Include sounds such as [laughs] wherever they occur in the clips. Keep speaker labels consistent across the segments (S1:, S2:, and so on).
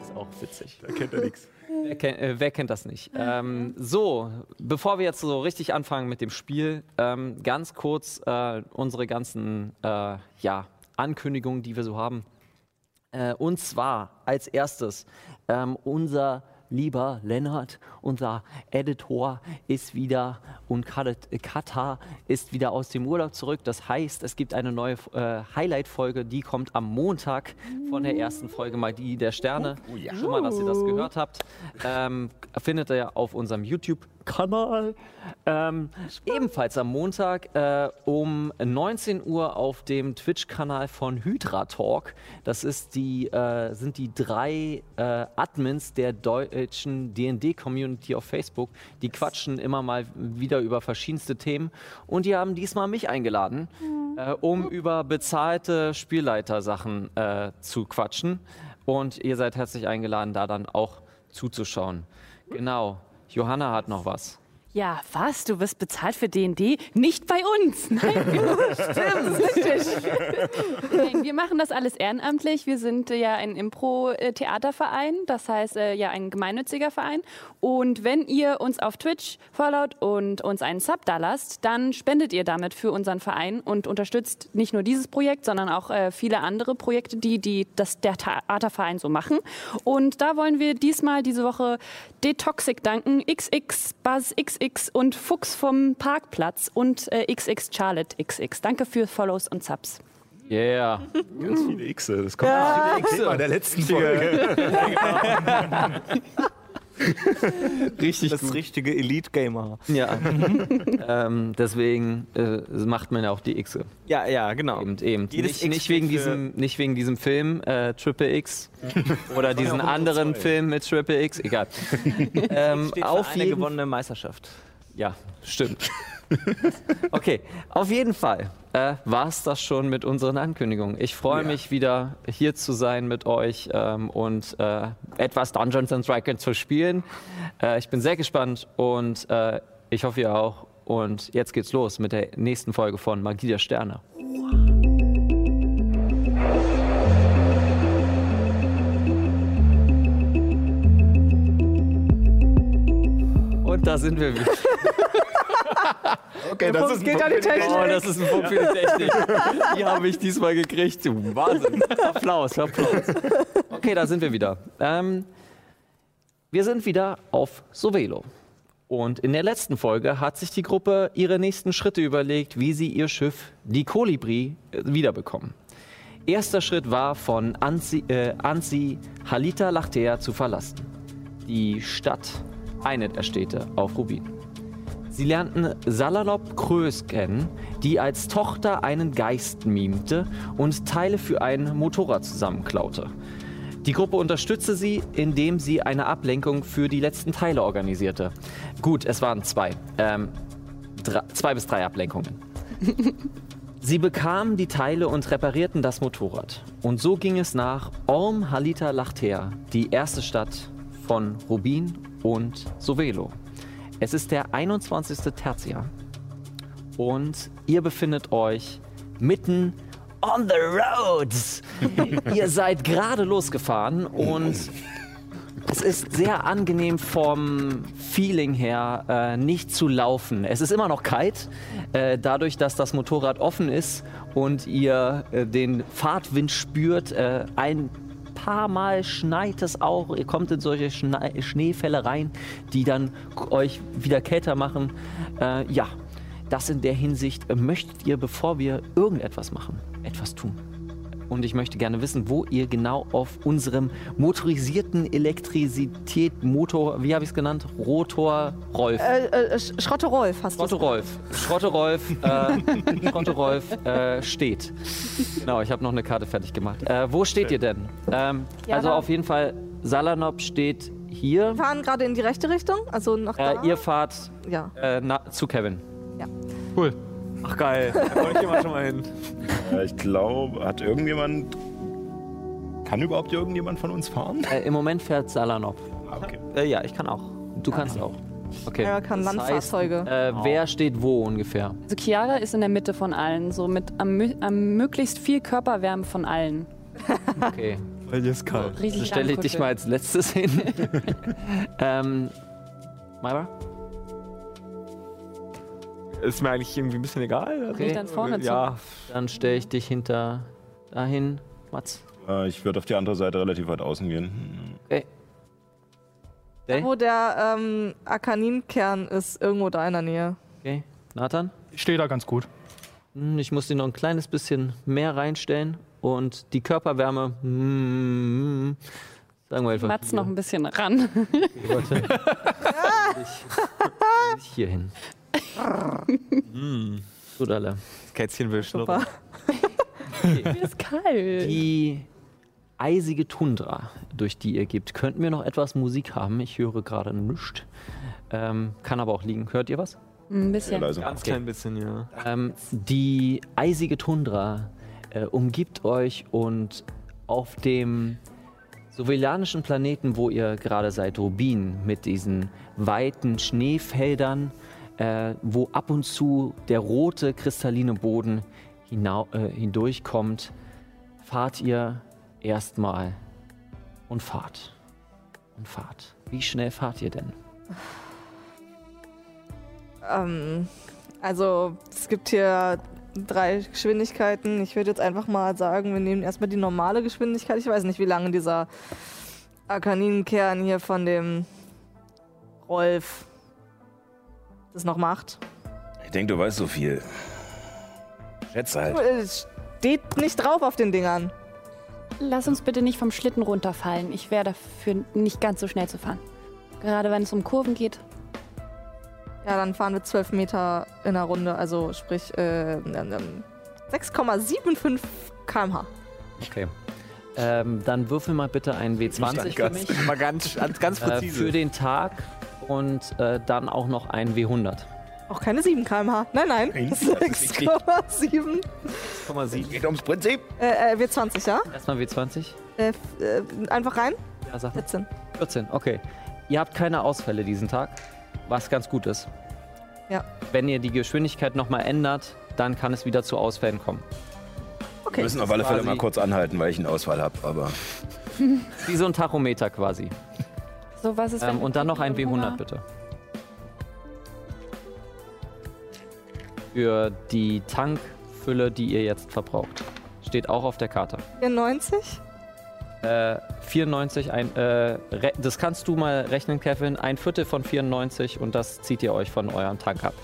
S1: Ist auch witzig.
S2: Da kennt er nichts.
S1: Wer kennt, äh, wer kennt das nicht? Ähm, so, bevor wir jetzt so richtig anfangen mit dem Spiel, ähm, ganz kurz äh, unsere ganzen äh, ja, Ankündigungen, die wir so haben. Äh, und zwar als erstes, ähm, unser lieber Lennart, unser Editor, ist wieder und Kadet- äh, Katar ist wieder aus dem Urlaub zurück. Das heißt, es gibt eine neue äh, Highlight-Folge, die kommt am Montag von der ersten Folge Magie der Sterne. Schon mal, dass ihr das gehört habt. Ähm, findet ihr auf unserem YouTube-Kanal. Ähm, ebenfalls am Montag äh, um 19 Uhr auf dem Twitch-Kanal von Hydra Talk. Das ist die, äh, sind die drei äh, Admins der deutschen D&D-Community auf Facebook. Die quatschen immer mal wieder über verschiedenste Themen. Und die haben diesmal mich eingeladen, äh, um über bezahlte Spielleitersachen äh, zu quatschen. Und ihr seid herzlich eingeladen, da dann auch zuzuschauen. Genau. Johanna hat noch was.
S3: Ja, was? Du wirst bezahlt für D&D? Nicht bei uns! Nein, [laughs] Richtig. Nein, wir machen das alles ehrenamtlich. Wir sind äh, ja ein Impro-Theaterverein, das heißt äh, ja ein gemeinnütziger Verein. Und wenn ihr uns auf Twitch followt und uns einen Sub da lasst, dann spendet ihr damit für unseren Verein und unterstützt nicht nur dieses Projekt, sondern auch äh, viele andere Projekte, die, die das, der Theaterverein so machen. Und da wollen wir diesmal diese Woche Detoxic danken, XX, Buzz XX und Fuchs vom Parkplatz und äh, XX Charlotte XX. Danke für Follows und Subs.
S4: [laughs]
S1: Yeah.
S2: Ganz viele Xe. Das kommt Hm. ja. aus dem Thema der letzten Folge.
S1: Richtig
S4: das richtige Elite-Gamer.
S1: Ja.
S4: Mhm.
S1: ähm, deswegen äh, macht man ja auch die Xe.
S4: Ja, ja, genau.
S1: Eben, eben.
S4: Jedes
S1: Nicht,
S4: X
S1: nicht, wegen
S4: steht für-
S1: diesem, nicht wegen diesem Film äh, Triple
S4: [laughs]
S1: X oder diesen anderen Film mit Triple X, egal. ähm,
S4: Steht für
S1: auf
S4: eine
S1: jeden
S4: gewonnene Meisterschaft.
S1: Ja, stimmt. okay, auf jeden Fall äh, war es das schon mit unseren Ankündigungen. Ich freue mich wieder hier zu sein mit euch ähm, und äh, etwas Dungeons and Dragons zu spielen. Äh, ich bin sehr gespannt und äh, ich hoffe ihr auch. Und jetzt geht's los mit der nächsten Folge von Magie der Sterne. Und da sind wir wieder.
S2: Okay, das ist geht
S1: Oh, das ist ein Punkt für die Technik. Die habe ich diesmal gekriegt. Du Wahnsinn. Applaus, Applaus. Okay, da sind wir wieder. Ähm, wir sind wieder auf Sovelo. Und in der letzten Folge hat sich die Gruppe ihre nächsten Schritte überlegt, wie sie ihr Schiff, die Kolibri, äh, wiederbekommen. Erster Schritt war, von Anzi, äh, Anzi Halita Lachtea zu verlassen. Die Stadt, eine der Städte auf Rubin. Sie lernten Salalop Krös kennen, die als Tochter einen Geist mimte und Teile für ein Motorrad zusammenklaute. Die Gruppe unterstützte sie, indem sie eine Ablenkung für die letzten Teile organisierte. Gut, es waren zwei. Ähm, drei, zwei bis drei Ablenkungen. Sie bekamen die Teile und reparierten das Motorrad. Und so ging es nach Orm Halita Lachtea, die erste Stadt von Rubin und Sovelo. Es ist der 21. Tertiär und ihr befindet euch mitten on the roads. ihr seid gerade losgefahren und es ist sehr angenehm vom Feeling her, äh, nicht zu laufen. Es ist immer noch kalt, äh, dadurch, dass das Motorrad offen ist und ihr äh, den Fahrtwind spürt. Äh, ein paar Mal schneit es auch. Ihr kommt in solche Schnei Schneefälle rein, die dann k- euch wieder kälter machen. Äh, ja, das in der Hinsicht. Äh, möchtet ihr, bevor wir irgendetwas machen, etwas tun? und ich möchte gerne wissen, wo ihr genau auf unserem motorisierten Elektrizität Motor, wie habe ich es genannt? Rotor Rolf.
S5: Äh, äh, Sch- Schrotte Rolf hast
S1: Schrotte
S5: du.
S1: Rolf. Schrotte Rolf,
S5: [laughs]
S1: äh, Schrotte Rolf äh, steht. Genau, ich habe noch eine Karte fertig gemacht. Äh, wo steht ihr denn? Ähm,
S5: Ja,
S1: also
S5: da-
S1: auf jeden Fall, Salanop steht hier.
S5: Wir fahren gerade in die rechte Richtung, also nach da.
S1: Äh, ihr fahrt
S5: ja.
S1: äh, na, zu Kevin.
S4: Cool. Ach geil, da wollte ich immer schon mal hin.
S2: Äh, Ich glaube, hat irgendjemand. Kann überhaupt irgendjemand von uns fahren?
S1: Äh, Im Moment fährt Salanop.
S2: Okay.
S4: Äh, ja, ich kann auch.
S1: Du kannst auch. Okay.
S5: Ah. Ja, kann Landfahrzeuge.
S1: Äh, wer steht wo ungefähr?
S3: Also Chiara ist in der Mitte von allen, so mit am, mö- am möglichst viel Körperwärme von allen.
S5: Ah.
S1: Okay.
S4: Weil hier ist kalt.
S3: Riesig
S1: Stelle ich dich mal als letztes hin. ähm, Myra?
S4: Ist mir eigentlich irgendwie ein bisschen egal. Also,
S3: Nicht dann vorne
S4: ja,
S1: Dann stelle ich dich hinter dahin. Mats.
S2: Äh, ich würde auf die andere Seite relativ weit außen gehen.
S1: Okay. Day?
S5: Wo der ähm, Akaninkern ist, irgendwo da in der Nähe.
S1: Okay. Nathan?
S6: Ich stehe da ganz gut.
S1: Hm, Ich muss dir noch ein kleines bisschen mehr reinstellen. Und die Körperwärme. Mm, sagen wir einfach.
S3: Matz noch ein bisschen ran. [laughs]
S1: Warte. ich, ich hier hin. Gut, alle.
S4: das Kätzchen will schnurren.
S3: Mir ist kalt.
S1: Die eisige Tundra, durch die ihr gebt, könnten wir noch etwas Musik haben. Ich höre gerade nichts. Ähm, kann aber auch liegen. Hört ihr was?
S3: [laughs] Ein
S2: Sehr
S3: bisschen.
S2: leise.
S4: Ganz klein bisschen, ja.
S1: Ähm, die eisige Tundra äh, umgibt euch und auf dem sovelanischen Planeten, wo ihr gerade seid, Rubin, mit diesen weiten Schneefeldern, äh, wo ab und zu der rote kristalline Boden hinau äh, hindurchkommt, fahrt ihr erstmal und fahrt. Und fahrt. Wie schnell fahrt ihr denn?
S5: Ähm, also es gibt hier drei Geschwindigkeiten. Ich würde jetzt einfach mal sagen, wir nehmen erstmal die normale Geschwindigkeit. Ich weiß nicht, wie lange dieser Akaninkern hier von dem Rolf das noch macht.
S7: Ich denke, du weißt so viel. Schätz halt.
S5: Es Äh, steht nicht drauf auf den Dingern.
S3: Lass uns bitte nicht vom Schlitten runterfallen. Ich wäre dafür nicht ganz so schnell zu fahren. Gerade wenn es um Kurven geht.
S5: Ja, dann fahren wir 12 Meter in einer Runde, also sprich äh, ähm, ähm, 6,75 km/h.
S1: Okay. Ähm, dann würfel mal bitte einen W20 für mich.
S4: Mal ganz, ganz
S1: äh,
S4: präzise.
S1: für den Tag und äh, dann auch noch ein W100.
S5: Auch keine 7 km/h. Nein, nein.
S2: das ist richtig.
S5: 6,7.
S4: 1,7.
S2: Geht ums Prinzip.
S5: Äh, äh, W20, ja?
S1: Erstmal W20.
S5: Äh, f- äh, einfach rein.
S1: Ja, sag mal.
S5: 14.
S1: 14, okay. Ihr habt keine Ausfälle diesen Tag, was ganz gut ist.
S5: Ja.
S1: Wenn ihr die Geschwindigkeit nochmal ändert, dann kann es wieder zu Ausfällen kommen.
S7: Wir müssen auf alle Fälle
S1: quasi-
S7: mal kurz anhalten, weil ich einen Ausfall habe. Aber
S1: Wie so ein Tachometer quasi.
S3: So was ist, wenn
S1: Ähm, und dann noch ein W100 bitte. Für die Tankfülle, die ihr jetzt verbraucht. Steht auch auf der Karte.
S5: 94.
S1: Äh, 94, ein, äh, re- das kannst du mal rechnen, Kevin. Ein Viertel von 94 und das zieht ihr euch von eurem Tank ab.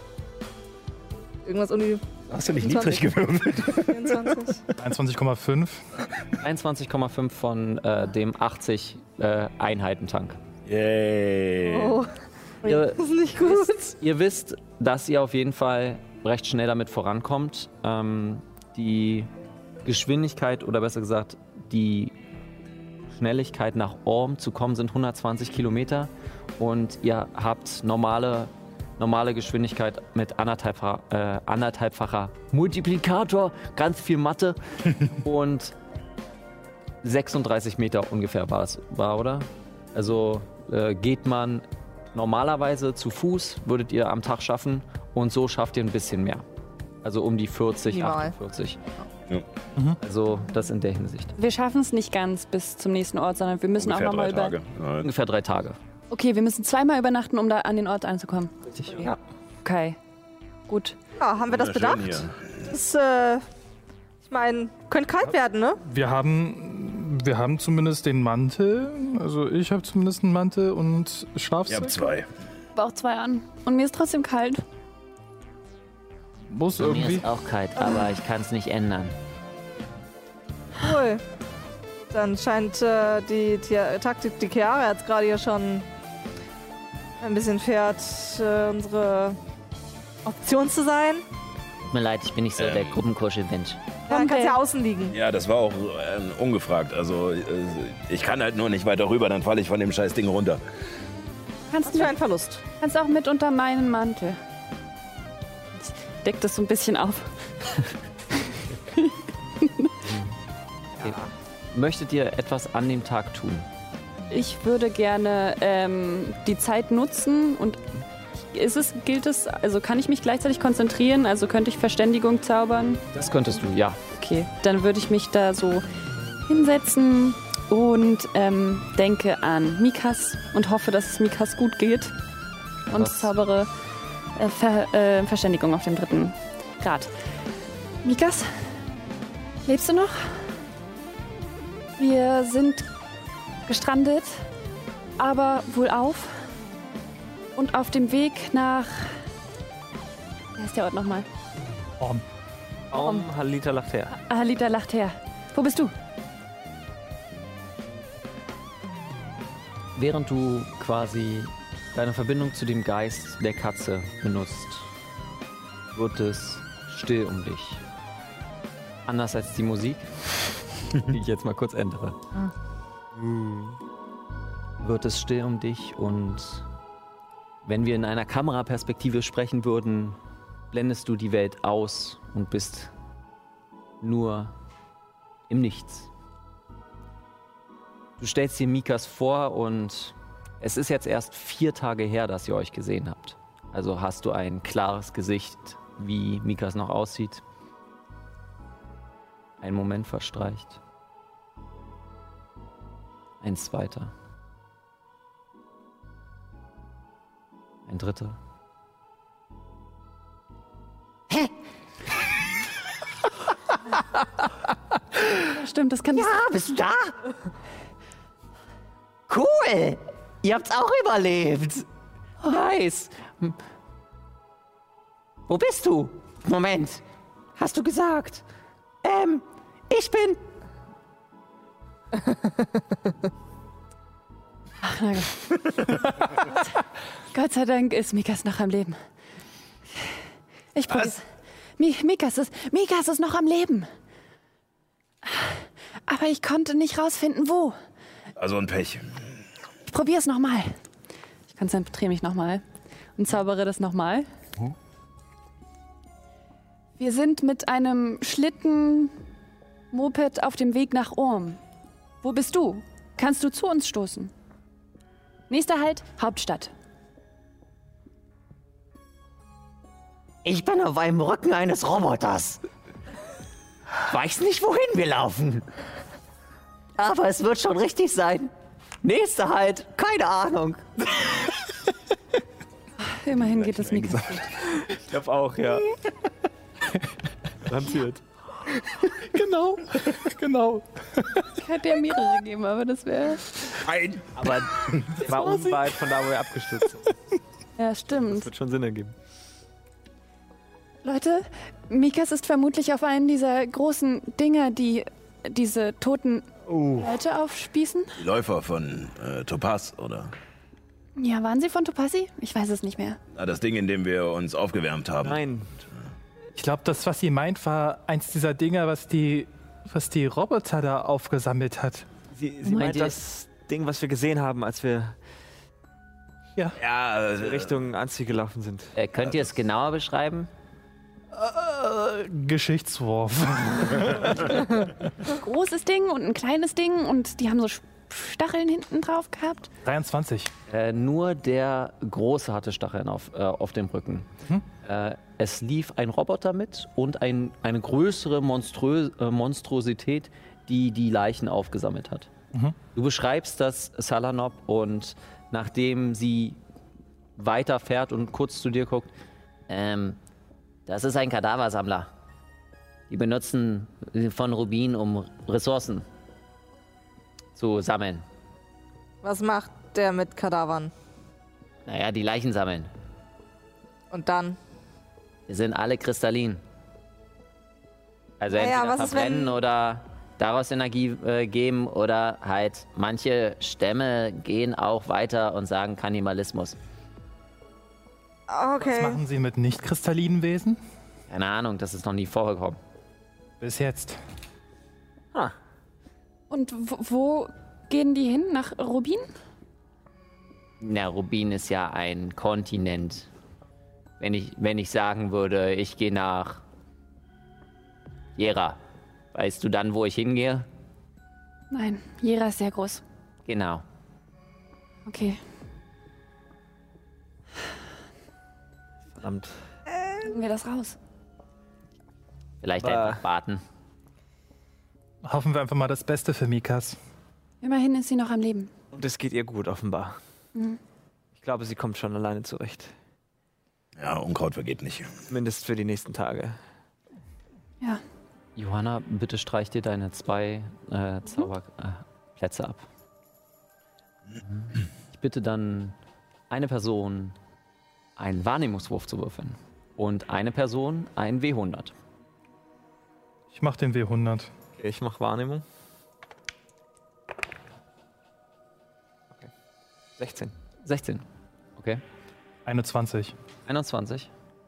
S5: Irgendwas um die
S2: Hast du nicht
S5: 20.
S2: niedrig gewürfelt?
S5: 24.
S6: 21,5.
S1: 21,5 von äh, dem 80 äh, Einheiten Tank.
S2: Yay.
S5: oh,
S1: Ihr,
S5: das ist
S2: [laughs]
S5: nicht gut.
S1: ihr wisst, dass ihr auf jeden Fall recht schnell damit vorankommt. Ähm, die Geschwindigkeit oder besser gesagt die Schnelligkeit nach Orm zu kommen sind 120 Kilometer und ihr habt normale, normale Geschwindigkeit mit anderthalbfacher, äh, anderthalbfacher Multiplikator, ganz viel Mathe und 36 Meter ungefähr war es, war oder? Also äh, geht man normalerweise zu Fuß, würdet ihr am Tag schaffen und so schafft ihr ein bisschen mehr. Also um die 40,
S5: Minimal.
S1: 48.
S7: Ja.
S1: Also das in der Hinsicht.
S3: Wir schaffen es nicht ganz bis zum nächsten Ort, sondern wir müssen
S7: ungefähr
S3: auch
S7: drei
S3: nochmal über.
S7: Tage. Ja,
S1: Ungefähr drei Tage.
S3: Okay, wir müssen zweimal übernachten, um da an den Ort anzukommen.
S1: Richtig.
S3: Ja. Okay. Gut.
S5: Ja, haben wir das
S7: wunderschön
S5: bedacht? Das, äh, ich meine, könnte kalt werden, ne?
S6: Wir haben, wir haben zumindest den Mantel. Also ich habe zumindest einen Mantel und
S7: Ihr habt
S6: Schlafsack.
S7: zwei.
S3: War auch zwei an. Und mir ist trotzdem kalt.
S6: Muss irgendwie.
S1: auch kalt, aber ich kann es nicht ändern.
S5: Cool. Dann scheint äh, die Tia- Taktik, die Chiara jetzt gerade hier schon ein bisschen fährt, äh, unsere Option zu sein.
S8: Tut mir leid, ich bin nicht
S1: Ähm.
S8: so der Gruppenkuschelmensch.
S5: Ja, dann
S3: Bombe.
S5: kannst ja außen liegen.
S7: Ja, das war auch ähm, ungefragt. Also, äh, ich kann halt nur nicht weiter rüber, dann falle ich von dem scheiß Ding runter.
S3: Kannst
S5: Das wäre ein Verlust.
S3: kannst auch mit unter meinen Mantel. Ich deck das so ein bisschen auf.
S1: Möchtet ihr etwas an dem Tag tun?
S3: Ich würde gerne ähm, die Zeit nutzen und ist es, gilt es, also kann ich mich gleichzeitig konzentrieren? Also könnte ich Verständigung zaubern?
S1: Das könntest du, ja.
S3: Okay, dann würde ich mich da so hinsetzen und ähm, denke an Mikas und hoffe, dass es Mikas gut geht. Und
S1: Was?
S3: zaubere äh, Ver, äh, Verständigung auf dem dritten Grad. Mikas, lebst du noch? Wir sind gestrandet, aber wohlauf und auf dem Weg nach. Wie heißt der Ort nochmal?
S6: Orm.
S1: Baum, Halita lacht her.
S3: Ahalita Ah, lacht her. Wo bist du?
S1: Während du quasi deine Verbindung zu dem Geist der Katze benutzt, wird es still um dich. Anders als die Musik, die ich jetzt mal kurz ändere. Wird es still um dich und wenn wir in einer Kameraperspektive sprechen würden, blendest du die Welt aus und bist nur im Nichts. Du stellst dir Mikas vor und es ist jetzt erst vier Tage her, dass ihr euch gesehen habt. Also hast du ein klares Gesicht, wie Mikas noch aussieht. Ein Moment verstreicht. Ein zweiter. Ein dritter.
S3: Stimmt, das kann
S8: Ah, bist du da? Cool! Ihr habt's auch überlebt! Nice! Hm. Wo bist du? Moment! Hast du gesagt? Ähm, ich bin.
S3: Gott sei Dank ist Mikas noch am Leben. Ich probier's. Mi Mikas, ist, Mikas ist noch am Leben. Aber ich konnte nicht rausfinden, wo.
S7: Also ein Pech.
S3: Ich probier's nochmal. Ich konzentriere mich nochmal und zaubere das nochmal. Wir sind mit einem Schlitten-Moped auf dem Weg nach Orm. Wo bist du? Kannst du zu uns stoßen? Nächster Halt, Hauptstadt.
S8: Ich bin auf einem Rücken eines Roboters. Weiß nicht, wohin wir laufen. Aber es wird schon richtig sein. Nächster halt, keine Ahnung.
S3: Immerhin geht es Mikas.
S4: Ich hab auch, [laughs] ja. Ranziert.
S6: [laughs] Genau, [laughs] genau.
S3: Ich hätte ja mehrere gegeben, aber das wäre.
S4: Aber war unweit von da, wo wir abgestürzt sind.
S3: Ja, stimmt.
S4: Wird schon Sinn ergeben.
S3: Leute, Mikas ist vermutlich auf einen dieser großen Dinger, die diese toten Leute aufspießen.
S7: Die Läufer von äh, Topaz, oder?
S3: Ja, waren sie von Topassi? Ich weiß es nicht mehr.
S7: Na, das Ding, in dem wir uns aufgewärmt haben.
S4: Nein.
S6: Ich glaube, das, was sie meint, war eins dieser Dinger, was die, was die Roboter da aufgesammelt hat.
S4: Sie, sie meint
S8: ihr-
S4: das Ding, was wir gesehen haben, als wir
S7: Ja, äh,
S4: Richtung Anzieh gelaufen sind.
S8: Äh, könnt ihr es genauer beschreiben?
S6: Äh, Geschichtswurf. [laughs]
S3: Großes Ding und ein kleines Ding und die haben so Sch- Stacheln hinten drauf gehabt.
S6: 23.
S1: Äh, nur der Große hatte Stacheln auf, äh, auf dem Rücken. Äh, es lief ein Roboter mit und ein, eine größere Monströ äh, Monstrosität, die die Leichen aufgesammelt hat. Du beschreibst das Salanop und nachdem sie weiterfährt und kurz zu dir guckt,
S8: Ähm, das ist ein Kadaversammler. Die benutzen
S1: äh,
S8: von Rubin, um Ressourcen zu sammeln.
S5: Was macht der mit Kadavern?
S8: Naja, die Leichen sammeln.
S5: Und dann?
S8: Die sind alle kristallin. Also
S5: Naja,
S8: entweder
S5: was ist,
S8: verbrennen
S5: wenn-
S8: oder daraus Energie äh, geben oder halt manche Stämme gehen auch weiter und sagen Kannibalismus.
S6: Was
S5: Okay.
S6: machen sie mit nicht-kristallinen Wesen?
S8: Keine Ahnung, das ist noch nie vorgekommen.
S6: Bis jetzt.
S3: Und wo, wo gehen die hin? Nach Rubin?
S8: Na, Rubin ist ja ein Kontinent. Wenn ich, wenn ich sagen würde, ich gehe nach Jera, weißt du dann, wo ich hingehe?
S3: Nein, Jera ist sehr groß.
S8: Genau.
S3: Okay.
S4: Verdammt.
S3: Kriegen wir das raus?
S8: Vielleicht
S4: Aber-
S8: einfach warten.
S6: Hoffen wir einfach mal das Beste für Mikas.
S3: Immerhin ist sie noch am Leben.
S4: Und es geht ihr gut, offenbar. Ich glaube, sie kommt schon alleine zurecht.
S7: Ja, Unkraut vergeht nicht.
S4: Zumindest für die nächsten Tage.
S3: Ja.
S1: Johanna, bitte streich dir deine zwei äh, Zauberplätze ab. Ich bitte dann eine Person einen Wahrnehmungswurf zu würfeln und eine Person einen W100.
S6: Ich mach den W100.
S4: Okay, ich mache Wahrnehmung. Okay. 16.
S1: 16,
S6: 21.
S1: 21,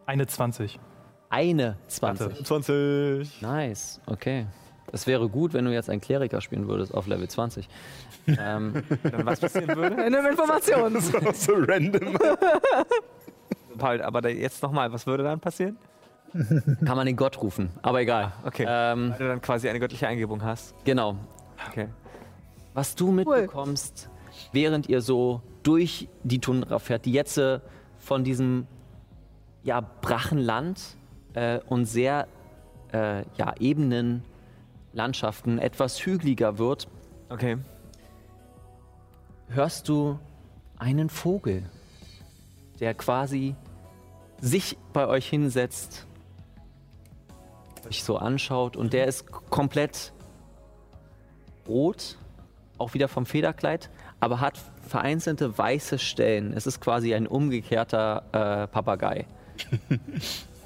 S6: Eine 20.
S1: eine 20.
S4: 20.
S1: Nice, okay. Das wäre gut, wenn du jetzt einen Kleriker spielen würdest auf Level 20. ähm,
S4: Dann was passieren würde?
S5: [laughs] In der Information.
S2: so random.
S4: Paul, aber da- jetzt nochmal, was würde dann passieren?
S1: kann man den Gott rufen, aber egal.
S4: Okay.
S1: Ähm,
S4: Weil du dann quasi eine göttliche Eingebung hast.
S1: genau.
S4: Okay.
S1: Was du mitbekommst, während ihr so durch die Tundra fährt, die jetzt äh, von diesem ja, Brachenland äh, und sehr äh, ja, ebenen Landschaften etwas hügeliger wird,
S4: Okay.
S1: hörst du einen Vogel, der quasi sich bei euch hinsetzt, euch so anschaut und der ist k- komplett rot, auch wieder vom Federkleid, aber hat vereinzelte weiße Stellen. Es ist quasi ein umgekehrter äh, Papagei.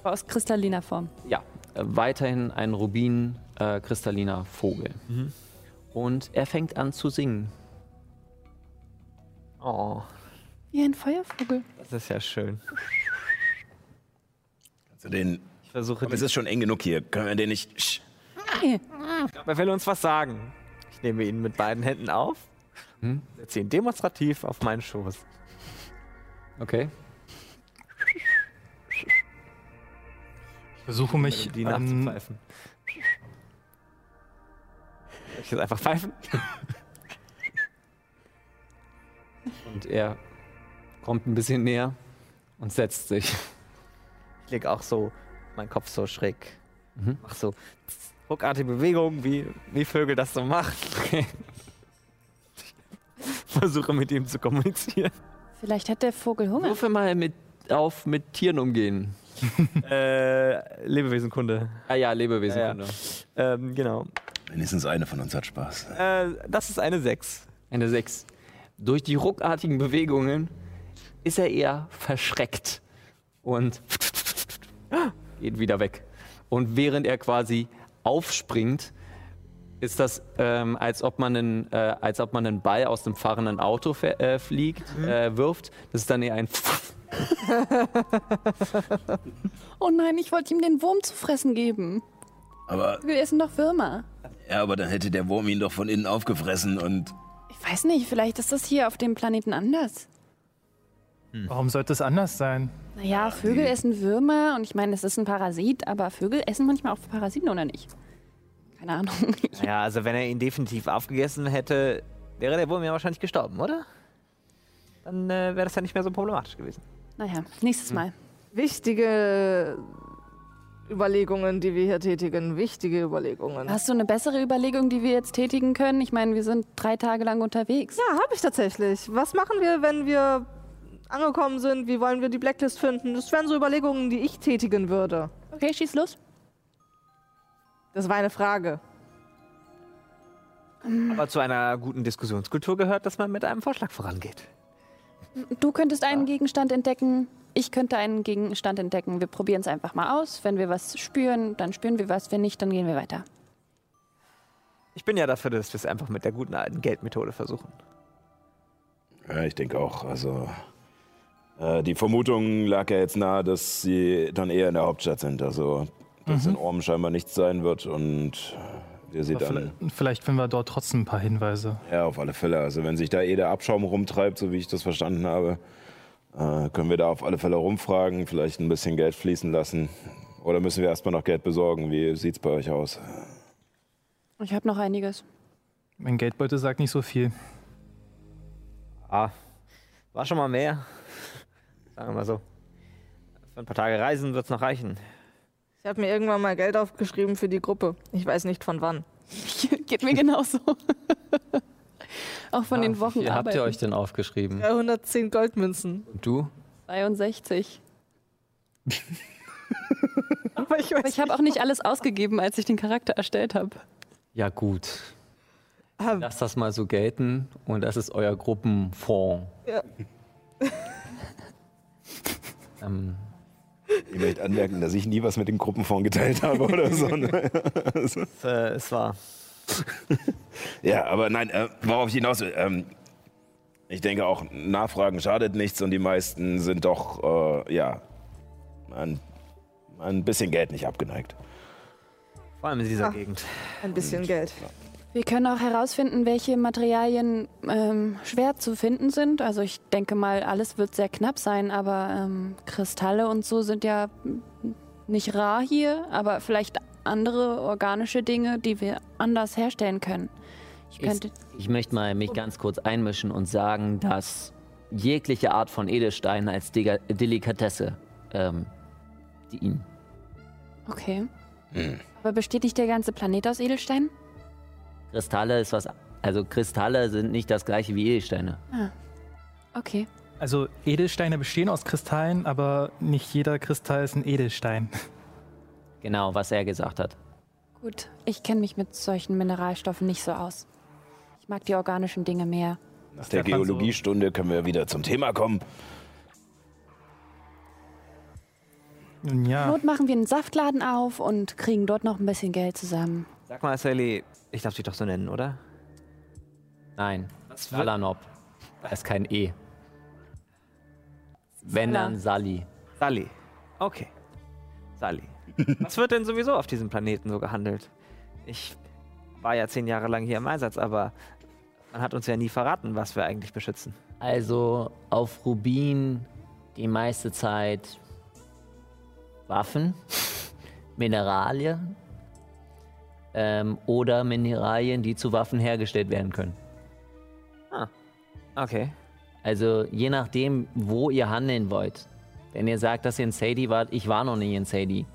S3: Aus kristalliner Form.
S1: Ja, äh, weiterhin ein Rubin äh, kristalliner Vogel.
S4: Mhm.
S1: Und er fängt an zu singen.
S4: Oh,
S3: Wie ein Feuervogel.
S4: das ist ja schön.
S7: Also den,
S4: Ich versuche
S7: aber es
S4: die.
S7: ist schon eng genug hier. Können wir den nicht. Sch,
S4: Aber er will uns was sagen. Ich nehme ihn mit beiden Händen auf, setze ihn demonstrativ auf meinen Schoß.
S1: Okay.
S6: Ich versuche mich
S4: um die
S6: an,
S4: nachzupfeifen. Soll ich jetzt einfach pfeifen?
S1: Und er kommt ein bisschen näher und setzt sich.
S4: Ich lege auch so meinen Kopf so schräg.
S1: Mhm.
S4: Mach so ruckartige Bewegungen, wie, wie Vögel das so machen. [laughs] Versuche mit ihm zu kommunizieren.
S3: Vielleicht hat der Vogel Hunger.
S1: Würfel mal mit, auf mit Tieren umgehen.
S4: äh, Lebewesenkunde.
S1: Ah ja, Lebewesenkunde.
S4: Ähm, genau.
S7: wenigstens eine von uns hat Spaß.
S4: Äh, das ist eine 6.
S1: Eine 6. Durch die ruckartigen Bewegungen ist er eher verschreckt und [gasps] geht wieder weg. Und während er quasi aufspringt, ist das, ähm, als, ob man einen, äh, als ob man einen Ball aus dem fahrenden Auto fe- äh, fliegt, äh, wirft. Das ist dann eher ein
S3: Oh nein, ich wollte ihm den Wurm zu fressen geben.
S7: Aber,
S3: Wir essen doch Würmer.
S7: ja, aber dann hätte der Wurm ihn doch von innen aufgefressen und.
S3: Ich weiß nicht, vielleicht ist das hier auf dem Planeten anders.
S6: Warum sollte es anders sein?
S3: Naja, Vögel essen Würmer und ich meine, es ist ein Parasit, aber Vögel essen manchmal auch Parasiten oder nicht? Keine Ahnung. [laughs]
S4: Ja, also wenn er ihn definitiv aufgegessen hätte, wäre der Wurm ja wahrscheinlich gestorben, oder? Dann äh, wäre das ja nicht mehr so problematisch gewesen.
S3: Naja,
S9: Hm.
S3: nächstes Mal.
S5: Wichtige Überlegungen, die wir hier tätigen. Wichtige Überlegungen.
S3: Hast du eine bessere Überlegung, die wir jetzt tätigen können? Ich meine, wir sind drei Tage lang unterwegs.
S5: Ja, habe ich tatsächlich. Was machen wir, wenn wir angekommen sind? Wie wollen wir die Blacklist finden? Das wären so Überlegungen, die ich tätigen würde.
S3: Okay, schieß los.
S5: Das war eine Frage.
S4: Aber zu einer guten Diskussionskultur gehört, dass man mit einem Vorschlag vorangeht.
S3: Du könntest einen Gegenstand entdecken. Ich könnte einen Gegenstand entdecken. Wir probieren es einfach mal aus. Wenn wir was spüren, dann spüren wir was. Wenn nicht, dann gehen wir weiter.
S4: Ich bin ja dafür, dass wir es einfach mit der guten alten Geldmethode versuchen.
S2: Ja, ich denke auch. Also äh, die Vermutung lag ja jetzt nahe, dass sie dann eher in der Hauptstadt sind. Also dass in Orm scheinbar nichts sein wird und wir sie dann.
S6: Vielleicht, vielleicht finden wir dort trotzdem ein paar Hinweise.
S2: Ja, auf alle Fälle. Also wenn sich da eh der Abschaum rumtreibt, so wie ich das verstanden habe, äh, können wir da auf alle Fälle rumfragen, vielleicht ein bisschen Geld fließen lassen. Oder müssen wir erstmal noch Geld besorgen? Wie sieht's bei euch aus?
S3: Ich habe noch einiges.
S6: Mein Geldbeutel sagt nicht so viel.
S4: Ah, war schon mal mehr. Sagen wir mal so. Für ein paar Tage Reisen wird es noch reichen.
S5: Ich habe mir irgendwann mal Geld aufgeschrieben für die Gruppe. Ich weiß nicht von wann.
S3: [laughs] Geht mir genauso. [laughs] Auch von
S9: Ah,
S3: den Wochen
S9: Wie viel habt ihr euch
S3: arbeiten.
S9: denn aufgeschrieben?
S5: 310 Goldmünzen.
S9: Und du?
S3: 62.
S5: [laughs] Aber ich weiß
S3: Aber ich habe auch nicht alles ausgegeben, als ich den Charakter erstellt habe.
S9: Ja, gut.
S5: Ah,
S9: Lasst das mal so gelten und das ist euer Gruppenfonds.
S1: [laughs]
S5: Ja.
S9: ähm,
S2: Ihr möchtet anmerken, dass ich nie was mit dem Gruppenfonds geteilt habe oder so. Ne?
S4: Es, äh, es war.
S2: [laughs] Ja, aber nein, äh, worauf ich hinaus will. Ähm, ich denke auch, Nachfragen schadet nichts und die meisten sind doch, äh, ja, an, an ein bisschen Geld nicht abgeneigt.
S4: Vor allem in dieser
S5: Ah.
S4: Gegend.
S5: ein bisschen Geld.
S3: Wir können auch herausfinden, welche Materialien ähm, schwer zu finden sind. Also ich denke mal, alles wird sehr knapp sein, aber ähm, Kristalle und so sind ja mm, nicht rar hier, aber vielleicht andere organische Dinge, die wir anders herstellen können. Ich
S1: Ist-
S3: könnte.
S1: Ich möchte mal mich ganz kurz einmischen und sagen, dass jegliche Art von Edelstein als Dega Delikatesse ähm, dienen.
S3: Okay. Aber besteht nicht der ganze Planet aus Edelsteinen?
S1: Kristalle ist was. Also Kristalle sind nicht das gleiche wie Edelsteine.
S3: Okay.
S6: Also Edelsteine bestehen aus Kristallen, aber nicht jeder Kristall ist ein Edelstein.
S1: Genau, was er gesagt hat.
S3: Gut. Ich kenne mich mit solchen Mineralstoffen nicht so aus. Ich mag die organischen Dinge mehr.
S2: Nach der
S6: darf man so-
S2: Geologiestunde können wir wieder zum Thema kommen.
S6: [laughs] Nun ja,
S3: Not machen wir einen Saftladen auf und kriegen dort noch ein bisschen Geld zusammen.
S4: Sag mal, Sally, ich darf dich doch so nennen, oder?
S1: Nein, Salanop. Da ist kein E. Wenn dann Sali.
S4: Sally. Okay. Sally. [laughs] Was wird denn sowieso auf diesem Planeten so gehandelt? Ich war ja zehn Jahre lang hier im Einsatz, aber man hat uns ja nie verraten, was wir eigentlich beschützen.
S1: Also auf Rubin die meiste Zeit Waffen, [laughs] Mineralien ähm, oder Mineralien, die zu Waffen hergestellt werden können.
S4: Okay.
S1: Also je nachdem, wo ihr handeln wollt. Wenn ihr sagt, dass ihr in Sadie wart, ich war noch nie in Sadie.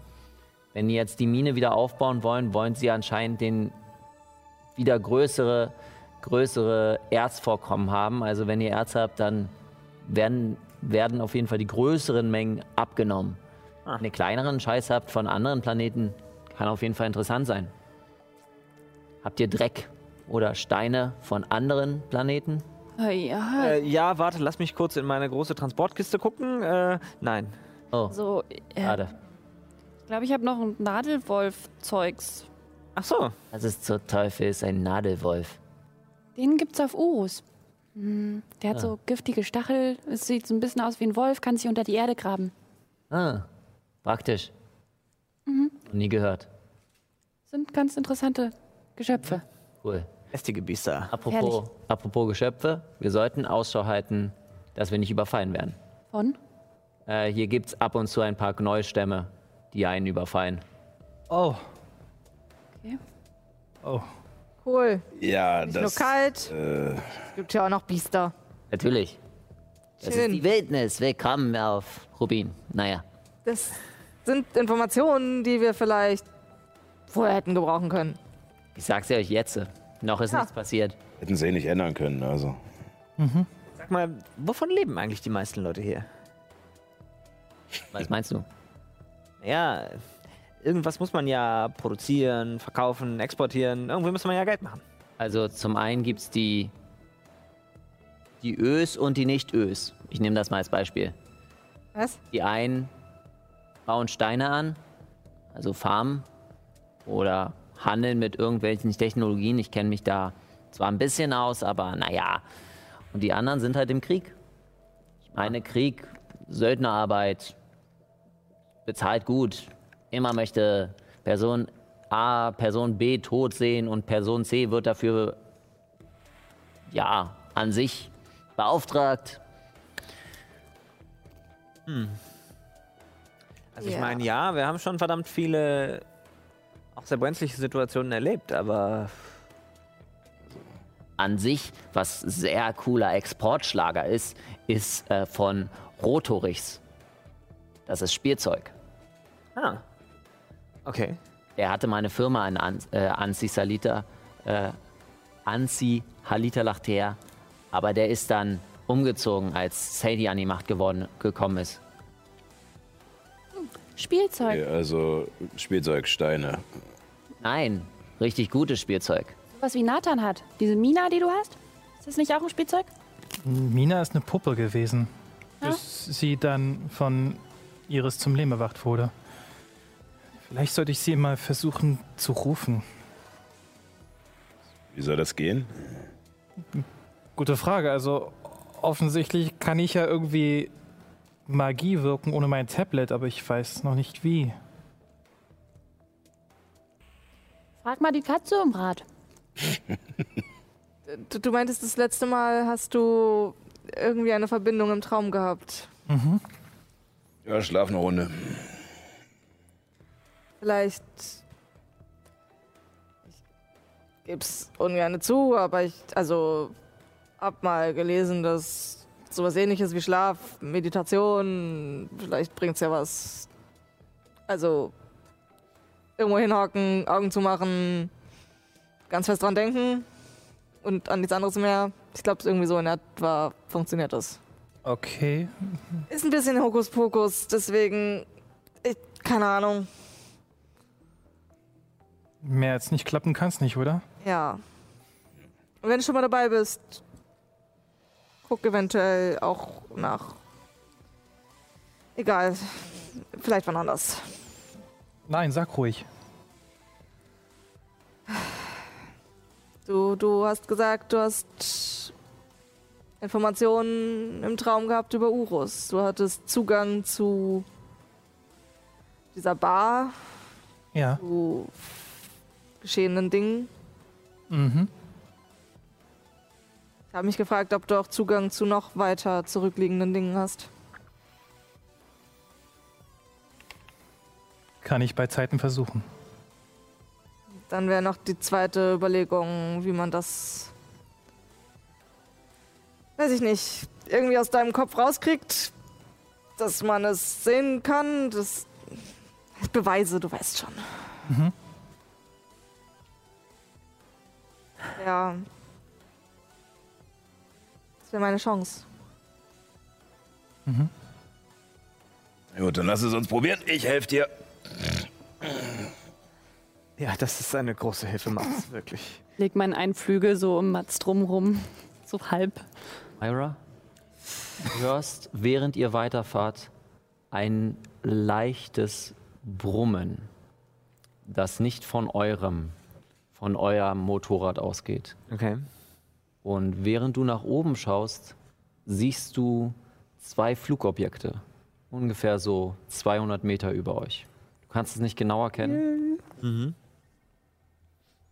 S1: Wenn ihr jetzt die Mine wieder aufbauen wollen, wollen sie anscheinend den wieder größere, größere Erzvorkommen haben. Also wenn ihr Erz habt, dann werden, werden auf jeden Fall die größeren Mengen abgenommen. Wenn ihr kleineren Scheiß habt von anderen Planeten, kann auf jeden Fall interessant sein. Habt ihr Dreck oder Steine von anderen Planeten?
S3: Oh, ja.
S4: Äh, ja, warte, lass mich kurz in meine große Transportkiste gucken. Äh, nein.
S1: Oh,
S3: so, äh,
S1: schade.
S3: ich glaube, ich habe noch ein Nadelwolf-Zeugs.
S4: Ach so.
S1: Was ist zur Teufel ist ein Nadelwolf?
S3: Den gibt's auf Urus. Hm, der hat so giftige Stachel. Es sieht so ein bisschen aus wie ein Wolf, kann sich unter die Erde graben.
S1: Ah, praktisch. Noch Nie gehört.
S3: Sind ganz interessante Geschöpfe.
S1: Cool.
S4: Lästige Biester.
S1: Apropos, apropos Geschöpfe, wir sollten Ausschau halten, dass wir nicht überfallen werden.
S3: Von?
S1: Äh, hier gibt's ab und zu ein paar Gneustämme, die einen überfallen.
S6: oh,
S3: Okay.
S6: oh.
S5: Cool.
S2: Ja,
S5: Nur
S2: das.
S5: kalt.
S2: Äh,
S5: Es gibt ja auch noch Biester.
S1: Natürlich. Das ist
S5: Schön.
S1: die Wildnis. Willkommen auf Rubin. Naja,
S5: Das sind Informationen, die wir vielleicht vorher hätten gebrauchen können.
S1: ich sag's ja euch jetzt. Noch ist
S5: Ja.
S1: nichts passiert.
S2: hätten sie eh nicht ändern können, also.
S4: Sag mal, wovon leben eigentlich die meisten Leute hier?
S1: Was meinst du?
S4: Ja, irgendwas muss man ja produzieren, verkaufen, exportieren. Irgendwie muss man ja Geld machen.
S1: Also zum einen gibt es die, die Ös und die Nicht-Ös. Ich nehme das mal als Beispiel.
S5: Was?
S1: Die einen bauen Steine an, also Farmen oder handeln mit irgendwelchen Technologien. Ich kenne mich da zwar ein bisschen aus, aber naja. Und die anderen sind halt im Krieg. Ich meine, Krieg, Söldnerarbeit, bezahlt gut. Immer möchte Person A Person B tot sehen und Person C wird dafür, ja, an sich beauftragt.
S4: Also ich
S5: Ja.
S4: meine, ja, wir haben schon verdammt viele auch sehr brenzliche Situationen erlebt, aber
S1: an sich, was sehr cooler Exportschlager ist, ist äh, von Rotorichs. Das ist Spielzeug.
S4: ah. Okay.
S1: Er hatte meine Firma in An äh, Ansi Salita, äh, Ansi Halita Lachtea, aber der ist dann umgezogen, als Sadie an die Macht geworden, gekommen ist.
S3: Spielzeug.
S2: Ja, also Spielzeugsteine.
S1: Nein, richtig gutes Spielzeug.
S3: Was wie Nathan hat. Diese Mina, die du hast. Ist das nicht auch ein Spielzeug?
S6: Mina ist eine Puppe gewesen, bis sie dann von Iris zum Leben erwacht wurde. Vielleicht sollte ich sie mal versuchen zu rufen.
S2: Wie soll das gehen?
S6: Gute Frage. Also offensichtlich kann ich ja irgendwie Magie wirken ohne mein Tablet, aber ich weiß noch nicht wie.
S3: Frag mal die Katze um Rat.
S5: Du, du meintest, das letzte Mal hast du irgendwie eine Verbindung im Traum gehabt.
S2: Ja, schlaf eine Runde.
S5: Vielleicht. Ich geb's ungern zu, aber ich. Also. Hab mal gelesen, dass sowas ähnliches wie Schlaf, Meditation. Vielleicht bringt's ja was. Also. Irgendwo hinhocken, Augen zu machen. Ganz fest dran denken. Und an nichts anderes mehr. Ich glaube, irgendwie so in etwa funktioniert das.
S6: Okay.
S5: Ist ein bisschen Hokuspokus, deswegen. Ich, keine Ahnung.
S6: Mehr als nicht klappen kann es nicht, oder?
S5: Ja. Und wenn du schon mal dabei bist, guck eventuell auch nach. Egal. Vielleicht wann anders.
S6: Nein, sag ruhig.
S5: Du, du hast gesagt, du hast Informationen im Traum gehabt über Urus. Du hattest Zugang zu dieser Bar,
S6: Ja.
S5: zu geschehenen Dingen.
S6: Mhm.
S5: Ich habe mich gefragt, ob du auch Zugang zu noch weiter zurückliegenden Dingen hast.
S6: Kann ich bei Zeiten versuchen.
S5: Dann wäre noch die zweite Überlegung, wie man das. Weiß ich nicht. Irgendwie aus deinem Kopf rauskriegt, dass man es sehen kann. Das. Beweise, du weißt schon. Ja. Das wäre meine Chance.
S2: Gut, dann lass es uns probieren. Ich helfe dir.
S4: Ja, das ist eine große Hilfe, [laughs] Max, wirklich.
S3: Leg meinen einen Flügel so um Mats drumrum. So halb.
S1: Myra, hörst, während ihr weiterfahrt, ein leichtes Brummen, das nicht von eurem, von eurem Motorrad ausgeht.
S4: Okay.
S1: Und während du nach oben schaust, siehst du zwei Flugobjekte, ungefähr so 200 Meter über euch. Du kannst es nicht genau erkennen,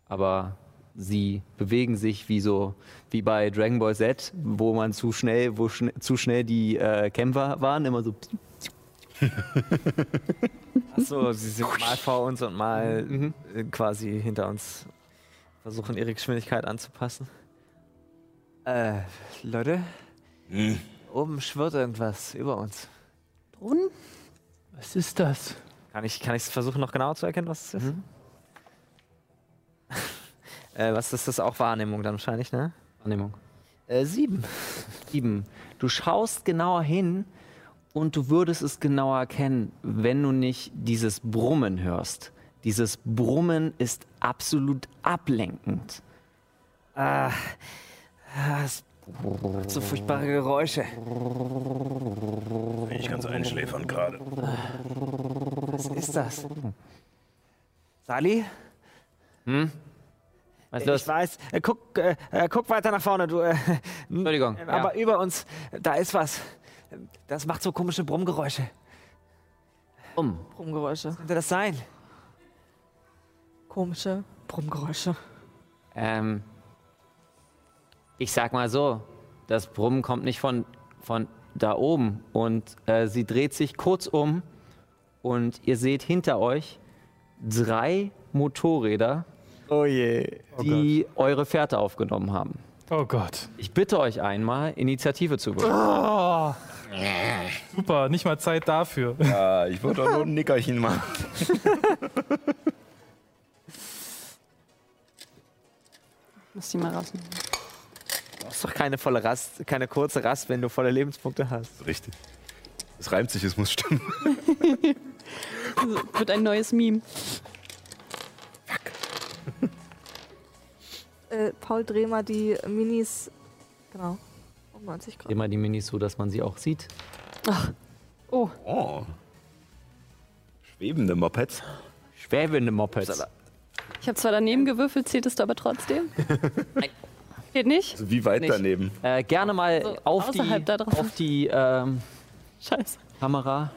S1: aber sie bewegen sich wie so wie bei Dragon Ball Z, wo man zu schnell, wo schn zu schnell die äh, Kämpfer waren, immer so.
S4: Achso, sie sind mal vor uns und mal äh, quasi hinter uns. Versuchen ihre Geschwindigkeit anzupassen. Äh, Leute,
S2: Hm.
S4: oben schwirrt irgendwas über uns.
S3: Drohnen?
S6: Was ist das?
S4: Kann ich es versuchen, noch genau zu erkennen, was es ist? [laughs] äh, was ist das auch Wahrnehmung dann wahrscheinlich, ne?
S1: Wahrnehmung.
S4: Äh, sieben.
S1: Sieben. Du schaust genauer hin und du würdest es genauer erkennen, wenn du nicht dieses Brummen hörst. Dieses Brummen ist absolut ablenkend.
S4: Ah, es macht so furchtbare Geräusche.
S2: Ich kann es einschläfern gerade. [laughs]
S4: Was ist das? Sally?
S1: Was ist
S4: Ich
S1: los?
S4: weiß. Äh, guck, äh, äh, guck weiter nach vorne, du. Äh,
S1: Entschuldigung.
S4: äh,
S1: Ja.
S4: aber über uns, äh, da ist was. Äh, Das macht so komische Brummgeräusche.
S1: um.
S5: Brummgeräusche.
S4: Könnte das sein?
S5: Komische Brummgeräusche.
S1: Ähm, ich sag mal so, das Brummen kommt nicht von, von da oben. Und äh, sie dreht sich kurz um und ihr seht hinter euch drei Motorräder,
S4: Oh je.
S1: die eure Fährte aufgenommen haben.
S6: Oh Gott.
S1: Ich bitte euch einmal, Initiative zu
S4: Ah.
S1: würfeln.
S6: Super, nicht mal Zeit dafür.
S2: Ja, Ah, ich würde auch nur ein Nickerchen machen.
S3: Muss die mal rausnehmen.
S4: Du hast doch keine volle Rast, keine kurze Rast, wenn du volle Lebenspunkte hast.
S2: Richtig. Es reimt sich, es muss stimmen.
S3: Also, wird ein neues Meme.
S5: Äh, Paul, dreh mal die Minis. Genau. Um 90 Grad.
S1: Immer die Minis so, dass man sie auch sieht.
S2: Oh. Schwebende Mopeds.
S1: Schwäbende Mopeds.
S3: Ich habe zwar daneben gewürfelt, zähltest du aber trotzdem?
S1: [laughs]
S3: Geht nicht?
S2: Also wie weit
S1: Nicht.
S2: daneben?
S1: Äh, gerne mal
S3: Also
S1: auf die,
S3: außerhalb da drauf.
S1: auf die ähm,
S3: Scheiße.
S1: Kamera.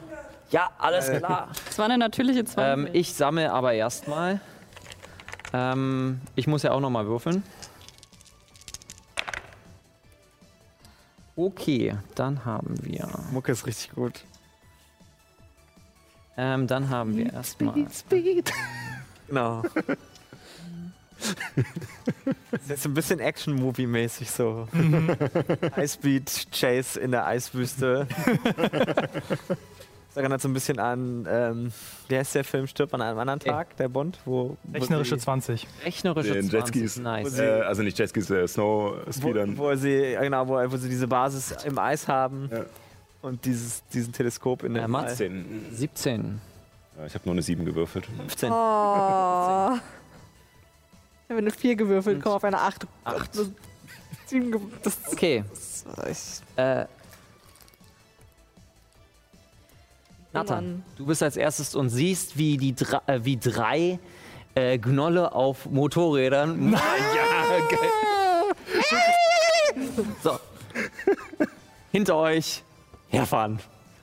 S1: Ja, alles
S4: Äh.
S1: klar.
S3: Das war eine natürliche 20.
S1: Ähm, ich sammle aber erstmal. Ähm, ich muss ja auch nochmal würfeln. Okay, dann haben wir.
S4: Mucke ist richtig gut.
S1: Ähm, dann haben wir erstmal.
S4: Genau. das ist jetzt ein bisschen Action-Movie-mäßig so. [laughs] Highspeed Chase in der Eiswüste. Das erinnert so ein bisschen an, ähm, wie heißt der Film Stirb an einem anderen Tag, der Bond, wo. wo
S6: Rechnerische
S4: sie-
S6: 20.
S1: Rechnerische
S2: Den
S1: 20.
S2: Jetskis.
S1: Nice.
S2: Äh, also nicht Jetskis, äh,
S4: wo,
S2: Snow-Speedern.
S4: wo sie, ja, genau, wo, wo sie diese Basis im Eis haben
S2: Ja.
S4: und dieses, diesen Teleskop in
S1: Ja,
S4: der
S1: Äh, Mats.
S4: Eis.
S2: 10.
S1: 17.
S2: Ja, Ich habe nur eine 7 gewürfelt.
S4: 15.
S5: Oh. Ich habe eine 4 gewürfelt, komm auf eine 8. 8. Das,
S1: Okay.
S5: das war echt.
S1: Äh, Nathan,
S5: Mann.
S1: du bist als erstes und siehst, wie, die dr äh, wie drei äh, Gnolle auf Motorrädern. Na [laughs] ja, geil. [laughs] so. Hinter euch herfahren.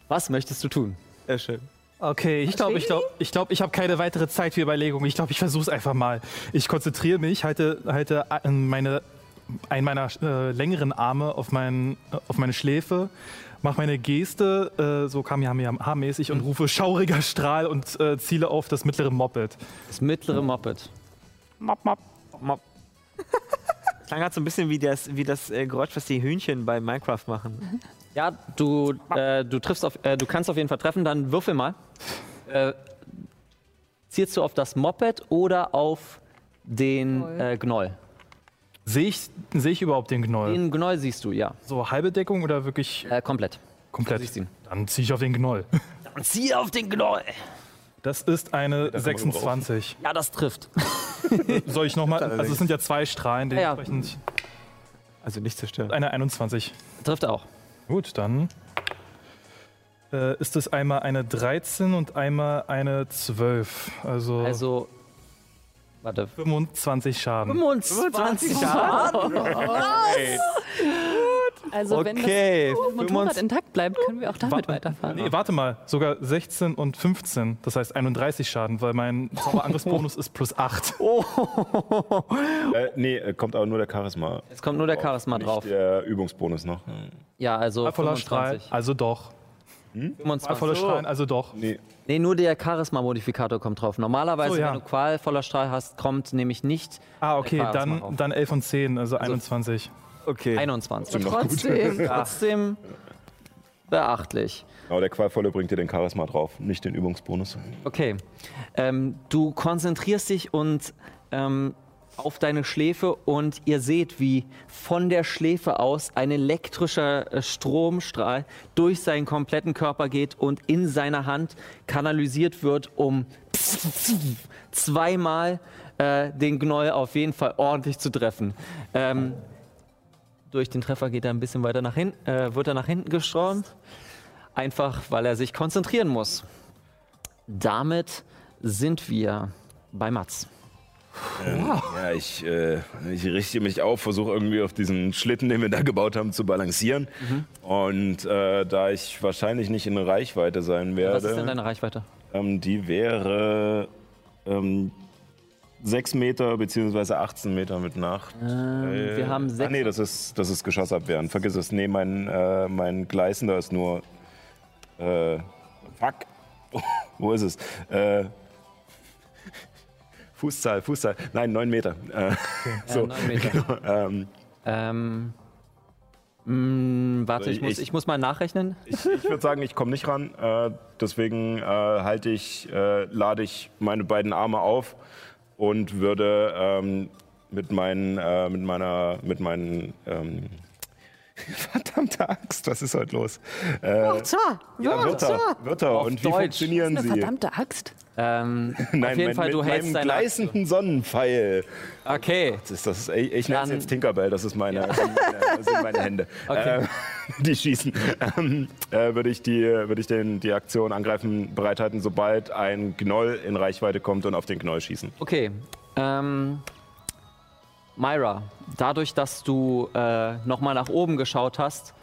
S1: Was möchtest du tun?
S4: Sehr schön.
S6: Okay, ich glaube, ich glaube, ich glaube, ich habe keine weitere Zeit für Überlegungen. Ich glaube, ich versuche es einfach mal. Ich konzentriere mich, halte, halte äh, meine, einen meiner äh, längeren Arme auf, meinen, äh, auf meine Schläfe, mache meine Geste, äh, so Kamehameha-mäßig und rufe schauriger Strahl und äh, ziele auf das mittlere Moped.
S1: Das mittlere Moped.
S4: Mop, mop, mop. [laughs] Klang halt so ein bisschen wie das, wie das äh, Geräusch, was die Hühnchen bei Minecraft machen.
S1: Ja, du, äh, du triffst auf, äh, du kannst auf jeden Fall treffen, dann würfel mal. Äh, zielst du auf das Moped oder auf den äh, Gnoll?
S6: Sehe ich, sehe ich überhaupt den Gnoll?
S1: Den Gnoll siehst du, ja.
S6: So halbe Deckung oder wirklich
S1: Äh, komplett.
S6: komplett?
S1: siehst ihn.
S6: Dann ziehe ich auf den Gnoll.
S1: Und zieh auf den Gnoll.
S6: [laughs] Das ist eine 26.
S1: Ja, das trifft.
S6: Soll ich nochmal? Also es sind ja zwei Strahlen,
S1: Ja, ja.
S6: dementsprechend
S4: Also nicht zerstören.
S6: eine 21.
S1: [laughs] Trifft auch.
S6: Gut, dann äh, ist es einmal eine 13 und einmal eine 12. Also,
S1: Also, warte.
S6: 25 Schaden.
S1: 25
S3: also wenn
S4: Okay,
S3: das Motorrad intakt bleibt, können wir auch damit
S6: Warte-
S3: weiterfahren.
S6: Nee, warte mal, sogar 16 und 15, das heißt 31 Schaden, weil mein Zauberangriffsbonus ist plus 8.
S2: Äh, nee, äh, kommt aber nur der Charisma.
S1: Es kommt nur der Charisma
S2: Nicht
S1: drauf.
S2: Der Übungsbonus noch.
S1: Ja, also
S6: Voller Strahl,
S1: 25.
S6: also doch. Voller
S1: 25.
S6: Strahl, also doch.
S2: Nee,
S1: Nee, nur der Charisma-Modifikator kommt drauf. Normalerweise,
S6: So, ja.
S1: wenn du Qual voller Strahl hast, kommt nämlich nicht
S6: Ah, okay,
S1: Charisma drauf.
S6: dann, dann 11 und 10, also 21.
S4: okay.
S1: 21.
S5: Trotzdem.
S1: Trotzdem beachtlich.
S2: aber der Qualvolle bringt dir den Charisma drauf, nicht den Übungsbonus.
S1: Okay. Ähm, du konzentrierst dich und ähm, auf deine Schläfe und ihr seht, wie von der Schläfe aus ein elektrischer äh, Stromstrahl durch seinen kompletten Körper geht und in seiner Hand kanalisiert wird, um zweimal äh, den Gnoll auf jeden Fall ordentlich zu treffen. Ähm, durch den Treffer geht er ein bisschen weiter nach hinten, äh, wird er nach hinten geschraubt. Einfach, weil er sich konzentrieren muss. Damit sind wir bei Mats.
S2: Ähm, Ja, ich, äh, ich richte mich auf, versuche irgendwie auf diesen Schlitten, den wir da gebaut haben, zu balancieren.
S1: Mhm.
S2: Und äh, da ich wahrscheinlich nicht in Reichweite sein werde,
S1: Was ist denn deine Reichweite?
S2: ähm, die wäre ähm, 6 Meter bzw. 18 Meter mit Nacht.
S1: Ähm, wir haben sechs.
S2: Ah, nee, das ist, das ist Geschossabwehren. Vergiss es. Nee, mein, äh, mein Gleisender ist nur. Äh, fuck. [laughs] Wo ist es? Äh, Fußzahl, Fußzahl. Nein, 9 Meter. Äh, so.
S1: neun Meter.
S2: Genau, [laughs] ähm,
S1: Ähm, mh, warte, ich, muss,
S2: Ich-
S1: ich muss mal nachrechnen.
S2: ich ich würde sagen, ich komme nicht ran. Äh, deswegen äh, halte ich, äh, lade ich meine beiden Arme auf und würde ähm, mit meinen, äh, mit meiner, mit meinen ähm, [laughs] Verdammte Axt, was ist heute los? Äh,
S8: Wörter!
S2: Ja, Wörter,
S8: Wörter!
S2: Wörter. Und wie
S1: Deutsch.
S2: funktionieren sie?
S3: Verdammte Axt.
S2: [laughs]
S1: Ähm, auf jeden
S2: mein-
S1: Fall,
S2: mit
S1: du hältst
S2: meinem
S1: deine.
S2: gleißenden Sonnenpfeil.
S1: Okay,
S2: Das ist das, ich ich nenne es
S1: Dann-
S2: jetzt Tinkerbell, das, ist meine, das sind meine, das sind meine Hände.
S1: Okay.
S2: Ähm, [laughs] die schießen. Ähm, äh, Würde ich, die, würde ich den, die Aktion angreifen, bereithalten, sobald ein Gnoll in Reichweite kommt und auf den Gnoll schießen.
S1: okay. Ähm, Myra, dadurch, dass du äh, nochmal nach oben geschaut hast,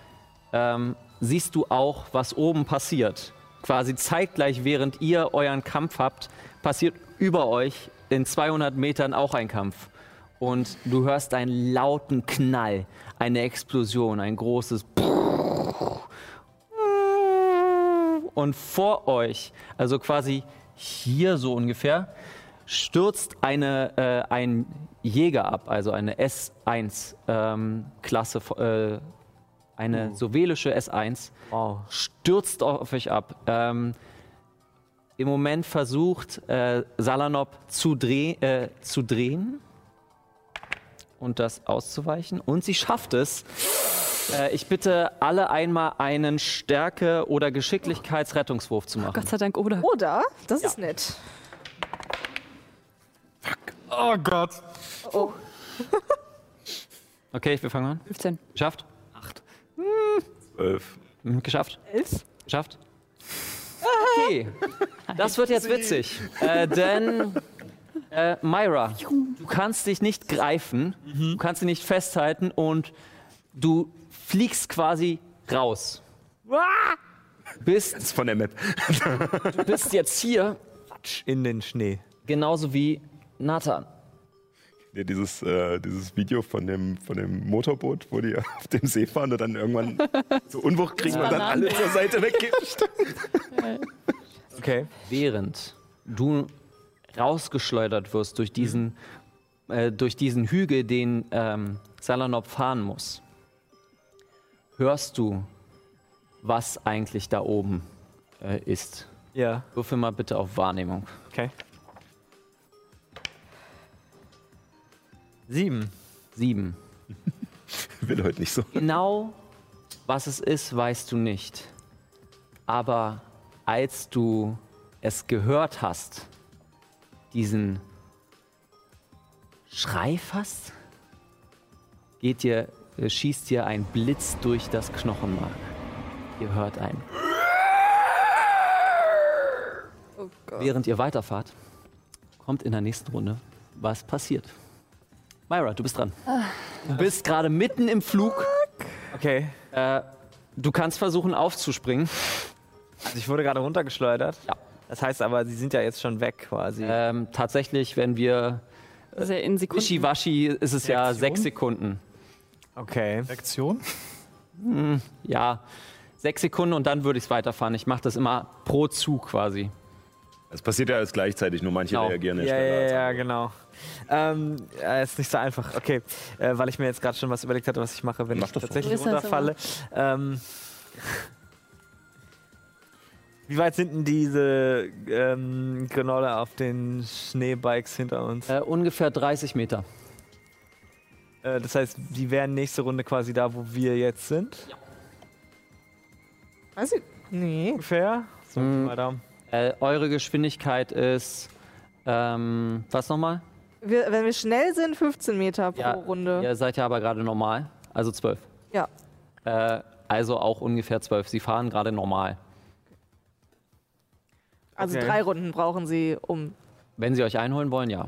S1: ähm, siehst du auch, was oben passiert. Quasi zeitgleich, während ihr euren Kampf habt, passiert über euch in 200 Metern auch ein Kampf. Und du hörst einen lauten Knall, eine Explosion, ein großes und vor euch, also quasi hier so ungefähr, stürzt eine, äh, ein Jäger ab, also eine S1-Klasse, äh, eine sowelische S1, stürzt auf euch ab. Ähm, Im Moment versucht äh, Salanop zu, dreh, äh, zu drehen und das auszuweichen und sie schafft es. Äh, ich bitte alle einmal einen Stärke- oder Geschicklichkeitsrettungswurf zu machen.
S3: Oh Gott sei Dank,
S1: Oh.
S3: oder?
S5: Oder? Das ist nett.
S6: Oh Gott.
S1: Okay, wir fangen an.
S3: 15.
S1: Geschafft?
S2: Zwölf.
S1: Mhm, Geschafft?
S5: Elf?
S1: Geschafft? Okay, das wird jetzt witzig. Äh, denn, äh, Myra, du kannst dich nicht greifen, du kannst dich nicht festhalten und du fliegst quasi raus. Bist,
S2: Ist von der Map.
S1: bist jetzt hier,
S4: In den Schnee.
S1: genauso wie Nathan.
S2: Ja, dieses, äh, dieses Video von dem, von dem Motorboot, wo die [laughs] auf dem See fahren und dann irgendwann so Unwucht kriegen und dann alle zur Seite weggehen.
S4: Okay.
S1: während du rausgeschleudert wirst durch diesen, äh, durch diesen Hügel, den ähm, Salanop fahren muss, hörst du, was eigentlich da oben äh, ist.
S4: Ja.
S1: Würfel mal bitte auf Wahrnehmung.
S4: Okay. Sieben.
S1: Sieben.
S2: Will heute nicht so.
S1: Genau, was es ist, weißt du nicht. Aber als du es gehört hast, diesen Schrei fast, geht dir, äh, schießt dir ein Blitz durch das Knochenmark. Ihr hört einen. Während ihr weiterfahrt, kommt in der nächsten Runde, was passiert. Myra, du bist dran. Du bist gerade mitten im Flug.
S4: Okay.
S1: Äh, Du kannst versuchen aufzuspringen.
S4: Also ich wurde gerade runtergeschleudert.
S1: Ja.
S4: Das heißt aber, sie sind ja jetzt schon weg quasi.
S1: Ähm, tatsächlich, wenn wir
S3: Also in Sekunden.
S1: Wischiwaschi, ist es ja
S6: Reaktion?
S1: sechs Sekunden.
S4: Okay.
S6: Reaktion?
S1: Ja, sechs Sekunden und dann würde ich es weiterfahren. Ich mache das immer pro Zug quasi.
S2: Es passiert ja alles gleichzeitig, nur manche
S1: Genau.
S2: reagieren ja
S4: Ja,
S2: schneller.
S4: ja,
S2: als
S4: ja,
S2: andere.
S4: genau. Ähm, äh, ist nicht so einfach. Okay, äh, weil ich mir jetzt gerade schon was überlegt hatte, was ich mache, wenn ich tatsächlich
S3: Ist das so?
S4: runterfalle. Ähm, wie weit sind denn diese ähm, Granola auf den Schneebikes hinter uns?
S1: Äh, ungefähr 30 Meter.
S4: Äh, das heißt, die wären nächste Runde quasi da, wo wir jetzt sind.
S5: Weiß ich. Nee.
S4: Ungefähr. So, madame.
S1: Äh, eure Geschwindigkeit ist. Ähm, was nochmal?
S5: Wir, wenn wir schnell sind, 15 Meter pro Runde.
S1: Ihr seid ja aber gerade normal, also 12.
S5: Ja.
S1: Äh, also auch ungefähr 12. Sie fahren gerade normal.
S5: Also
S4: Okay.
S5: drei Runden brauchen sie, um.
S1: Wenn sie euch einholen wollen, ja.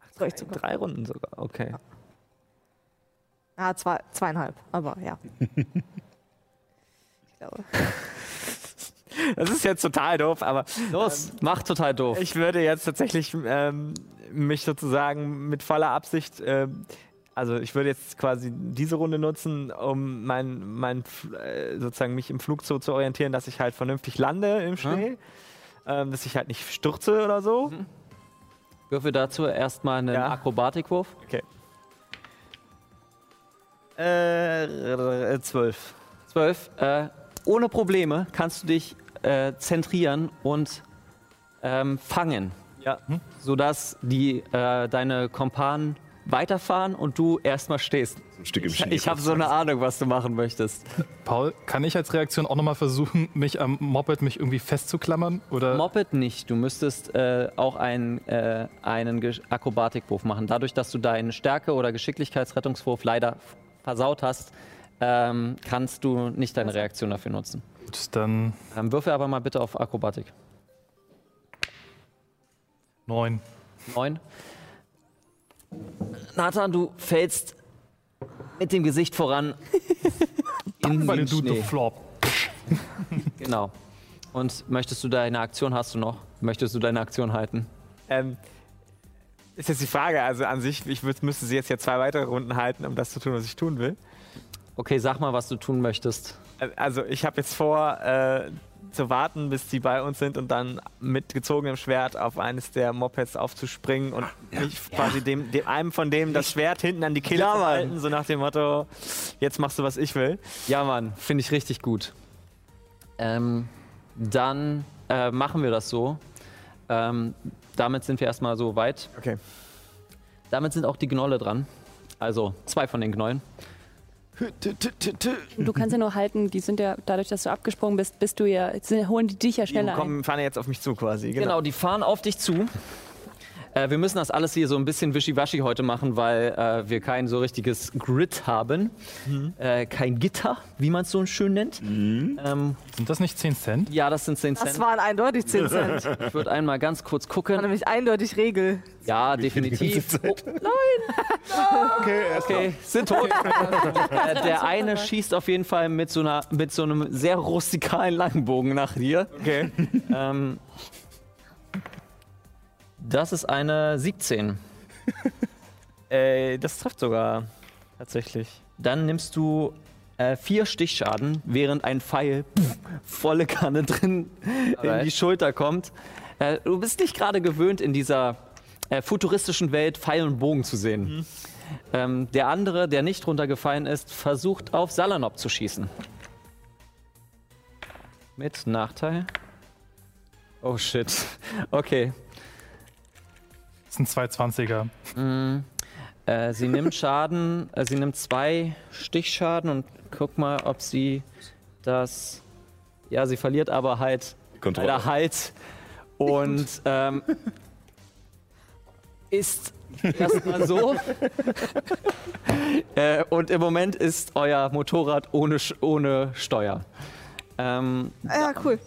S4: Ach
S5: durchzukommen.
S4: Drei Runden sogar, okay.
S5: Ah, zwei, zweieinhalb, aber ja. ich glaube.
S4: Das ist jetzt total doof, aber
S1: Los, macht total doof.
S4: ich würde jetzt tatsächlich ähm, mich sozusagen mit voller Absicht, ähm, also ich würde jetzt quasi diese Runde nutzen, um mein, mein F- äh, sozusagen mich im Flug so zu orientieren, dass ich halt vernünftig lande im Schnee, ähm, dass ich halt nicht stürze oder so.
S1: Würfel dazu erstmal einen
S4: Ja.
S1: Akrobatikwurf.
S4: Äh, äh, zwölf.
S1: 12. Äh, ohne Probleme kannst du dich äh, zentrieren und ähm, fangen. Mhm.
S4: Ja.
S1: Sodass die, äh, deine Kompanen weiterfahren und du erstmal stehst.
S7: Ein Stück im
S1: Ich,
S7: Schnee.
S1: ich habe so eine Ahnung, was du machen möchtest.
S6: Paul, kann ich als Reaktion auch nochmal versuchen, mich am Moped mich irgendwie festzuklammern? Oder
S1: Moped nicht. Du müsstest äh, auch ein, äh, einen Ge- Akrobatikwurf machen. Dadurch, dass du deinen Stärke- oder Geschicklichkeitsrettungswurf leider f- versaut hast, ähm, kannst du nicht deine Reaktion dafür nutzen.
S6: Gut, dann
S1: Ähm, würfel aber mal bitte auf Akrobatik.
S6: neun.
S1: Neun. Nathan, du fällst mit dem Gesicht
S6: [laughs]
S1: voran in
S6: Weil
S1: den
S6: du
S1: Schnee.
S6: the flop.
S1: Genau. Und möchtest du deine Aktion hast du noch? Möchtest du deine Aktion halten?
S4: Ähm, ist jetzt die Frage, also an sich, ich würd, müsste sie jetzt ja zwei weitere Runden halten, um das zu tun, was ich tun will.
S1: Okay, sag mal, was du tun möchtest.
S4: Äh, Also ich habe jetzt vor, äh, zu warten, bis die bei uns sind und dann mit gezogenem Schwert auf eines der Mopeds aufzuspringen und mich quasi dem, dem einem von dem das Schwert hinten an die Kehle zu halten, so nach dem Motto, jetzt machst du, was ich will.
S1: Ja, Mann, finde ich richtig gut. Ähm, dann äh, machen wir das so. Ähm, damit sind wir erstmal so weit.
S4: Okay.
S1: Damit sind auch die Gnolle dran. Also zwei von den Gnollen.
S3: Du kannst ja nur halten, die sind ja, dadurch, dass du abgesprungen bist, bist du ja, sind, holen die dich ja
S4: Die
S3: schneller ein.
S4: kommen, fahren jetzt auf mich zu quasi.
S1: Genau,
S4: Genau.
S1: die fahren auf dich zu. Äh, wir müssen das alles hier so ein bisschen wischiwaschi heute machen, weil äh, wir kein so richtiges Grid haben.
S4: Mhm.
S1: Äh, kein Gitter, wie man es so schön nennt. Ähm,
S6: Sind das nicht 10 Cent?
S1: ja, das sind 10
S5: Das
S1: Cent.
S5: waren eindeutig 10 Cent. Das
S1: Ich würde einmal ganz kurz [laughs]
S5: war
S1: gucken.
S5: nämlich eindeutig Regel.
S1: Ja, definitiv. Oh,
S4: [laughs]
S2: Okay, erst
S1: Okay, sind tot. äh, der eine schießt auf jeden Fall mit so, einer, mit so einem sehr rustikalen Langbogen nach dir. [laughs]
S4: Okay.
S1: Ähm, das ist eine 17.
S4: [laughs] Äh, das trifft sogar tatsächlich.
S1: Dann nimmst du äh, vier Stichschaden, während ein Pfeil pff, volle Kanne drin in die Schulter kommt. Äh, du bist nicht gerade gewöhnt, in dieser äh, futuristischen Welt Pfeil und Bogen zu sehen. Ähm, der andere, der nicht runtergefallen ist, versucht auf Salanop zu schießen. Mit Nachteil. Oh shit. [laughs] Okay.
S6: Das sind zwei 20er.
S1: Äh, sie nimmt Schaden, äh, sie nimmt zwei Stichschaden und guck mal, ob sie das. Ja, sie verliert aber halt leider
S7: Kontrolle.
S1: halt und ähm, ist erstmal so. äh, und im Moment ist euer Motorrad ohne, Sch- ohne Steuer. Ähm,
S5: Ah, ja, cool.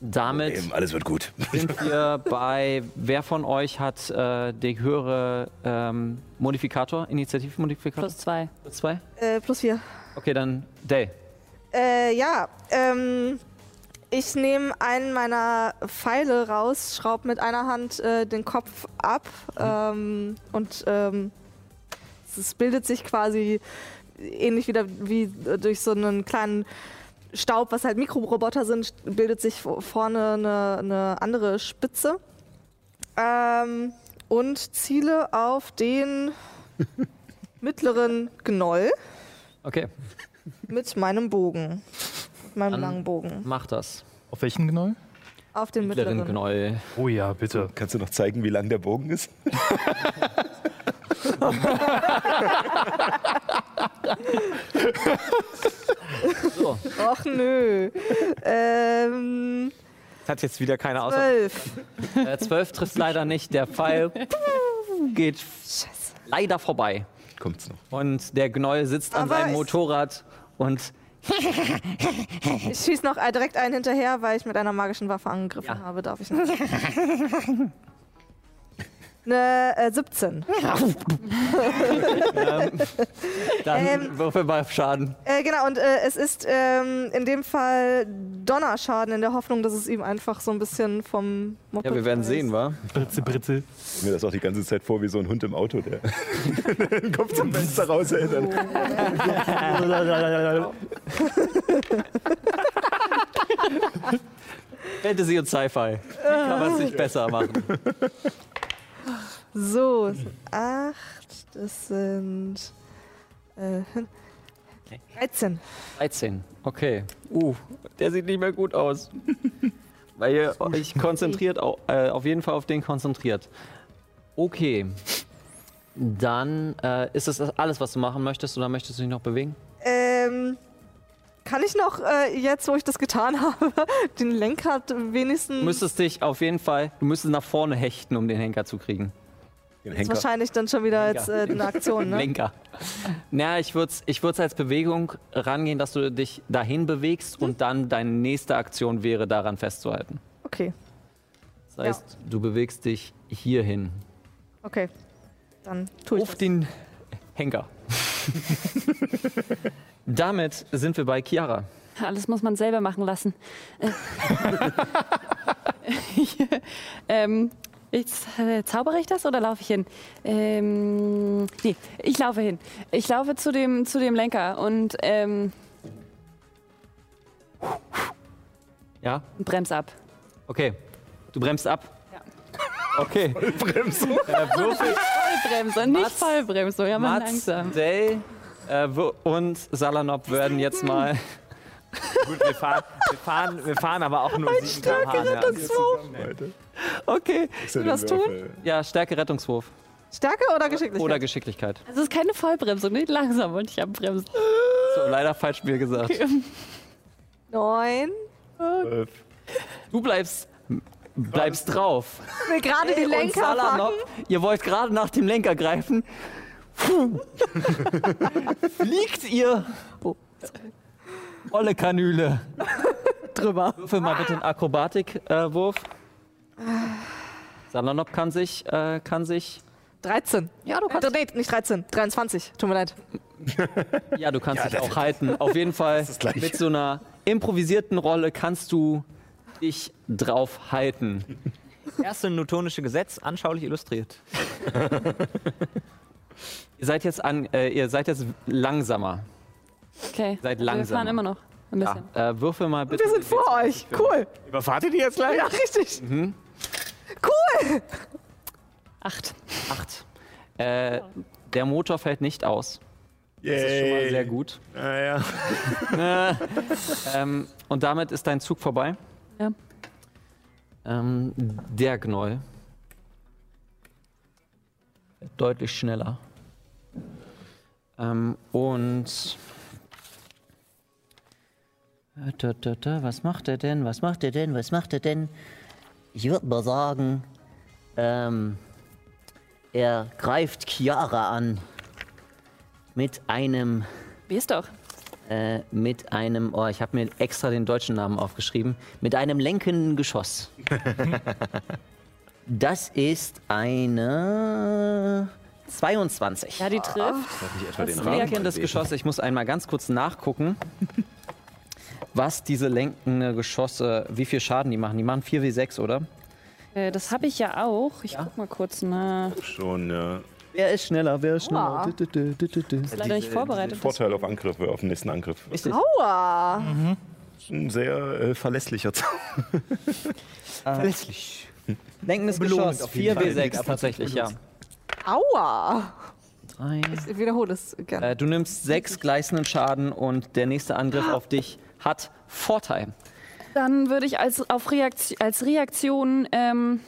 S1: damit
S7: Eben, alles wird gut.
S1: sind wir bei, wer von euch hat äh, den höhere ähm, Modifikator, Initiativmodifikator?
S3: Plus zwei.
S1: Plus zwei?
S5: Äh, plus 4.
S1: Okay, dann Day.
S5: Äh, ja, ähm, ich nehme einen meiner Pfeile raus, schraub mit einer Hand äh, den Kopf ab ähm, und ähm, es bildet sich quasi ähnlich wieder wie äh, durch so einen kleinen Staub, was halt Mikroroboter sind, bildet sich vo- vorne eine, eine andere Spitze. Ähm, und ziele auf den mittleren Gnoll
S1: Okay,
S5: mit meinem Bogen. Mit meinem
S1: An-
S5: langen Bogen.
S1: mach das.
S6: Auf welchen genau?
S5: Auf den mittleren.
S1: Mittleren Gnoll.
S6: Oh ja, bitte.
S2: Kannst du noch zeigen, wie lang der Bogen ist?
S5: Och
S1: [laughs]
S5: nö. ähm,
S4: Das hat jetzt wieder keine Auswahl.
S5: zwölf.
S1: Äh, 12 trifft leider nicht. Der [laughs] Pfeil geht leider vorbei.
S7: Kommt's noch.
S1: Und der Gnoll sitzt an
S5: Aber
S1: seinem
S5: es-
S1: Motorrad und
S5: Ich schieß noch äh, direkt einen [laughs] hinterher, weil ich mit einer magischen Waffe angegriffen
S1: Ja.
S5: habe, darf ich nicht. Ne, äh, 17.
S1: Dann
S5: Ähm.
S1: würfel mal auf Schaden.
S5: Äh, genau, und äh, es ist ähm, in dem Fall Donnerschaden in der Hoffnung, dass es ihm einfach so ein bisschen vom Moped
S1: Ja, wir werden sehen, wa?
S6: Britze, Britze.
S2: Ich mir das auch die ganze Zeit vor wie so ein Hund im Auto, der [laughs] den Kopf zum Fenster raushält.
S10: Oh,
S1: Fantasy und Sci-Fi. Wie kann man es nicht besser machen?
S5: So, es sind 8, das sind äh, [laughs] 13.
S1: 13. Okay. Uh, der sieht nicht mehr gut [laughs] aus. Weil ihr euch konzentriert, au- äh, auf jeden Fall auf den konzentriert.
S10: Okay. Dann äh, ist das alles, was du machen möchtest oder möchtest du dich noch bewegen?
S5: Ähm, kann ich noch äh, jetzt, wo ich das getan [laughs] habe, den Lenkrad wenigstens
S1: Du müsstest dich auf jeden Fall, du müsstest nach vorne hechten, um den Henker zu kriegen.
S2: Den
S5: ist
S2: Henker.
S5: wahrscheinlich dann schon wieder jetzt äh, eine Aktion, ne?
S1: Lenker.
S10: Naja, ich würde es ich würd's als Bewegung rangehen, dass du dich dahin bewegst und dann deine nächste Aktion wäre, daran festzuhalten.
S5: Okay,
S10: Das heißt, du bewegst dich hierhin.
S5: okay. Dann tue ich
S10: Auf
S5: das.
S10: den Henker. [laughs] Damit sind wir bei Chiara.
S3: Alles muss man selber machen lassen. Äh, [laughs] ich, ähm, ich, äh, zaubere ich das oder laufe ich hin? Ähm, nee, ich laufe hin. Ich laufe zu dem, zu dem Lenker und ähm,
S10: Ja?
S3: bremse ab.
S10: Okay. Du bremst ab.
S1: Okay.
S3: Vollbremsung, nicht
S10: Mats-
S3: Vollbremsung, ja, mal
S10: Mats,
S3: langsam.
S10: Day äh, Wu- und Salanop werden jetzt mal.
S4: [laughs] Gut, wir fahren, wir fahren, wir fahren aber auch nur 7 km/h. Ja.
S10: Okay.
S2: Soll
S5: was tun?
S10: Ja, Stärke Rettungswurf.
S5: Stärke oder Geschicklichkeit?
S10: Oder Geschicklichkeit.
S3: Also es ist keine Vollbremsung, nicht langsam wollte ich abbremsen.
S10: So, leider falsch mir gesagt.
S5: Neun.
S10: Du bleibst, bleibst drauf.
S5: Ich will gerade die
S10: Und
S5: Lenker
S10: Salanop,
S5: packen.
S10: ihr wollt gerade nach dem Lenker greifen. Puh. Fliegt ihr. Oh. Olle Kanüle. Drüber. Würfel mal bitte einen Akrobatikwurf. Äh, Wurf. Salanop kann sich, äh, kann sich.
S5: 13. Ja, du kannst. Äh, nee, nicht 13, 23. Tut mir leid.
S10: Ja, du kannst dich auch halten. Auf jeden Fall mit so einer improvisierten Rolle kannst du dich drauf halten.
S4: Erste newtonische Gesetz, anschaulich illustriert.
S10: [laughs] Ihr seid jetzt an, äh, ihr seid jetzt langsamer.
S3: Okay.
S10: Seid
S3: Wir fahren
S10: langsamer.
S3: immer noch ein bisschen.
S10: Äh, würfel mal bitte.
S5: Wir sind vor euch. [laughs] Cool.
S4: Überfahrt ihr die jetzt gleich?
S5: Ja, mhm. richtig. Cool.
S3: Acht.
S10: Acht. Äh, der Motor fällt nicht aus.
S2: Das
S10: Das ist schon mal sehr gut.
S2: Naja.
S10: Ähm, und damit ist dein Zug vorbei.
S3: Ja.
S10: Ähm, der Gnoll. Deutlich schneller. Ähm, und. Äh, Da, da, da, was macht er denn? Was macht er denn? Was macht er denn?
S11: Ich würde mal sagen, ähm, er greift Chiara an mit einem,
S3: Wie ist doch?
S11: äh, mit einem, oh, ich habe mir extra den deutschen Namen aufgeschrieben, mit einem lenkenden
S1: [laughs]
S11: Geschoss. das ist eine 22.
S3: Ja, die trifft.
S10: Lenkendes Geschoss, ich muss einmal ganz kurz nachgucken, was diese lenkende Geschosse, wie viel Schaden die machen. Die machen 4W6, oder?
S3: Äh, das habe ich ja auch. Ich guck mal kurz nach.
S2: Schon, ja.
S10: Wer ist schneller? Wer ist schneller? Du, du, du, du, du.
S3: Ich leider nicht vorbereitet.
S2: Vorteil auf Angriffe, auf den nächsten Angriff. Ist
S5: Aua.
S2: ein sehr äh, verlässlicher Zauber.
S10: Lenkendes Geschoss, 4W6 tatsächlich, ja.
S5: Aua.
S10: Drei.
S5: Ich wiederhole es gerne.
S10: Äh, Du nimmst sechs gleißenden Schaden und der nächste Angriff auf dich hat Vorteil.
S3: Dann würde ich als, auf Reaktion, als Reaktion ähm,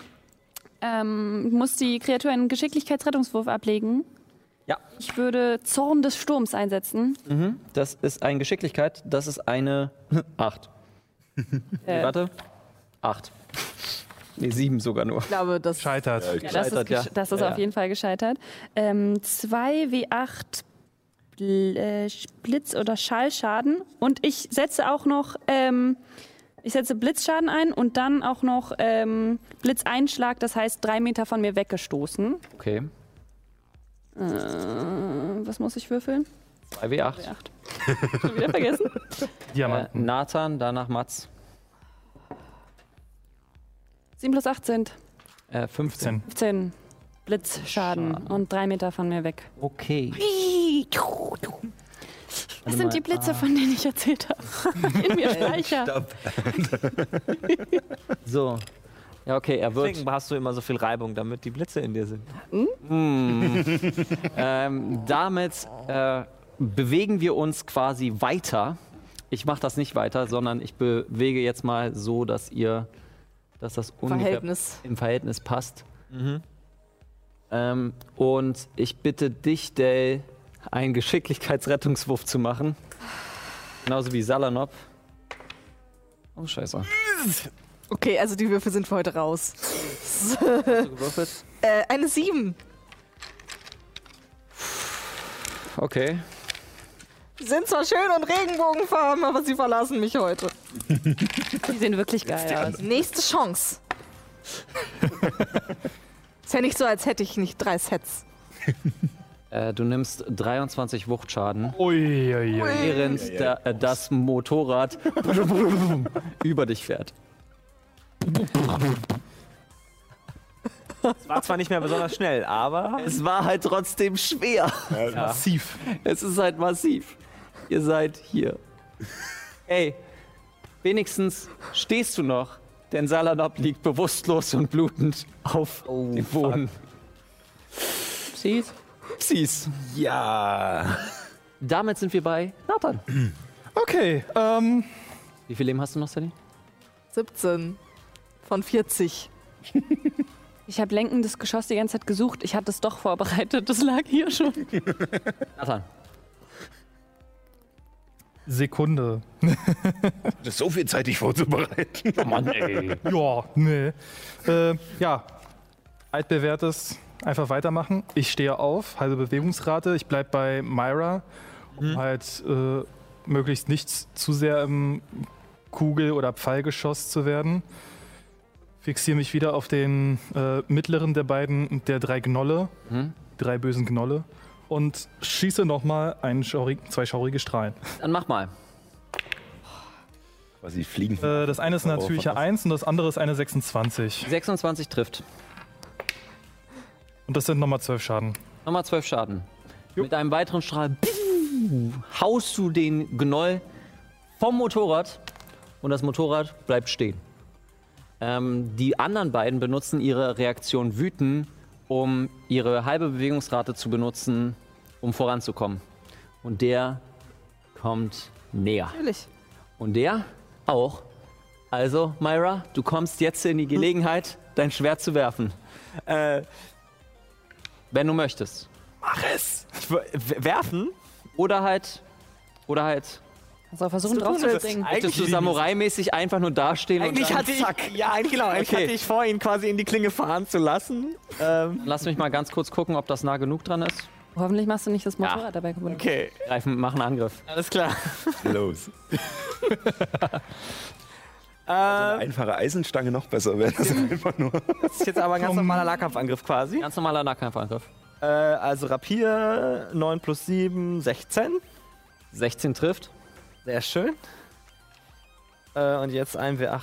S3: ähm, muss die Kreatur einen Geschicklichkeitsrettungswurf ablegen.
S10: Ja.
S3: Ich würde Zorn des Sturms einsetzen.
S10: Das ist eine Geschicklichkeit, das ist eine [laughs] 8.
S3: Äh.
S10: Warte. 8. Nee, 7 sogar nur.
S5: Ich glaube, das
S6: Scheitert.
S3: das ist,
S10: Scheitert,
S3: gesch-
S10: ja.
S3: das ist
S10: Ja,
S3: auf
S10: ja.
S3: jeden Fall gescheitert. Ähm, 2W8 Bl äh, Blitz- oder Schallschaden. Und ich setze auch noch ähm, Ich setze Blitzschaden ein und dann auch noch ähm, Blitzeinschlag, das heißt drei Meter von mir weggestoßen.
S1: Okay.
S3: Äh, was muss ich würfeln?
S1: 2W8.
S3: Acht. Schon wieder vergessen.
S6: Diamant.
S1: Äh, Nathan, danach Mats.
S3: 7 plus 8 sind
S1: Äh, 15.
S6: 15.
S3: 15 Blitzschaden und drei Meter von mir weg.
S1: Okay.
S3: Das sind die Blitze, von denen ich erzählt habe. [laughs] In mir speicher.
S1: So. Ja, okay, er wird.
S4: Deswegen hast du immer so viel Reibung, damit die Blitze in dir sind.
S1: Hm. [laughs] Ähm, damit äh, bewegen wir uns quasi weiter. Ich mache das nicht weiter, sondern ich bewege jetzt mal so, dass ihr, dass das ungefähr
S5: Verhältnis.
S1: im Verhältnis passt. Ähm, und ich bitte dich, Dell, einen Geschicklichkeitsrettungswurf zu machen. Genauso wie Salanop. Oh, scheiße.
S5: Okay, also die Würfel sind für heute raus.
S1: Gewürfelt.
S5: Äh, eine 7.
S1: Okay.
S5: Sind zwar schön und Regenbogenfarben, aber sie verlassen mich heute.
S3: Die sehen wirklich geil aus.
S5: Nächste
S6: [laughs]
S5: Chance. Ist ja nicht so, als hätte ich nicht drei Sets.
S1: Äh, du nimmst 23
S6: Oh,
S1: Wuchtschaden,
S6: Uiuiui.
S1: während da, äh, das Motorrad über dich fährt.
S4: Es war zwar nicht mehr besonders schnell, aber
S1: Es war halt trotzdem schwer.
S6: Massiv.
S1: Es ist halt massiv. Ihr seid hier. Ey, wenigstens stehst du noch, denn Salanop liegt bewusstlos und blutend auf dem Boden.
S3: Süß.
S1: Sieh's.
S7: Ja.
S1: Damit sind wir bei Nathan.
S6: Okay, ähm,
S1: Wie viel Leben hast du noch, Sally?
S5: 17 von 40.
S3: Ich habe lenkendes Geschoss die ganze Zeit gesucht. Ich hatte es doch vorbereitet. Das lag hier schon.
S1: Nathan.
S6: Sekunde.
S2: [laughs] Das ist so viel Zeit, dich vorzubereiten.
S6: Ja, nee. Äh, ja, altbewährtes, einfach weitermachen. Ich stehe auf, halbe Bewegungsrate. Ich bleibe bei Myra, um halt äh, möglichst nicht zu sehr im Kugel- oder Pfeilgeschoss zu werden. Fixiere mich wieder auf den äh, mittleren der beiden, der drei Gnolle, drei bösen Gnolle. Und schieße nochmal schaurig, zwei schaurige Strahlen.
S1: Dann mach mal.
S2: Quasi fliegen.
S6: Äh, das eine ist eine natürliche 1 und das andere ist eine 26.
S1: 26 trifft.
S6: Und das sind nochmal 12 Schaden.
S1: Nochmal 12 Schaden. Mit einem weiteren Strahl piu, haust du den Gnoll vom Motorrad und das Motorrad bleibt stehen. Ähm, die anderen beiden benutzen ihre Reaktion Wüten, um ihre halbe Bewegungsrate zu benutzen, um voranzukommen. Und der kommt näher.
S5: Natürlich.
S1: Und der auch. Also, Myra, du kommst jetzt in die Gelegenheit, dein Schwert zu werfen.
S4: äh,
S1: Wenn du möchtest.
S4: [laughs] mach es. Ich, w- w- werfen?
S1: Oder halt. Oder halt.
S3: Also versuchen drauf
S4: drauf zu
S3: zu
S4: springen.
S3: springen.
S1: Möchtest du Samurai-mäßig einfach nur dastehen und
S4: Eigentlich
S1: dann,
S4: hatte ich, ja, eigentlich- genau, eigentlich
S1: Okay.
S4: hatte ich vor, ihn quasi in die Klinge fahren zu lassen. Ähm,
S1: lass mich mal ganz kurz gucken, ob das nah genug dran ist.
S3: Hoffentlich machst du nicht das Motorrad dabei kaputt.
S4: okay,
S1: Greifen, machen Angriff.
S4: alles klar.
S2: Los.
S4: Ähm,
S2: Einfache Eisenstange noch besser wäre das einfach nur.
S4: das ist jetzt aber ein ganz normaler Nahkampfangriff quasi.
S1: Ganz normaler Nahkampfangriff.
S4: Äh, also Rapier, 9 plus 7, 16.
S1: 16 trifft.
S4: Sehr schön. Äh, und jetzt 1W8.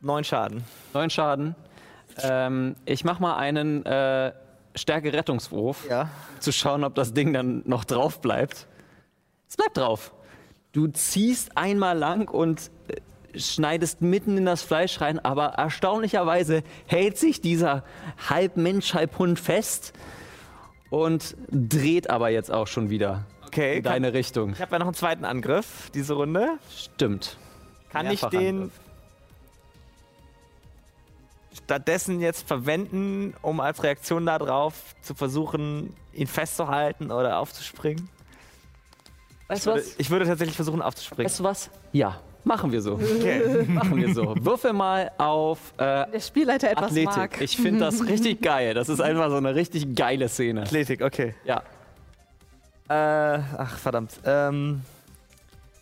S4: 9 Schaden.
S1: 9 Schaden. Ähm, ich mach mal einen äh, Stärke-Rettungswurf,
S4: Ja.
S1: um zu schauen, ob das Ding dann noch drauf bleibt. Es bleibt drauf. Du ziehst einmal lang und äh, schneidest mitten in das Fleisch rein, aber erstaunlicherweise hält sich dieser halb Mensch, halb Hund fest und dreht aber jetzt auch schon wieder
S4: Okay.
S1: in deine Richtung.
S4: Ich habe ja noch einen zweiten Angriff diese Runde.
S1: Stimmt.
S4: Kann ich den
S1: Mehrfachangriff.
S4: stattdessen jetzt verwenden, um als Reaktion darauf zu versuchen, ihn festzuhalten oder aufzuspringen?
S1: Weißt du
S4: Würde-
S1: was?
S4: Ich würde tatsächlich versuchen, aufzuspringen.
S1: Weißt du was? Ja, machen wir so.
S4: Okay.
S1: Machen wir so. Würfel mal auf äh,
S5: Der Spielleiter etwas
S1: Athletik.
S5: mag.
S1: Ich finde das
S4: [laughs]
S1: richtig geil. Das ist einfach so eine richtig geile Szene.
S4: Athletik, okay.
S1: Ja.
S4: Äh, ach, verdammt. Ähm,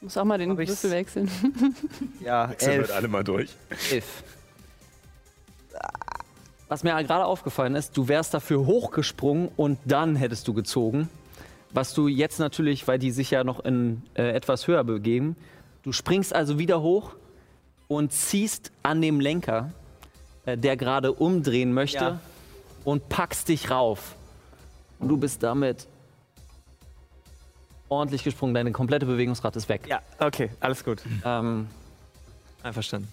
S3: Muss auch mal den
S4: Hab ich's-
S3: Würfel [laughs] wechseln.
S4: Ja,
S2: Sind halt
S4: elf.
S2: alle mal durch.
S10: Elf. Was mir gerade aufgefallen ist, du wärst dafür hochgesprungen und dann hättest du gezogen. Was du jetzt natürlich, weil die sich ja noch in äh, etwas höher begeben, du springst also wieder hoch und ziehst an dem Lenker, äh, der gerade umdrehen möchte,
S4: Ja.
S10: und packst dich rauf. Und du bist damit ordentlich gesprungen. Deine komplette Bewegungsrate ist weg.
S4: Ja, [laughs] okay, alles gut.
S10: Ähm,
S4: Einverstanden.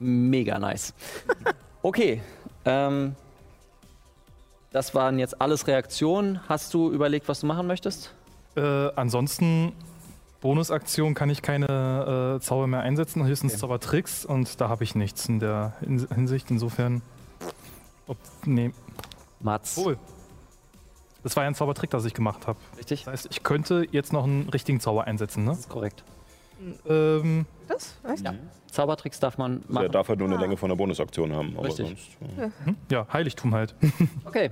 S10: Mega nice. [laughs] Okay. Ähm, das waren jetzt alles Reaktionen. Hast du überlegt, was du machen möchtest?
S6: Äh, ansonsten, Bonusaktion kann ich keine äh, Zauber mehr einsetzen, höchstens Zaubertricks und da habe ich nichts in der Hin- Hinsicht. Insofern. Ob, nee,
S10: Mats.
S6: wohl. Das war ja ein Zaubertrick, das ich gemacht habe.
S10: Richtig?
S6: Das heißt, ich könnte jetzt noch einen richtigen Zauber einsetzen, ne?
S10: Das ist korrekt.
S6: Ähm,
S5: Das? Echt?
S10: Zaubertricks darf man
S2: Der
S10: machen.
S2: darf halt nur eine Länge von einer Bonusaktion haben, aber
S10: Richtig.
S2: sonst. ja.
S6: ja, Heiligtum
S10: [laughs]
S6: halt.
S10: Okay.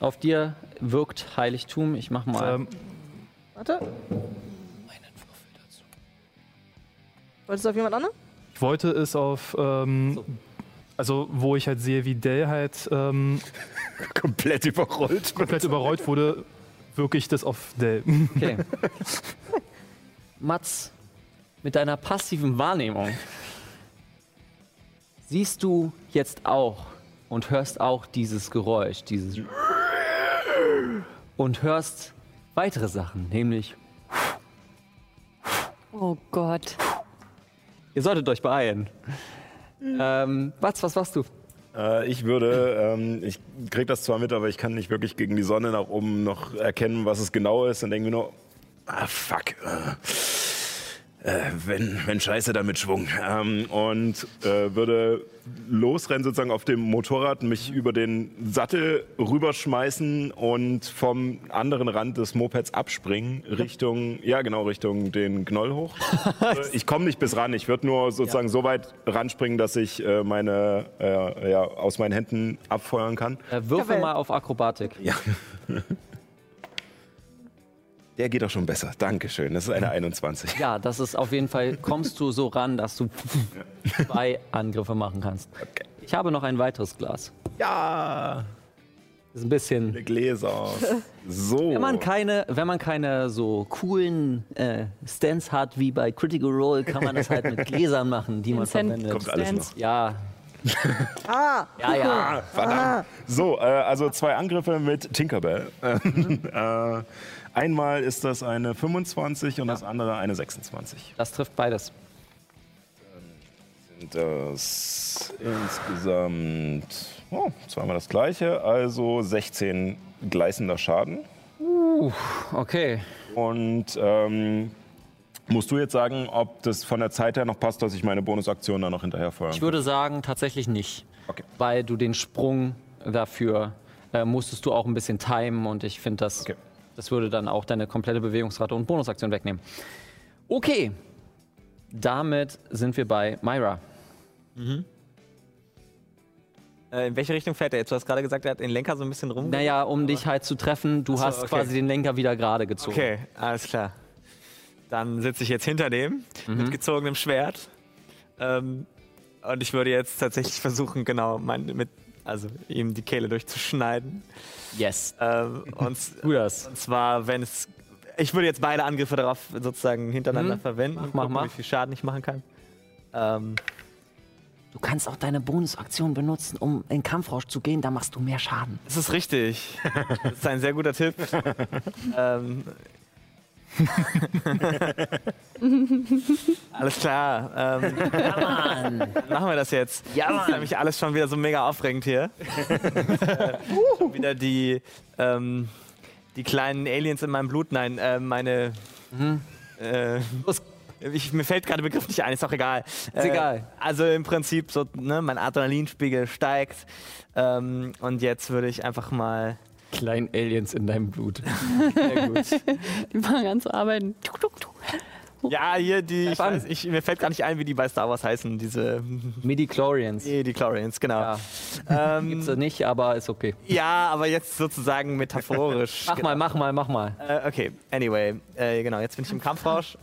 S10: Auf dir wirkt Heiligtum. Ich mach mal.
S6: Ähm,
S5: Warte. Wolltest du auf jemand anderen?
S6: Ich wollte es auf, ähm, also wo ich halt sehe, wie Dell halt ähm,
S2: Komplett
S10: [laughs]
S2: überrollt.
S6: komplett überrollt wurde, wirklich das auf Dell. [laughs]
S10: Okay. Mats, mit deiner passiven Wahrnehmung siehst du jetzt auch und hörst auch dieses Geräusch, dieses und hörst weitere Sachen, nämlich
S3: Oh Gott.
S10: ihr solltet euch beeilen. Ähm, Mats, was machst du?
S2: Äh, ich würde, ähm, ich krieg das zwar mit, aber ich kann nicht wirklich gegen die Sonne nach oben noch erkennen, was es genau ist und denke mir nur, ah fuck. Äh, äh, wenn, wenn Scheiße damit Schwung. Ähm, und äh, würde losrennen, sozusagen auf dem Motorrad, mich über den Sattel rüberschmeißen und vom anderen Rand des Mopeds abspringen, Richtung, ja genau, Richtung den Gnoll hoch. Äh, ich komme nicht bis ran, ich würde nur sozusagen so weit ranspringen, dass ich äh, meine, äh, ja, aus meinen Händen abfeuern kann.
S10: Äh, würfel
S5: Jawohl.
S10: mal auf Akrobatik.
S2: Der geht doch schon besser. Dankeschön. Das ist eine 21.
S10: Ja, das ist auf jeden Fall, kommst du so ran, dass du zwei Angriffe machen kannst. Ich habe noch ein weiteres Glas.
S2: Ja,
S10: Ist ein bisschen
S2: eine Gläser. So.
S10: Wenn man keine, wenn man keine so coolen äh, Stance hat wie bei Critical Role, kann man das halt mit Gläsern machen, die man
S3: Vincent.
S10: verwendet.
S2: Kommt alles noch.
S10: Ja. Ja, ja.
S2: So, äh, also zwei Angriffe mit Tinkerbell. [laughs] äh, einmal ist das eine 25 und das andere eine 26.
S10: Das trifft beides.
S2: Und das insgesamt oh, zweimal das gleiche, also 16 gleißender Schaden.
S10: Okay.
S2: Und ähm, musst du jetzt sagen, ob das von der Zeit her noch passt, dass ich meine Bonusaktion da noch hinterher feuern
S10: Ich würde sagen, tatsächlich nicht.
S2: Okay.
S10: Weil du den Sprung dafür äh, musstest du auch ein bisschen timen und ich finde, das,
S2: Okay.
S10: das würde dann auch deine komplette Bewegungsrate und Bonusaktion wegnehmen. Okay. Damit sind wir bei Myra.
S4: Äh, in welche Richtung fährt er jetzt? Du hast gerade gesagt, er hat den Lenker so ein bisschen rum.
S10: Naja, um dich halt zu treffen, du
S4: so,
S10: hast
S4: okay.
S10: quasi den Lenker wieder gerade gezogen.
S4: Okay, alles klar. Dann sitze ich jetzt hinter dem mit gezogenem Schwert. Ähm, und ich würde jetzt tatsächlich versuchen, genau mein, mit, also ihm die Kehle durchzuschneiden.
S10: Yes.
S4: [laughs] Ähm, und, s-
S10: Tu das.
S4: und zwar, wenn es. Ich würde jetzt beide Angriffe darauf sozusagen hintereinander
S10: Mhm.
S4: verwenden.
S10: mach,
S4: gucken,
S10: mach.
S4: Wie viel Schaden ich machen kann. Ähm,
S11: Du kannst auch deine Bonusaktion benutzen, um in Kampfrausch zu gehen, da machst du mehr Schaden.
S4: das ist richtig. das ist ein sehr guter Tipp. ähm, alles klar. Ähm, machen wir das jetzt. Ja, das ist nämlich alles schon wieder so mega aufregend hier. äh, schon wieder die, ähm, die kleinen Aliens in meinem Blut. Nein, äh, meine. Äh, ich, mir fällt gerade der Begriff nicht ein, ist auch egal. Ist
S10: egal.
S4: Also im Prinzip, so, ne, mein Adrenalinspiegel steigt. Ähm, und jetzt würde ich einfach mal.
S10: Klein Aliens in deinem Blut.
S3: Die fangen an zu arbeiten. Tuk, tuk, tuk.
S4: Ja, hier die. Ich weiß, ich, mir fällt gar nicht ein, wie die bei Star Wars heißen.
S10: [laughs]
S4: Diese.
S10: Midi-Chlorians.
S4: Die Chlorians, genau.
S10: Ja.
S4: Ähm,
S10: Gibt's nicht, aber ist okay.
S4: ja, genau. aber jetzt sozusagen metaphorisch.
S10: [laughs] Mach mal, mach mal, mach mal.
S4: Äh, okay, anyway. Äh, genau, jetzt bin ich im Kampfrausch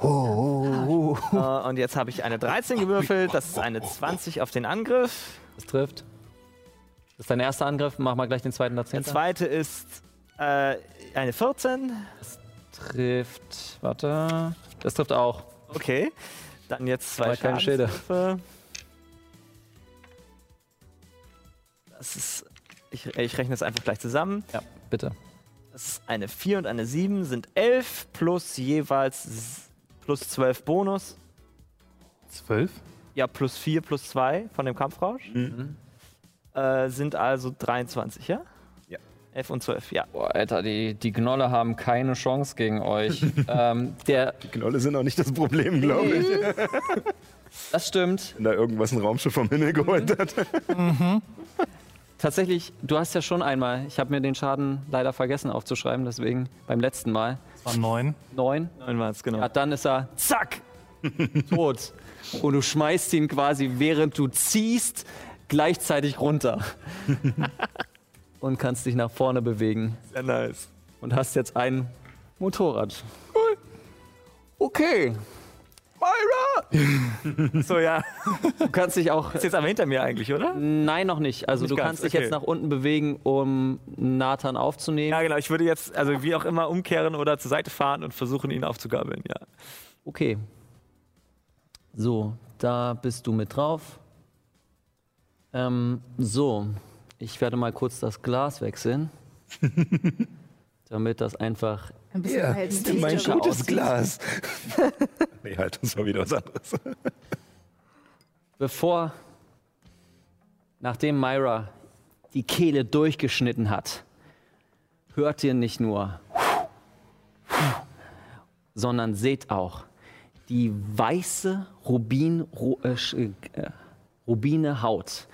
S10: Oh.
S4: Äh, und jetzt habe ich eine 13 gewürfelt, das ist eine 20 auf den Angriff.
S10: Das trifft. Das ist dein erster Angriff. Mach mal gleich den zweiten dazu.
S4: Der zweite ist äh, eine 14.
S10: Trifft. Warte. Das trifft auch.
S4: Okay. Dann jetzt zwei
S10: Aber keine
S4: Schadenswürfe. Das ist. Ich, ich rechne das einfach gleich zusammen.
S10: Ja, bitte.
S4: Das ist eine 4 und eine 7 sind 11 plus jeweils s- plus 12 Bonus.
S6: Zwölf?
S4: Ja, plus 4 plus 2 von dem Kampfrausch.
S10: Mhm.
S4: Äh, sind also 23, ja?
S2: Ja.
S4: 11 und 12, ja.
S10: Boah, Alter, die, die Gnolle haben keine Chance
S4: [laughs]
S10: gegen euch. ähm, der,
S2: Die Knolle sind auch nicht das Problem, glaube ich.
S10: das stimmt.
S2: Wenn da irgendwas ein Raumschiff vom Himmel geholt hat.
S10: Tatsächlich, du hast ja schon einmal, ich habe mir den Schaden leider vergessen aufzuschreiben, deswegen beim letzten Mal.
S6: Das waren neun.
S10: Neun.
S4: Neun waren es, genau.
S10: Ja, dann ist er zack
S4: [laughs]
S10: tot. Und du schmeißt ihn quasi, während du ziehst,
S4: [laughs]
S10: gleichzeitig runter. Und kannst dich nach vorne bewegen.
S4: Sehr nice.
S10: Und hast jetzt ein Motorrad. Cool. Okay.
S4: Myra! so, ja.
S10: Du kannst dich auch.
S4: Ist jetzt aber hinter mir eigentlich, oder?
S10: Nein, noch nicht. Also
S4: Nicht
S10: du
S4: ganz,
S10: kannst dich
S4: okay.
S10: jetzt nach unten bewegen, um Nathan aufzunehmen.
S4: Ja, genau. Ich würde jetzt, also wie auch immer, umkehren oder zur Seite fahren und versuchen, ihn aufzugabeln, ja.
S10: Okay. So, da bist du mit drauf. Ähm, so, ich werde mal kurz das
S4: [laughs]
S10: Glas wechseln. damit das einfach.
S5: Ein bisschen hältst du
S2: Mein
S5: dich da
S2: [laughs] gutes
S5: aus.
S2: Glas. [laughs] nee, halt, das war wieder was anderes.
S10: Bevor. Nachdem Myra die Kehle durchgeschnitten hat, hört ihr nicht nur, sondern seht auch die weiße Rubin, ru, äh, sch- äh, rubine Haut,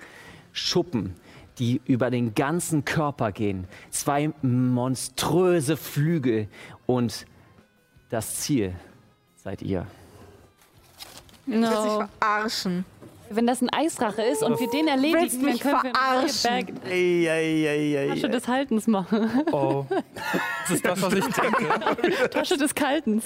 S10: Schuppen, die über den ganzen Körper gehen, zwei monströse Flügel und das Ziel seid ihr.
S5: Willst du
S3: No.
S5: dich verarschen?
S3: Wenn das ein Eisdrache ist und wir den erledigen, dann
S5: mich
S3: können wir eine
S5: verarschen?
S3: neue Berg-
S4: Eieieiei.
S3: Tasche des Haltens machen.
S6: Oh. [laughs] Das ist das, was [laughs] ich denke.
S3: Tasche des Kaltens.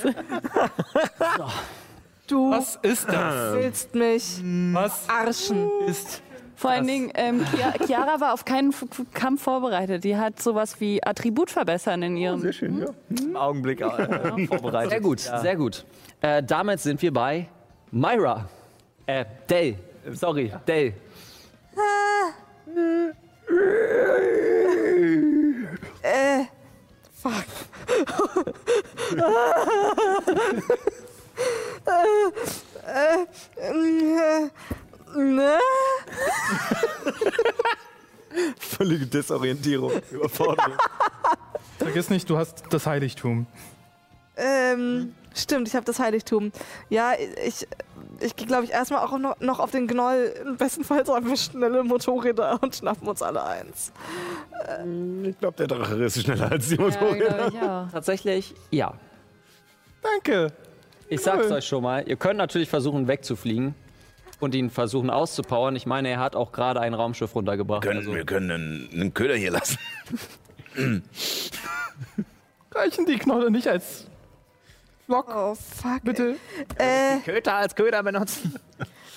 S5: Du
S6: Was ist das?
S5: willst mich
S6: Was
S5: arschen.
S6: ist
S3: Vor allen Dingen, ähm,
S10: [laughs]
S3: Kia- Chiara war auf keinen F- F- Kampf vorbereitet. Die hat sowas wie Attribut verbessern in
S10: Oh,
S3: ihrem.
S2: schön, ja.
S4: Im Augenblick
S10: [laughs]
S4: äh, vorbereitet.
S10: Sehr gut, sehr gut. Äh, damit sind wir bei Myra. Äh, Dell. Sorry, Dell.
S5: Äh, äh, Ne?
S2: Völlige [laughs] Desorientierung, Überforderung.
S6: Vergiss nicht, du hast das Heiligtum.
S5: Ähm, stimmt, ich habe das Heiligtum. Ja, ich, ich gehe, glaube ich, erstmal auch noch, noch auf den Gnoll. Bestenfalls haben wir schnelle Motorräder und schnappen uns alle eins.
S2: Ich glaube, der Drache ist schneller als die Motorräder.
S10: Tatsächlich, ja.
S6: Danke.
S10: Ich sag's euch schon mal. Ihr könnt natürlich versuchen, wegzufliegen und ihn versuchen auszupowern. Ich meine, er hat auch gerade ein Raumschiff runtergebracht.
S2: können, wir können einen, einen Köder hier lassen.
S6: Reichen die Knolle nicht als Flock?
S5: Oh, fuck.
S6: Bitte.
S5: Äh,
S4: Köter als Köder benutzen.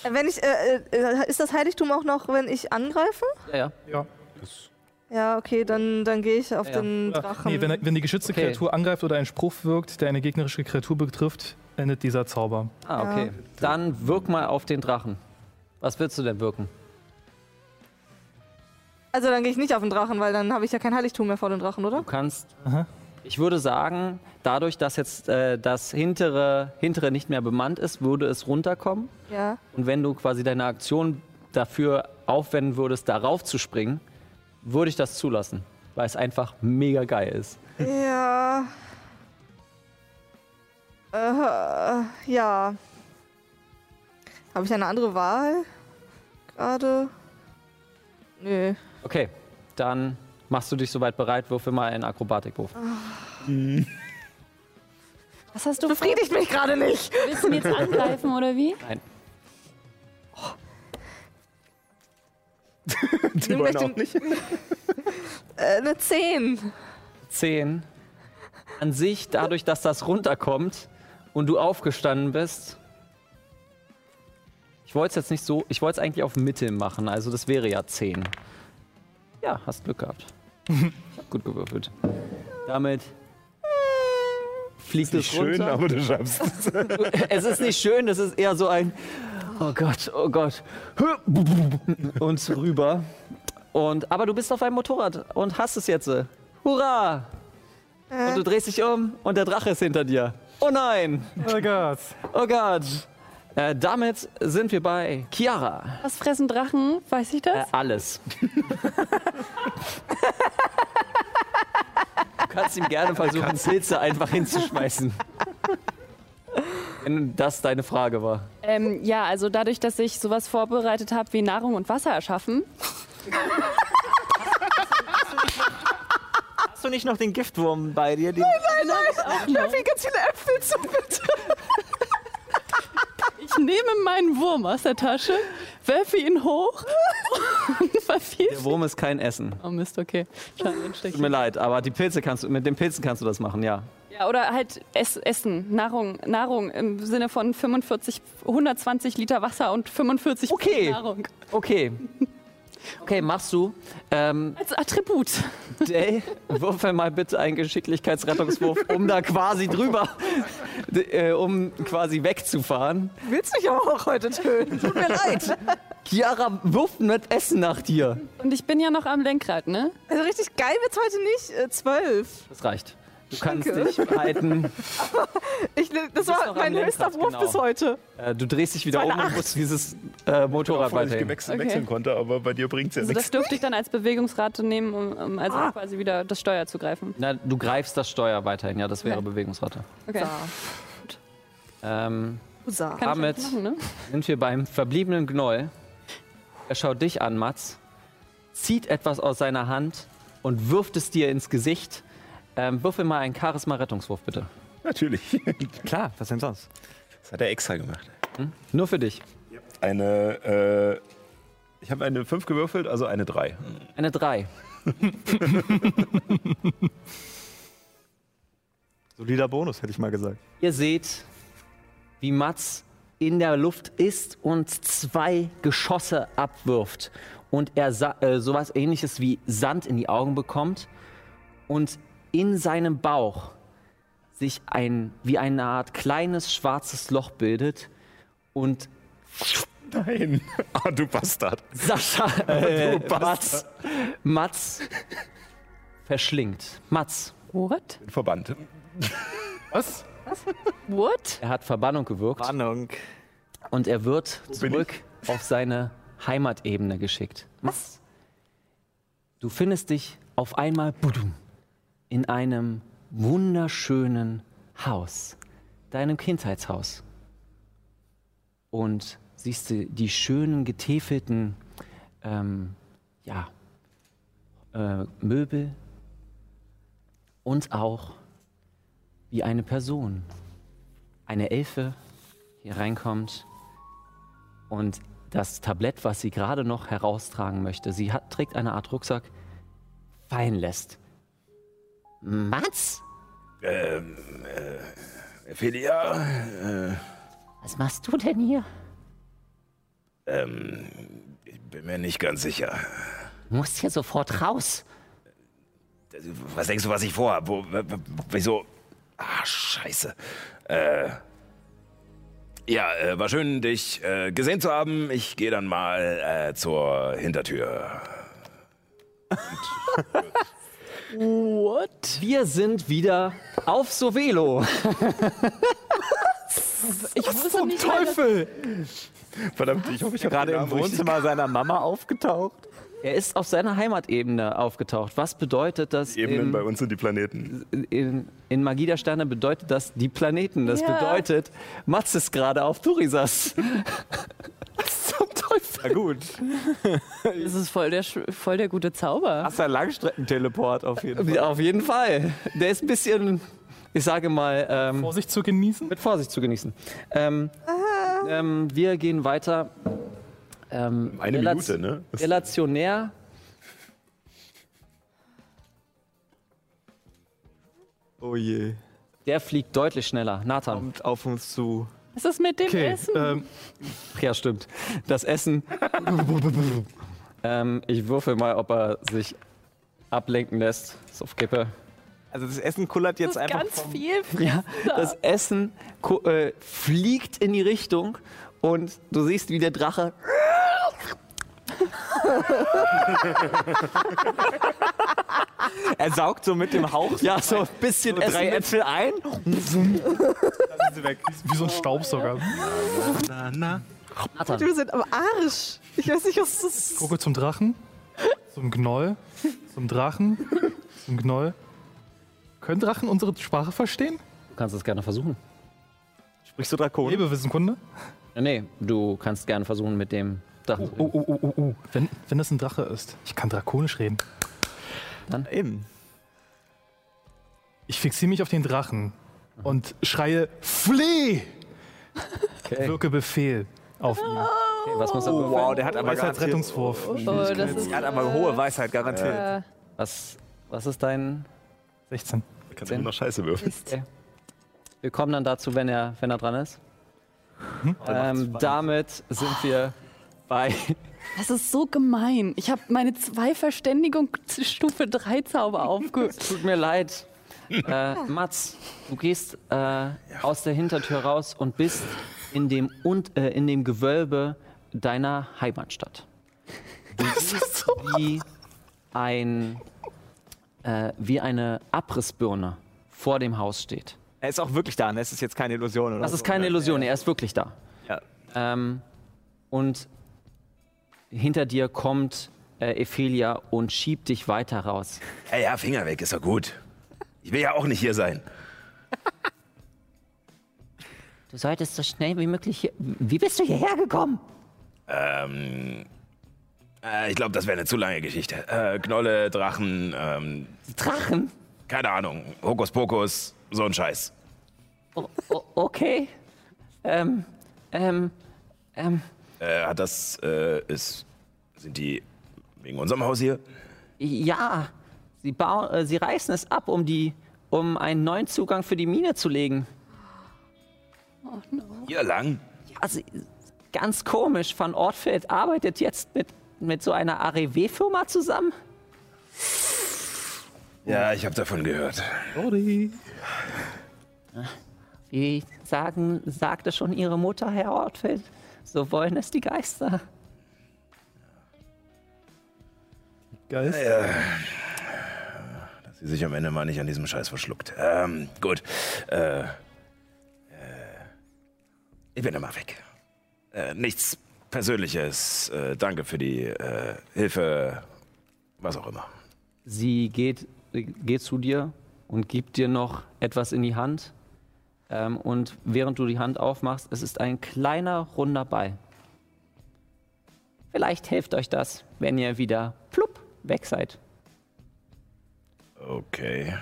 S5: wenn ich, äh, äh, ist das Heiligtum auch noch, wenn ich angreife?
S10: Ja, ja.
S6: Ja.
S5: Ja, okay, dann, dann gehe ich auf
S10: Ja.
S5: den Drachen.
S6: Nee, wenn, er- wenn die geschützte
S10: Okay.
S6: Kreatur angreift oder ein Spruch wirkt, der eine gegnerische Kreatur betrifft, endet dieser Zauber.
S10: Ah, okay. Dann wirk mal auf den Drachen. Was willst du denn wirken?
S5: also dann gehe ich nicht auf den Drachen, weil dann habe ich ja kein Heiligtum mehr vor dem Drachen, oder?
S10: Du kannst. Ich würde sagen, dadurch, dass jetzt äh, das hintere, hintere nicht mehr bemannt ist, würde es runterkommen.
S5: Ja.
S10: Und wenn du quasi deine Aktion dafür aufwenden würdest, darauf zu springen, würde ich das zulassen, weil es einfach mega geil ist.
S5: Ja. Äh, ja. Habe ich eine andere Wahl? Gerade? Nö.
S10: Okay, dann machst du dich soweit bereit, würfel mal einen Akrobatikwurf.
S3: Was hast du? vor?
S5: Befriedigt mich gerade nicht!
S3: Willst du ihn jetzt angreifen oder wie?
S2: Die wollen auch nicht.
S5: [laughs] Äh, eine 10.
S10: 10. An sich, dadurch, dass das runterkommt und du aufgestanden bist. Ich wollte es jetzt nicht so, ich wollte es eigentlich auf Mittel machen, also das wäre ja 10. Ja, hast Glück gehabt. ich hab gut gewürfelt. Damit fliegt es runter.
S2: Schön, aber du schaffst es.
S10: Es ist nicht schön, es ist eher so ein Oh Gott, oh Gott. Und rüber. Und, aber du bist auf einem Motorrad und hast es jetzt. Hurra! Und du drehst dich um und der Drache ist hinter dir. Oh nein!
S6: Oh Gott.
S10: Oh Gott! Äh, damit sind wir bei Chiara.
S3: Was fressen Drachen? Weiß ich das?
S10: Äh, alles. [laughs] du kannst ihm gerne versuchen, Pilze einfach hinzuschmeißen. Wenn das deine Frage war.
S3: Ähm, ja, also dadurch, dass ich sowas vorbereitet habe wie Nahrung und Wasser erschaffen.
S4: Hast du nicht noch den Giftwurm bei dir? Den
S3: Genau,
S5: Wie ganz viele Äpfel zu bitte.
S3: Ich nehme meinen Wurm aus der Tasche, werfe ihn hoch [laughs] und
S10: Der
S3: vervielfache.
S10: Wurm ist kein Essen.
S3: Oh Mist, okay. Schade, den Stück.
S10: Tut mir leid, aber die Pilze kannst du, mit den Pilzen kannst du das machen, ja.
S3: Ja, oder halt Ess Essen, Nahrung, Nahrung im Sinne von 45, 120 Liter Wasser und 45
S10: Okay.
S3: Nahrung.
S10: Okay. Okay, machst du. Ähm,
S3: Als Attribut.
S10: Day, würfel mal bitte einen Geschicklichkeitsrettungswurf, um da quasi drüber, d- äh, um quasi wegzufahren.
S5: Willst mich aber auch heute töten? Tut mir leid.
S10: Chiara wirft mit Essen nach dir.
S3: Und ich bin ja noch am Lenkrad, ne?
S5: Also richtig geil wird's heute nicht. Äh, zwölf.
S10: Das reicht. Du kannst
S5: Danke.
S10: dich halten.
S5: Ich, das
S10: noch
S5: war
S10: am
S5: mein
S10: Lenkrad,
S5: höchster Wurf
S10: genau.
S5: bis heute.
S10: Äh, du drehst dich wieder um und musst dieses äh, Motorrad
S2: Obwohl ich
S10: weiterhin.
S2: gewechselt,
S3: Okay.
S2: wechseln konnte, aber bei dir bringt es ja
S3: Also das
S2: nichts.
S3: dürfte ich dann als Bewegungsrate nehmen, um, um also quasi wieder das Steuer zu greifen.
S10: Na, du greifst das Steuer weiterhin. Ja, das wäre
S3: Okay.
S10: Bewegungsrate.
S3: Okay.
S10: Ähm,
S5: Usa.
S3: Kann
S10: Damit-
S3: ich eigentlich machen, ne?
S10: sind wir beim verbliebenen Gnoll. Er schaut dich an, Mats, zieht etwas aus seiner Hand und wirft es dir ins Gesicht. Ähm, würfel mal einen Charisma-Rettungswurf, bitte.
S2: Natürlich.
S4: Klar, was denn sonst?
S2: Das hat er extra gemacht.
S10: Nur für dich.
S2: Eine, äh, ich habe eine 5 gewürfelt, also eine 3.
S10: Eine 3.
S4: [laughs] Solider Bonus, hätte ich mal gesagt.
S10: Ihr seht, wie Mats in der Luft ist und zwei Geschosse abwirft und er sa- äh, sowas ähnliches wie Sand in die Augen bekommt und in seinem Bauch sich ein wie eine Art kleines schwarzes Loch bildet und
S2: Nein. [laughs] Ah, du Bastard.
S10: Sascha [laughs] äh, Mats, Mats verschlingt. Mats,
S3: What?
S2: Verbannt.
S6: Was?
S3: What?
S10: er hat Verbannung gewirkt.
S4: Warnung.
S10: Und er wird
S2: bin
S10: zurück auf seine Heimatebene geschickt. Was? Du findest dich auf einmal budum, in einem wunderschönen Haus, deinem Kindheitshaus. Und siehst du die schönen getäfelten ähm, ja, äh, Möbel und auch wie eine Person, eine Elfe hier reinkommt und das Tablett, was sie gerade noch heraustragen möchte, sie hat, trägt eine Art Rucksack, fallen lässt.
S8: Mats?
S2: Felia,
S8: Was machst du denn hier?
S2: ähm, ich bin mir nicht ganz sicher.
S8: Du musst hier sofort raus.
S2: Was denkst du, was ich vorhab? Wo, w- w- wieso? Ah, scheiße. Äh, ja, äh, war schön, dich äh, gesehen zu haben. Ich gehe dann mal äh, zur Hintertür.
S10: Wir sind wieder auf Sovelo.
S3: Ich wusste nicht mal, dass-
S2: Verdammt, ich hoffe, ich habe
S4: Gerade im Wohnzimmer seiner Mama aufgetaucht.
S10: Er ist auf seiner Heimatebene aufgetaucht. Was bedeutet das
S2: Ebenen bei
S10: in,
S2: uns sind die Planeten.
S10: in, in Magie der Sterne? Bedeutet das die Planeten? Das
S3: Ja.
S10: bedeutet, Mats ist gerade auf Turisas. Was [laughs] zum Teufel?
S4: Na gut.
S3: Das ist voll der, Sch- voll der gute Zauber.
S4: Hast du einen Langstreckenteleport
S2: [laughs]
S4: auf jeden Fall.
S10: Ja, auf jeden Fall. Der ist ein bisschen, ich sage mal, ähm,
S6: Vorsicht zu genießen?
S10: mit Vorsicht zu genießen. Ähm, ähm, wir gehen weiter. Ähm,
S2: Eine
S10: Relaz-
S2: Minute, ne?
S10: Relationär.
S4: Oh je.
S10: Der fliegt deutlich schneller. Nathan.
S4: Kommt auf uns zu.
S3: Was ist mit dem
S6: Okay,
S3: Essen?
S6: ähm,
S10: Ja, stimmt. Das Essen. [laughs] ähm, ich würfel mal, ob er sich ablenken lässt. Ist auf Kippe.
S4: Also das Essen kullert
S3: das
S4: jetzt
S3: ist
S4: einfach.
S3: ganz
S4: vom-
S3: viel.
S10: Ja, das Essen ko- äh, fliegt in die Richtung und du siehst, wie der Drache
S4: Er saugt so mit dem Hauch.
S10: ja so ein bisschen Essen
S4: drei
S10: mit-
S4: Äpfel ein.
S6: wie so ein Staubsauger.
S5: Wir sind am Arsch. Ich weiß nicht, was das ist.
S6: Gucke zum Drachen, zum Gnoll, zum Drachen, zum Gnoll. Können Drachen unsere Sprache verstehen?
S10: Du kannst es gerne versuchen.
S4: Sprichst du Drakon?
S6: Lebewissenkunde?
S10: Äh, Nee, du kannst gerne versuchen mit dem Drachen. zu
S6: Oh,
S10: reden.
S6: oh, oh, oh, oh. Wenn, wenn das ein Drache ist. Ich kann drakonisch reden.
S4: Eben.
S6: Ich fixiere mich auf den Drachen und schreie Flee! Wirke Befehl auf ihn.
S10: Okay, was muss er
S4: Oh,
S10: würfeln?
S4: wow, der hat aber garantiert.
S6: Weisheitsrettungswurf.
S3: Oh, das ist,
S4: Der hat aber hohe Weisheit garantiert.
S3: äh,
S10: Was, was ist dein
S6: 16.
S2: Kannst du noch Scheiße würfeln?
S10: Wir kommen dann dazu, wenn er, wenn er dran ist. Ähm, damit sind wir bei.
S3: das ist so gemein. Ich habe meine zwei Verständigung zu Stufe 3 Zauber aufge...
S10: Tut mir leid. Äh, Mats, du gehst [laughs] äh, aus der Hintertür raus und bist in dem, und, äh, in dem Gewölbe deiner Heimatstadt. Du siehst wie, ein, äh, wie eine Abrissbirne vor dem Haus steht.
S4: Er ist auch wirklich da, ne? Es ist jetzt keine Illusion, oder?
S10: Das ist
S4: so,
S10: keine
S4: ne?
S10: Illusion, er ist wirklich da.
S4: Ja.
S10: Ähm, und hinter dir kommt äh, Ephelia und schiebt dich weiter raus.
S2: Ja, ja, Finger weg, ist doch gut. Ich will ja auch nicht hier sein.
S11: Du solltest so schnell wie möglich hier. Wie bist du hierher gekommen?
S2: Ähm. Äh, ich glaube, das wäre eine zu lange Geschichte. Äh, Knolle, Drachen, ähm,
S11: Drachen?
S2: keine Ahnung. Hokuspokus, so ein Scheiß.
S11: O o okay. Ähm, ähm, ähm.
S2: Äh, hat das, äh, ist, sind die wegen unserem Haus hier?
S11: Ja, sie, bau- äh, sie reißen es ab, um, die, um einen neuen Zugang für die Mine zu legen.
S2: Hier lang?
S11: Also, ganz komisch, Van Ortfeld arbeitet jetzt mit, mit so einer AREW-Firma E zusammen.
S2: Ja, ich habe davon gehört.
S6: Sorry.
S11: Wie sagen, sagte schon ihre Mutter, Herr Ortfeld, so wollen es die Geister.
S6: Geist.
S2: Dass sie sich am Ende mal nicht an diesem Scheiß verschluckt. Ähm, gut. Äh, äh, ich bin dann mal weg. Äh, nichts Persönliches. Äh, danke für die äh, Hilfe. Was auch immer.
S10: Sie geht, geht zu dir und gibt dir noch etwas in die Hand. Ähm, und während du die Hand aufmachst, es ist ein kleiner, runder Ball.
S11: Vielleicht hilft euch das, wenn ihr wieder plupp weg seid.
S2: Okay.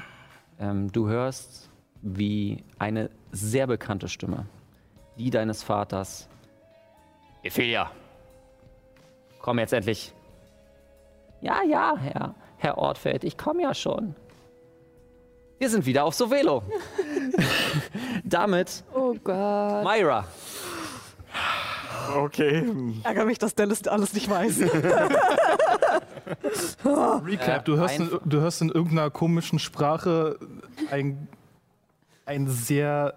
S10: Ähm, du hörst wie eine sehr bekannte Stimme, die deines Vaters.
S11: Ophelia, komm jetzt endlich. Ja, ja, Herr, Herr Ortfeld, ich komme ja schon.
S10: Wir sind wieder auf Sovelo. [laughs] Damit,
S3: Oh Gott.
S10: Myra.
S4: Okay.
S5: Ich ärgere mich, dass Dallas alles nicht weiß.
S6: Recap, du, hörst in, du hörst in irgendeiner komischen Sprache ein, einen sehr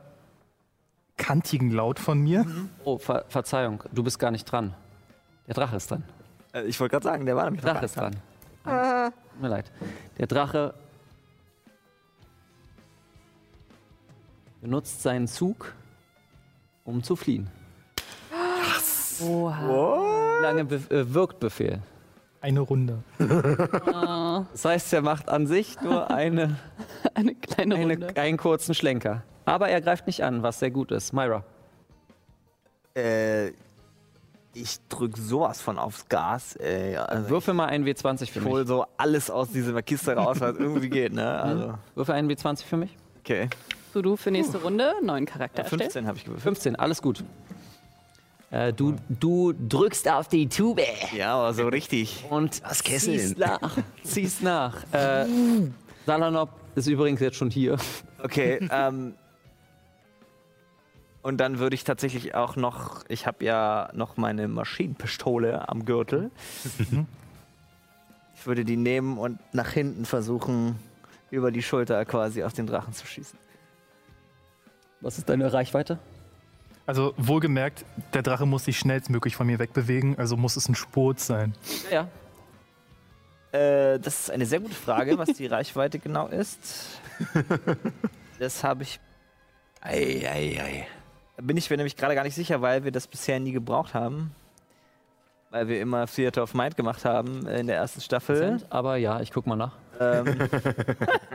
S6: kantigen Laut von mir.
S10: Oh, Ver Verzeihung, du bist gar nicht dran. Der Drache ist dran.
S4: [laughs] Äh, Ich wollte gerade sagen, der war nämlich
S10: Der Drache ist dran. Ah. Tut mir leid. Der Drache benutzt seinen Zug, um zu fliehen. Oha. Wie Lange be äh, wirkt Befehl.
S6: Eine Runde.
S10: Das heißt, er macht an sich nur eine,
S3: Eine kleine Runde.
S10: eine, einen kurzen Schlenker. Aber er greift nicht an, was sehr gut ist. Myra.
S4: Äh, ich drück sowas von aufs Gas, ey. Also
S10: Würfel mal einen W20 für
S4: ich hol
S10: mich.
S4: so alles aus dieser Kiste raus, was irgendwie geht, ne?
S5: Mhm.
S4: Also,
S10: Würfel einen W20 für mich.
S4: okay.
S3: So, du für nächste Runde neuen Charakter erstellen.
S4: 15 habe ich gewürfelt.
S10: 15, alles gut.
S11: Äh, du, du drückst auf die Tube
S4: Ja, aber so richtig.
S11: und ziehst nach.
S10: Zieh's nach. Äh, Salanop
S1: ist übrigens jetzt schon hier.
S4: Okay, ähm. Und dann würde ich tatsächlich auch noch, ich habe ja noch meine Maschinenpistole am Gürtel. ich würde die nehmen und nach hinten versuchen, über die Schulter quasi auf den Drachen zu schießen.
S1: Was ist deine Reichweite?
S6: Also wohlgemerkt, der Drache muss sich schnellstmöglich von mir wegbewegen, also muss es ein Spurt sein.
S1: Ja.
S4: Äh, das ist eine sehr gute Frage,
S10: [laughs]
S4: was die Reichweite genau ist. Das habe ich.
S2: Ei, ei, ei.
S4: Bin ich mir nämlich gerade gar nicht sicher, weil wir das bisher nie gebraucht haben. Weil wir immer Theater of Mind gemacht haben äh, in der ersten Staffel.
S1: Aber ja, ich guck mal nach.
S4: Ähm,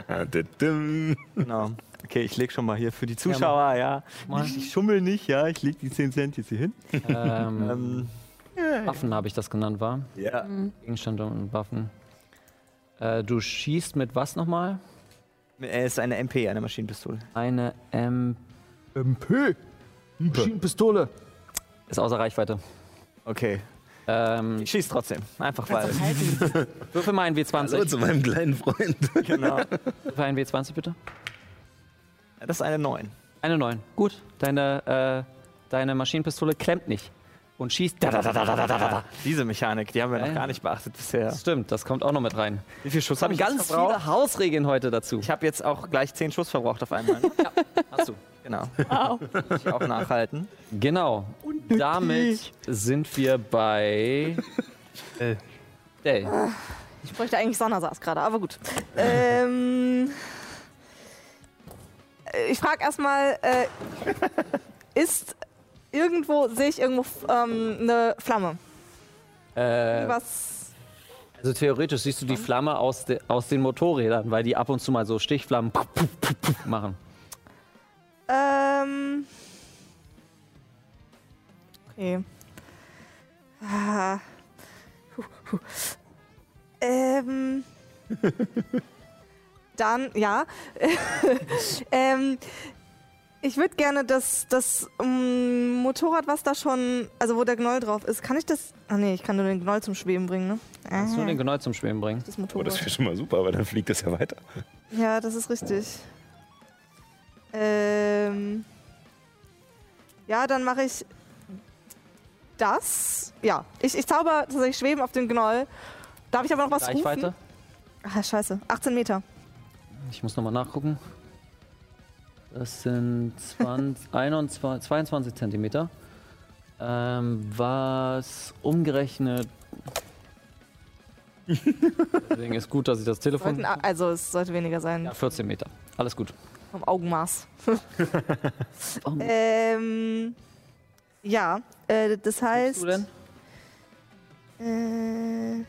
S2: Ah, Didim.
S4: genau. Okay, ich leg schon mal hier für die Zuschauer, ja. Ich, ich schummel nicht, ja. Ich leg die 10 Cent jetzt hier hin.
S1: Ähm,
S4: [laughs] Ähm,
S1: Waffen habe ich das genannt, war.
S4: ja.
S1: Gegenstände und Waffen. Äh, du schießt mit was nochmal?
S4: Er ist eine MP, eine Maschinenpistole.
S1: Eine M.
S6: MP.
S1: Maschinenpistole. Ist außer Reichweite.
S4: Okay.
S1: Ähm, Also
S4: Ich schieß trotzdem. Einfach weil.
S1: würfel mal einen
S2: Hallo
S1: W20.
S2: zu meinem kleinen Freund.
S4: Genau.
S1: Würfel einen W20 bitte.
S4: Das ist eine 9.
S1: Eine 9. Gut. Deine, äh, deine Maschinenpistole klemmt nicht. Und schießt. Da, da, da, da, da, da, da, Äh. da.
S4: Diese Mechanik, die haben wir
S1: Ja,
S4: noch
S1: ja.
S4: gar nicht beachtet bisher.
S1: Stimmt, das kommt auch noch mit rein.
S4: Wie viel Schuss
S1: Wir haben
S4: habe ich jetzt
S1: ganz
S4: verbraucht?
S1: viele Hausregeln heute dazu.
S4: Ich habe jetzt auch gleich 10 Schuss verbraucht auf
S1: [laughs]
S4: einmal.
S1: Hast du.
S4: genau. Muss ich auch nachhalten.
S1: Genau. Damit sind wir bei.
S6: Äh.
S1: Dell.
S5: Ich bräuchte eigentlich Sonnersas gerade, aber gut. ähm, äh, ich frage erstmal, äh, ist irgendwo, sehe ich irgendwo f- ähm, eine Flamme?
S1: Äh,
S5: Was?
S1: Also theoretisch siehst du die Flamme aus, de, aus den Motorrädern, weil die ab und zu mal so Stichflammen puff, puff, puff, puff machen.
S5: Ähm. Okay. Ah. Huh, huh.
S2: [laughs]
S5: Ähm. Dann, ja. ähm, ich würde gerne das, das ähm, Motorrad, was da schon, also wo der Gnoll drauf ist, kann ich das. Ah nee, ich kann nur den Gnoll zum Schweben bringen, ne?
S1: Kannst du
S5: Ah,
S1: den Gnoll zum Schwimmen bringen?
S5: das
S2: Oh,
S5: Motorrad.
S2: das wäre schon mal super, aber dann fliegt das ja weiter.
S5: Ja, das ist richtig. Ähm, ja, dann mache ich das. Ja, ich, ich zauber tatsächlich Schweben auf den Gnoll. Darf ich aber noch was
S1: Reichweite?
S5: rufen? Ah, scheiße. 18 Meter.
S1: Ich muss nochmal nachgucken. Das sind [laughs] 20, 21, 22 Zentimeter. Ähm, was [laughs] umgerechnet. Deswegen ist gut, dass ich das
S5: Sollten,
S1: Telefon.
S5: a- also es sollte weniger sein.
S1: Ja, 14 Meter. Alles gut.
S5: Vom
S1: [laughs]
S5: Augenmaß. ähm, ja, äh, das heißt.
S1: du denn?
S5: Äh,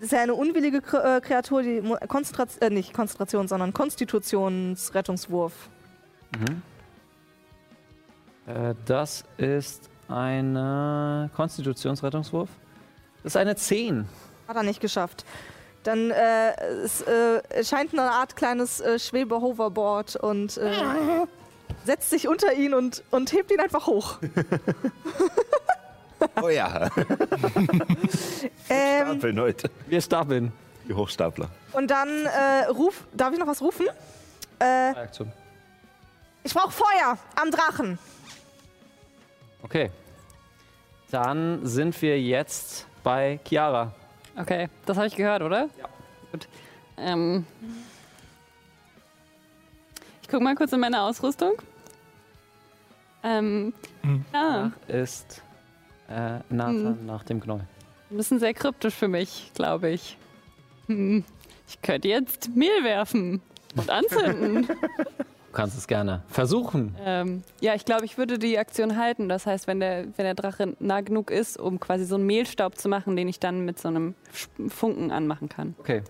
S5: das ist ja eine unwillige Kr- äh, Kreatur, die Mo- Konzentration, äh, nicht Konzentration, sondern Konstitutionsrettungswurf.
S1: Äh, das ist eine Konstitutionsrettungswurf. Das ist eine 10.
S5: Hat er nicht geschafft. Dann äh, es, äh, scheint eine Art kleines äh, Schwebe-Hoverboard und äh,
S10: [laughs]
S5: setzt sich unter ihn und, und hebt ihn einfach hoch.
S2: Oh [laughs] ja,
S5: Ähm,
S2: Stapeln heute.
S1: Wir stapeln.
S2: Die Hochstapler.
S5: und dann äh, ruf, darf ich noch was rufen? Äh,
S1: Aktion.
S5: ich brauche Feuer am Drachen.
S1: Okay. Dann sind wir jetzt bei Chiara.
S3: Okay, das habe ich gehört, oder? Ja. Gut. Ähm, ich gucke mal kurz in meine Ausrüstung. Ähm, ah,
S1: Ist äh, Nathan nach dem Gnoll.
S3: ein bisschen sehr kryptisch für mich, glaube ich. Hm, ich könnte jetzt Mehl werfen und anzünden.
S1: Du kannst es gerne versuchen.
S3: ähm, ja, ich glaube, ich würde die Aktion halten. Das heißt, wenn der, wenn der Drache nah genug ist, um quasi so einen Mehlstaub zu machen, den ich dann mit so einem Sp- Funken anmachen kann.
S1: Okay.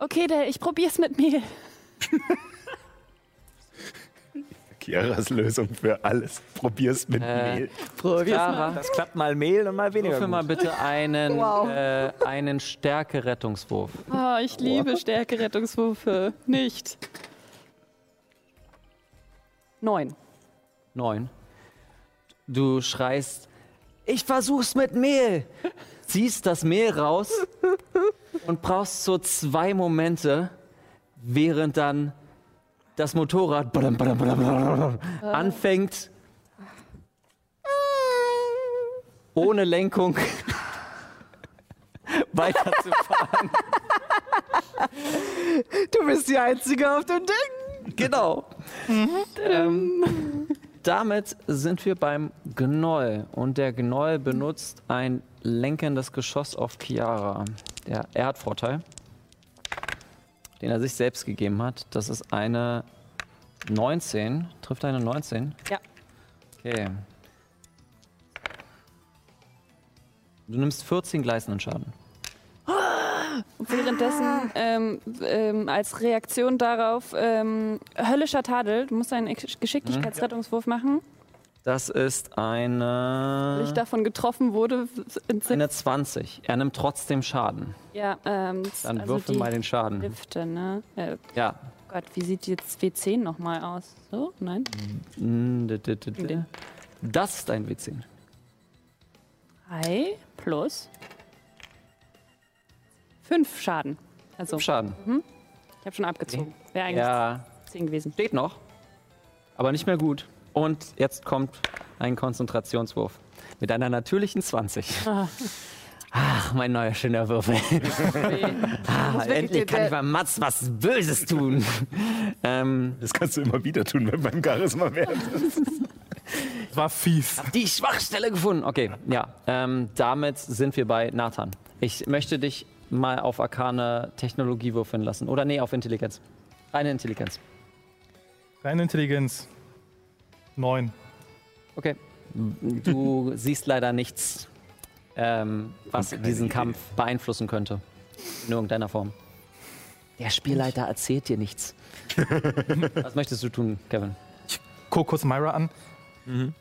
S3: Okay, der, ich probier's mit Mehl.
S2: Kiaras Lösung für alles. Probier's mit
S1: Äh,
S2: Mehl.
S1: Chiara,
S4: Das klappt mal Mehl und mal weniger.
S1: würfel mal
S4: Gut.
S1: bitte einen,
S5: Wow.
S1: äh, einen Stärke-Rettungswurf.
S3: Oh, ich liebe Stärke-Rettungswürfe. Nicht. Neun.
S1: Neun. Du schreist, ich versuch's mit Mehl. Ziehst das Mehl raus
S10: und brauchst so zwei Momente, während dann das Motorrad badam, badam, badam, badam, anfängt, ohne Lenkung [laughs] weiterzufahren.
S5: Du bist die Einzige auf dem Ding.
S10: genau. ähm, damit sind wir beim Gnoll. Und der Gnoll benutzt ein lenkendes Geschoss auf Chiara. Der, er hat Vorteil, den er sich selbst gegeben hat. Das ist eine 19. Trifft er eine 19?
S3: Ja.
S10: Okay. Du nimmst 14 gleißenden Schaden.
S3: Währenddessen, ähm, ähm, als Reaktion darauf, ähm, höllischer Tadel. Du musst einen Ex- Geschicklichkeitsrettungswurf machen.
S10: Das ist
S3: Weil
S10: eine,
S3: ich davon getroffen wurde, entsinnt.
S10: eine 20. Er nimmt trotzdem Schaden.
S3: Ja, ähm,
S10: Dann
S3: also
S10: würfel
S3: die
S10: mal den Schaden.
S3: Hälfte, ne? Äh,
S10: Ja.
S3: Gott, wie sieht jetzt W10 nochmal aus? So? Nein?
S10: Mm, d- d- d- d- Das ist ein W10.
S3: 3 plus 5 Schaden. Also, ich
S10: Schaden.
S3: habe schon abgezogen. Wäre eigentlich
S10: Ja,
S3: 10 gewesen.
S10: steht noch, aber nicht mehr gut. Und jetzt kommt ein Konzentrationswurf mit einer natürlichen 20. Ach, mein neuer schöner Würfel. Ah, endlich kann ich mal Mats was Böses tun. ähm,
S2: Das kannst du immer wieder tun, wenn beim Charisma wert.
S6: Das war fies.
S10: die Schwachstelle gefunden. Okay, ja. Ähm, damit sind wir bei Nathan. Ich möchte dich mal auf Arkane Technologie würfeln lassen. Oder nee, auf Intelligenz. Reine Intelligenz.
S6: Reine Intelligenz. Neun.
S10: Okay. Du siehst leider nichts, ähm, was diesen Kampf beeinflussen könnte. In irgendeiner Form. Der Spielleiter erzählt dir nichts. was möchtest du tun, Kevin?
S6: Guck kurz Myra an.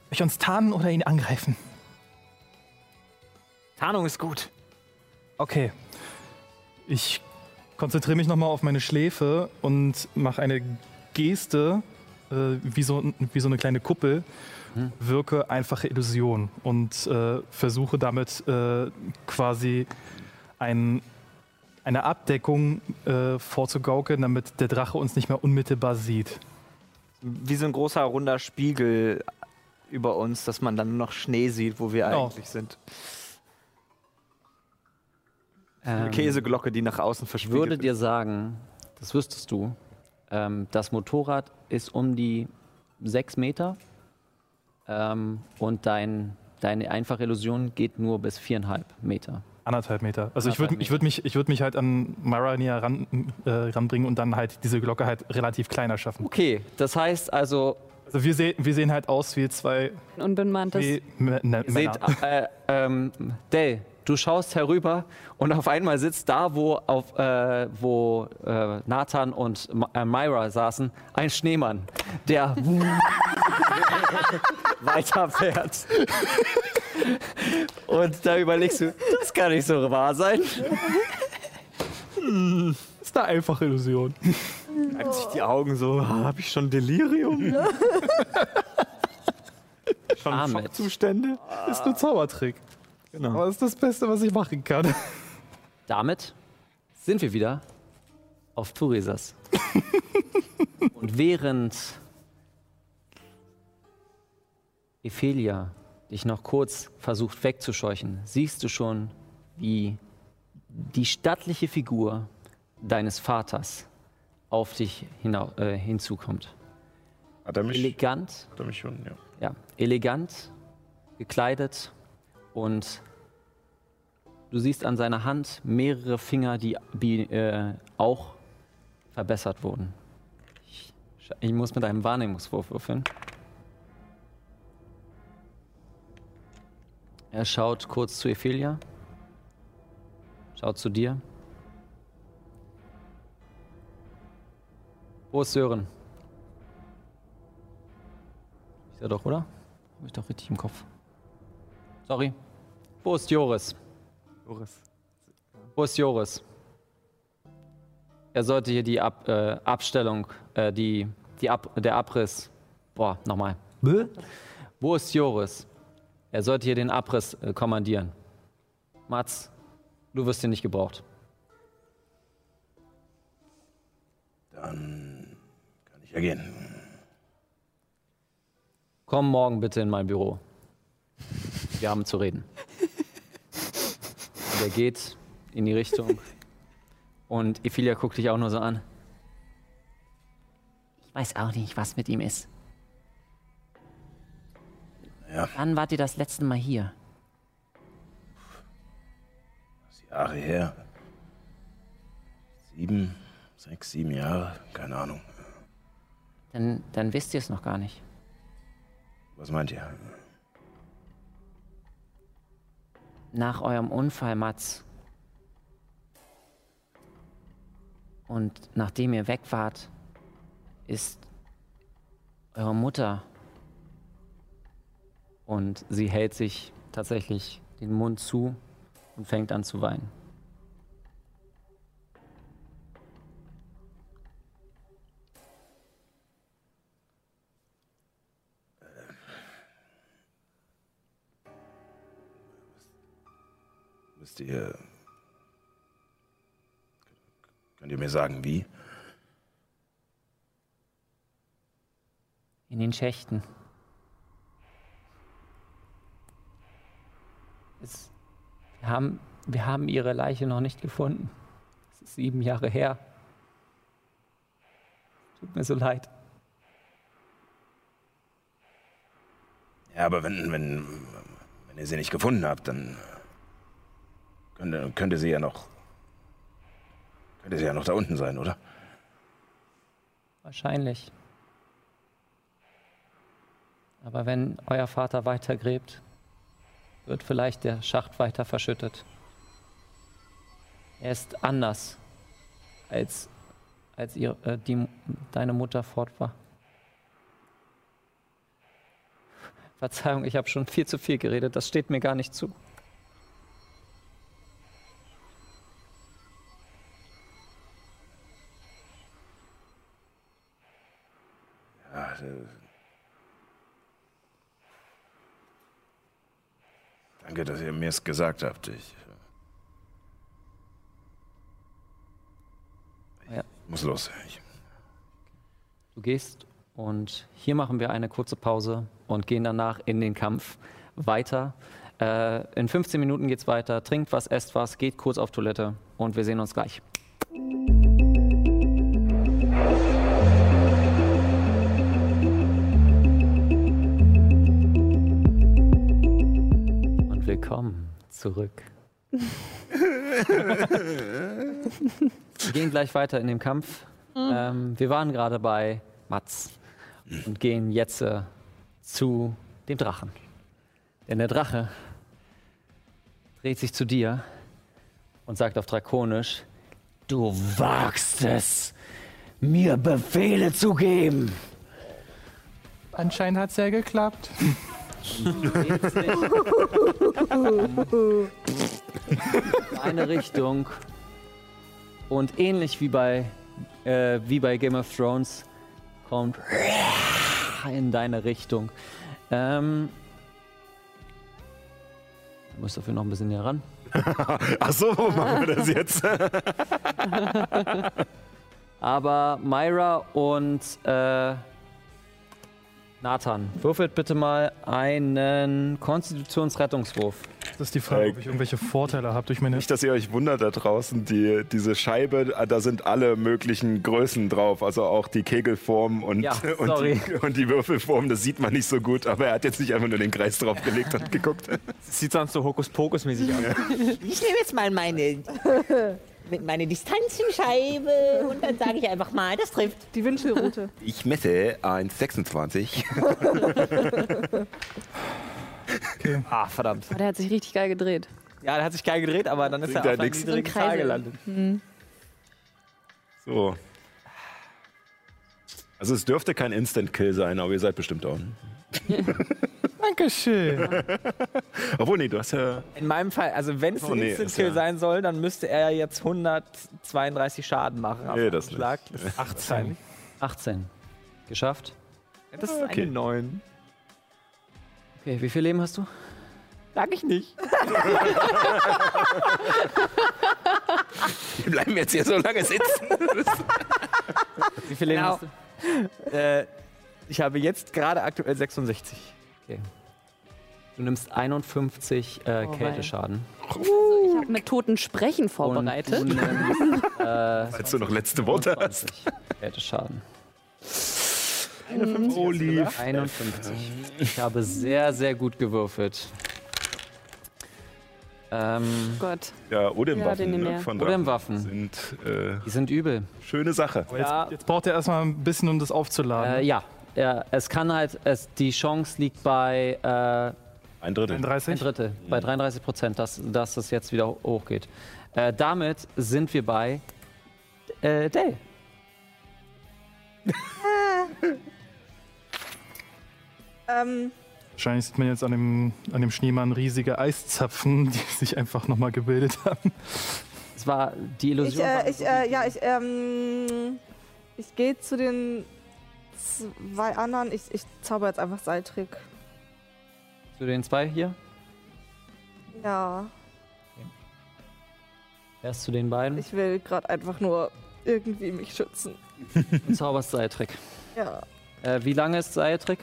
S6: Ich uns tarnen oder ihn angreifen?
S4: Tarnung ist gut.
S6: Okay. Ich konzentriere mich nochmal auf meine Schläfe und mache eine Geste, äh, wie, so, wie so eine kleine Kuppel, Mhm. wirke einfache Illusion und äh, versuche damit äh, quasi ein, eine Abdeckung äh, vorzugaukeln, damit der Drache uns nicht mehr unmittelbar sieht.
S4: Wie so ein großer runder Spiegel über uns, dass man dann nur noch Schnee sieht, wo wir
S6: Genau.
S4: eigentlich sind. Eine
S10: Ähm,
S4: Käseglocke, die nach außen
S10: Ich
S4: verschwindet.
S10: würde dir sagen, das wüsstest du, ähm, das Motorrad ist um die sechs Meter ähm, und dein, deine einfache Illusion geht nur bis viereinhalb Meter.
S6: Anderthalb Meter. Also ich würde
S10: Anderthalb
S6: ich würd mich, ich würd mich halt an Myra näher ran, äh, ranbringen und dann halt diese Glocke halt relativ kleiner schaffen.
S10: Okay, das heißt also,
S6: Also wir, seh, wir sehen halt aus wie zwei
S3: Ein Unbemanntes.
S6: wie M- ne,
S10: Ihr seht,
S6: Männer.
S10: äh, ähm, Dell, du schaust herüber und auf einmal sitzt da, wo, auf, äh, wo äh, Nathan und Ma- äh, Myra saßen, ein Schneemann, der [laughs] weiterfährt. und da überlegst du, das kann nicht so wahr sein.
S6: Das ist eine einfache Illusion.
S4: Reibt sich die Augen so, ah, hab ich schon Delirium? schon
S10: Ahmed.
S4: Schockzustände?
S6: Das ist nur Zaubertrick.
S4: Genau.
S6: Aber das ist das Beste, was ich machen kann.
S10: Damit sind wir wieder auf Turisas. Und während Ephelia dich noch kurz versucht wegzuscheuchen, siehst du schon, wie die stattliche Figur deines Vaters auf dich hinau äh, hinzukommt.
S2: Hat er mich,
S10: Elegant,
S2: hat er mich schon, ja.
S10: ja, elegant gekleidet und du siehst an seiner Hand mehrere Finger, die, die äh, auch verbessert wurden. Ich, scha- ich muss mit einem Wahrnehmungswurf würfeln. Er schaut kurz zu Ephelia, schaut zu dir. Wo ist Sören? Ist er doch, oder? Hab ich doch richtig im Kopf. Sorry. Wo ist Joris?
S4: Joris.
S10: Wo ist Joris? Er sollte hier die Ab, äh, Abstellung, äh, die, die Ab, der Abriss. Boah, nochmal. Wo ist Joris? Er sollte hier den Abriss äh, kommandieren. Mats, du wirst hier nicht gebraucht.
S2: Dann kann ich ja gehen.
S10: Komm morgen bitte in mein Büro. Wir haben zu reden. Und er geht in die Richtung. Und Ephilia guckt dich auch nur so an.
S11: Ich weiß auch nicht, was mit ihm ist.
S2: Ja.
S11: Wann wart ihr das letzte Mal hier?
S2: Das ist Jahre her. Sieben, sechs, sieben Jahre, keine Ahnung.
S11: Dann, dann wisst ihr es noch gar nicht.
S2: Was meint ihr?
S11: Nach eurem Unfall, Mats. Und nachdem ihr weg wart, ist eure Mutter
S10: Und sie hält sich tatsächlich den Mund zu und fängt an zu weinen.
S2: Müsst ihr. Könnt ihr mir sagen, wie?
S11: in den Schächten. Es, wir, haben, wir haben ihre Leiche noch nicht gefunden. Es ist sieben Jahre her. Tut mir so leid.
S2: Ja, aber wenn, wenn, wenn ihr sie nicht gefunden habt, dann könnte, könnte sie ja noch. Könnte sie ja noch da unten sein, oder?
S11: Wahrscheinlich. Aber wenn euer Vater weitergräbt, wird vielleicht der Schacht weiter verschüttet. Er ist anders, als, als ihr, äh, die, deine Mutter fort war. Verzeihung, ich habe schon viel zu viel geredet, das steht mir gar nicht zu.
S2: Ja, äh, danke, dass ihr mir es gesagt habt. Ich, äh, ich
S11: Ja.
S2: muss los. Ich,
S10: Du gehst und hier machen wir eine kurze Pause und gehen danach in den Kampf weiter. Äh, in 15 Minuten geht's weiter. Trinkt was, esst was, geht kurz auf Toilette und wir sehen uns gleich. Und willkommen zurück. wir gehen gleich weiter in dem Kampf. Ähm, wir waren gerade bei Mats und gehen jetzt äh, zu dem Drachen. Denn der Drache dreht sich zu dir und sagt auf Drakonisch,
S8: Du wagst es, mir Befehle zu geben.
S6: Anscheinend hat es ja geklappt.
S10: in eine Richtung und ähnlich wie bei, äh, wie bei Game of Thrones kommt [laughs] in deine Richtung. Ähm, du musst dafür noch ein bisschen näher ran.
S2: ach [laughs] so, machen wir das jetzt?
S10: Aber Myra und äh, Nathan, würfelt bitte mal einen Konstitutionsrettungswurf.
S6: Das ist die Frage, ob ich irgendwelche Vorteile habe durch
S2: [laughs]
S6: meine.
S2: Nicht, dass ihr euch wundert da draußen, die, diese Scheibe, ah, da sind alle möglichen Größen drauf, also auch die Kegelform und,
S10: Ja,
S2: [laughs] und,
S10: sorry.
S2: die, und die Würfelform, das sieht man nicht so gut, aber er hat jetzt nicht einfach nur den Kreis draufgelegt und geguckt.
S4: Sieht sonst so Hokuspokus-mäßig aus.
S12: Ich nehme jetzt mal meine, mit meine Distanzenscheibe und dann sage ich einfach mal, das trifft.
S5: Die
S10: [laughs]
S5: Windschirroute.
S2: Ich messe 1,26.
S4: Ah, verdammt.
S3: Oh, der hat sich richtig geil gedreht.
S4: Ja, der hat sich geil gedreht, aber dann ist er
S2: da
S4: auf einer
S2: nix.
S4: niedrigen
S3: Im
S4: Zahl
S3: Kreisel.
S4: gelandet.
S2: So. Also es dürfte kein Instant-Kill sein, aber ihr seid bestimmt auch.
S6: Dankeschön.
S2: Obwohl, nee, du hast ja...
S4: In meinem Fall, also wenn es
S2: Oh,
S4: ein
S2: nee,
S4: Instant
S2: ist
S4: Kill
S2: ja-
S4: sein soll, dann müsste er jetzt 132 Schaden machen. auf
S2: Nee,
S4: einen
S2: das nicht.
S4: Schlag. Das ist 18.
S10: 18. Geschafft.
S4: Das ist
S2: Okay.
S4: eine 9.
S10: Okay, wie viel Leben hast
S4: Äh,
S10: du?
S4: Sag ich nicht.
S2: Wir bleiben jetzt hier so lange sitzen.
S4: Wie viele Leben hast du? Äh, ich habe jetzt gerade aktuell 66.
S10: Du nimmst 51
S5: Oh
S10: äh,
S1: Oh.
S10: Kälteschaden.
S3: Also ich habe mit toten Sprechen vorbereitet.
S10: Und du nimmst, äh,
S2: Als du noch letzte Worte hast.
S10: 20 Kälteschaden.
S2: Holy
S10: 51. Ich habe sehr, sehr gut gewürfelt. Ähm,
S3: Gott.
S2: Ja,
S3: Ja, den
S2: Odem-Waffen
S3: nehmen
S2: ne,
S3: wir.
S2: von
S10: Odem-Waffen.
S2: sind äh,
S10: die sind übel.
S2: schöne Sache.
S6: Aber jetzt, jetzt braucht er erstmal ein bisschen, um das aufzuladen.
S10: Äh, ja. ja, es kann halt, es, die Chance liegt bei äh,
S2: Ein Drittel.
S6: 31.
S10: Ein Drittel, bei 33 Prozent, dass, dass das jetzt wieder hochgeht. Äh, damit sind wir bei äh, Dell.
S5: Ähm,
S6: Wahrscheinlich sieht man jetzt an dem, an dem Schneemann riesige Eiszapfen, die sich einfach nochmal gebildet haben.
S10: Es war die
S5: ich,
S10: Illusion. war
S5: äh,
S10: so
S5: ich, äh,
S10: gut.
S5: ja, ich, ähm, ich gehe zu den zwei anderen. Ich, ich zauber jetzt einfach Seiltrick. äh,
S10: Zu den zwei hier?
S5: Ja,
S10: Erst zu den
S1: Hm.
S10: beiden.
S5: ich will gerade einfach nur irgendwie mich schützen.
S10: Und zauberst Seiltrick.
S5: Ja.
S10: Äh, wie lange ist Seiltrick?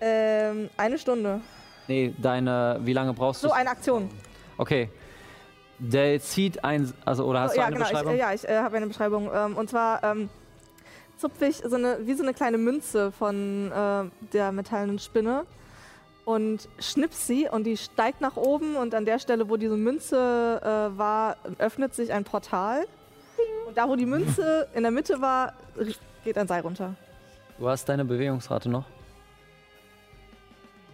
S5: Ähm, eine Stunde.
S10: Nee, deine. Wie lange brauchst du?
S5: So, eine Aktion.
S10: Okay. Dell zieht ein. Also, oder hast
S5: Oh,
S10: du
S5: ja,
S10: eine
S5: genau.
S10: Beschreibung?
S5: Ich, äh, ja, ich äh, habe eine Beschreibung. Ähm, und zwar ähm, zupfe ich so eine, wie so eine kleine Münze von äh, der metallenen Spinne und schnips sie und die steigt nach oben und an der Stelle, wo diese Münze äh, war, öffnet sich ein Portal. Und da, wo die
S10: [laughs]
S5: Münze in der Mitte war, r- geht ein Seil runter.
S10: Du hast deine Bewegungsrate noch.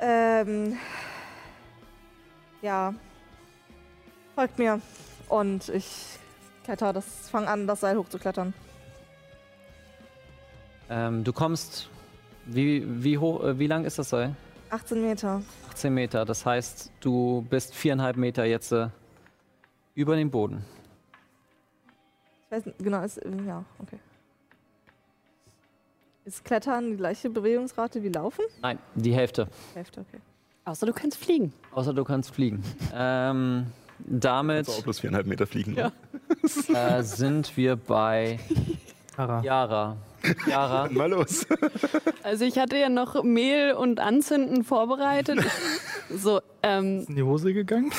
S5: Ähm, ja. Folgt mir. Und ich kletter das, fang an, das Seil hochzuklettern.
S10: Ähm, du kommst. Wie, wie hoch, äh, wie lang ist das Seil?
S5: 18 Meter.
S10: 18 Meter. Das heißt, du bist viereinhalb Meter jetzt äh, über dem Boden.
S5: Ich weiß nicht, genau, ist, ja, okay. Ist Klettern die gleiche Bewegungsrate wie Laufen?
S10: Nein, die Hälfte.
S5: Hälfte, okay.
S3: Außer du kannst fliegen.
S10: Außer du kannst fliegen. ähm, damit
S2: Kannst du auch plus viereinhalb Meter fliegen. ne? Ja.
S10: äh, sind wir bei
S6: Tara.
S10: Yara. Yara,
S2: Mal los.
S3: Also ich hatte ja noch Mehl und Anzünden
S10: [laughs]
S3: vorbereitet. so, ähm,
S6: In die Hose gegangen?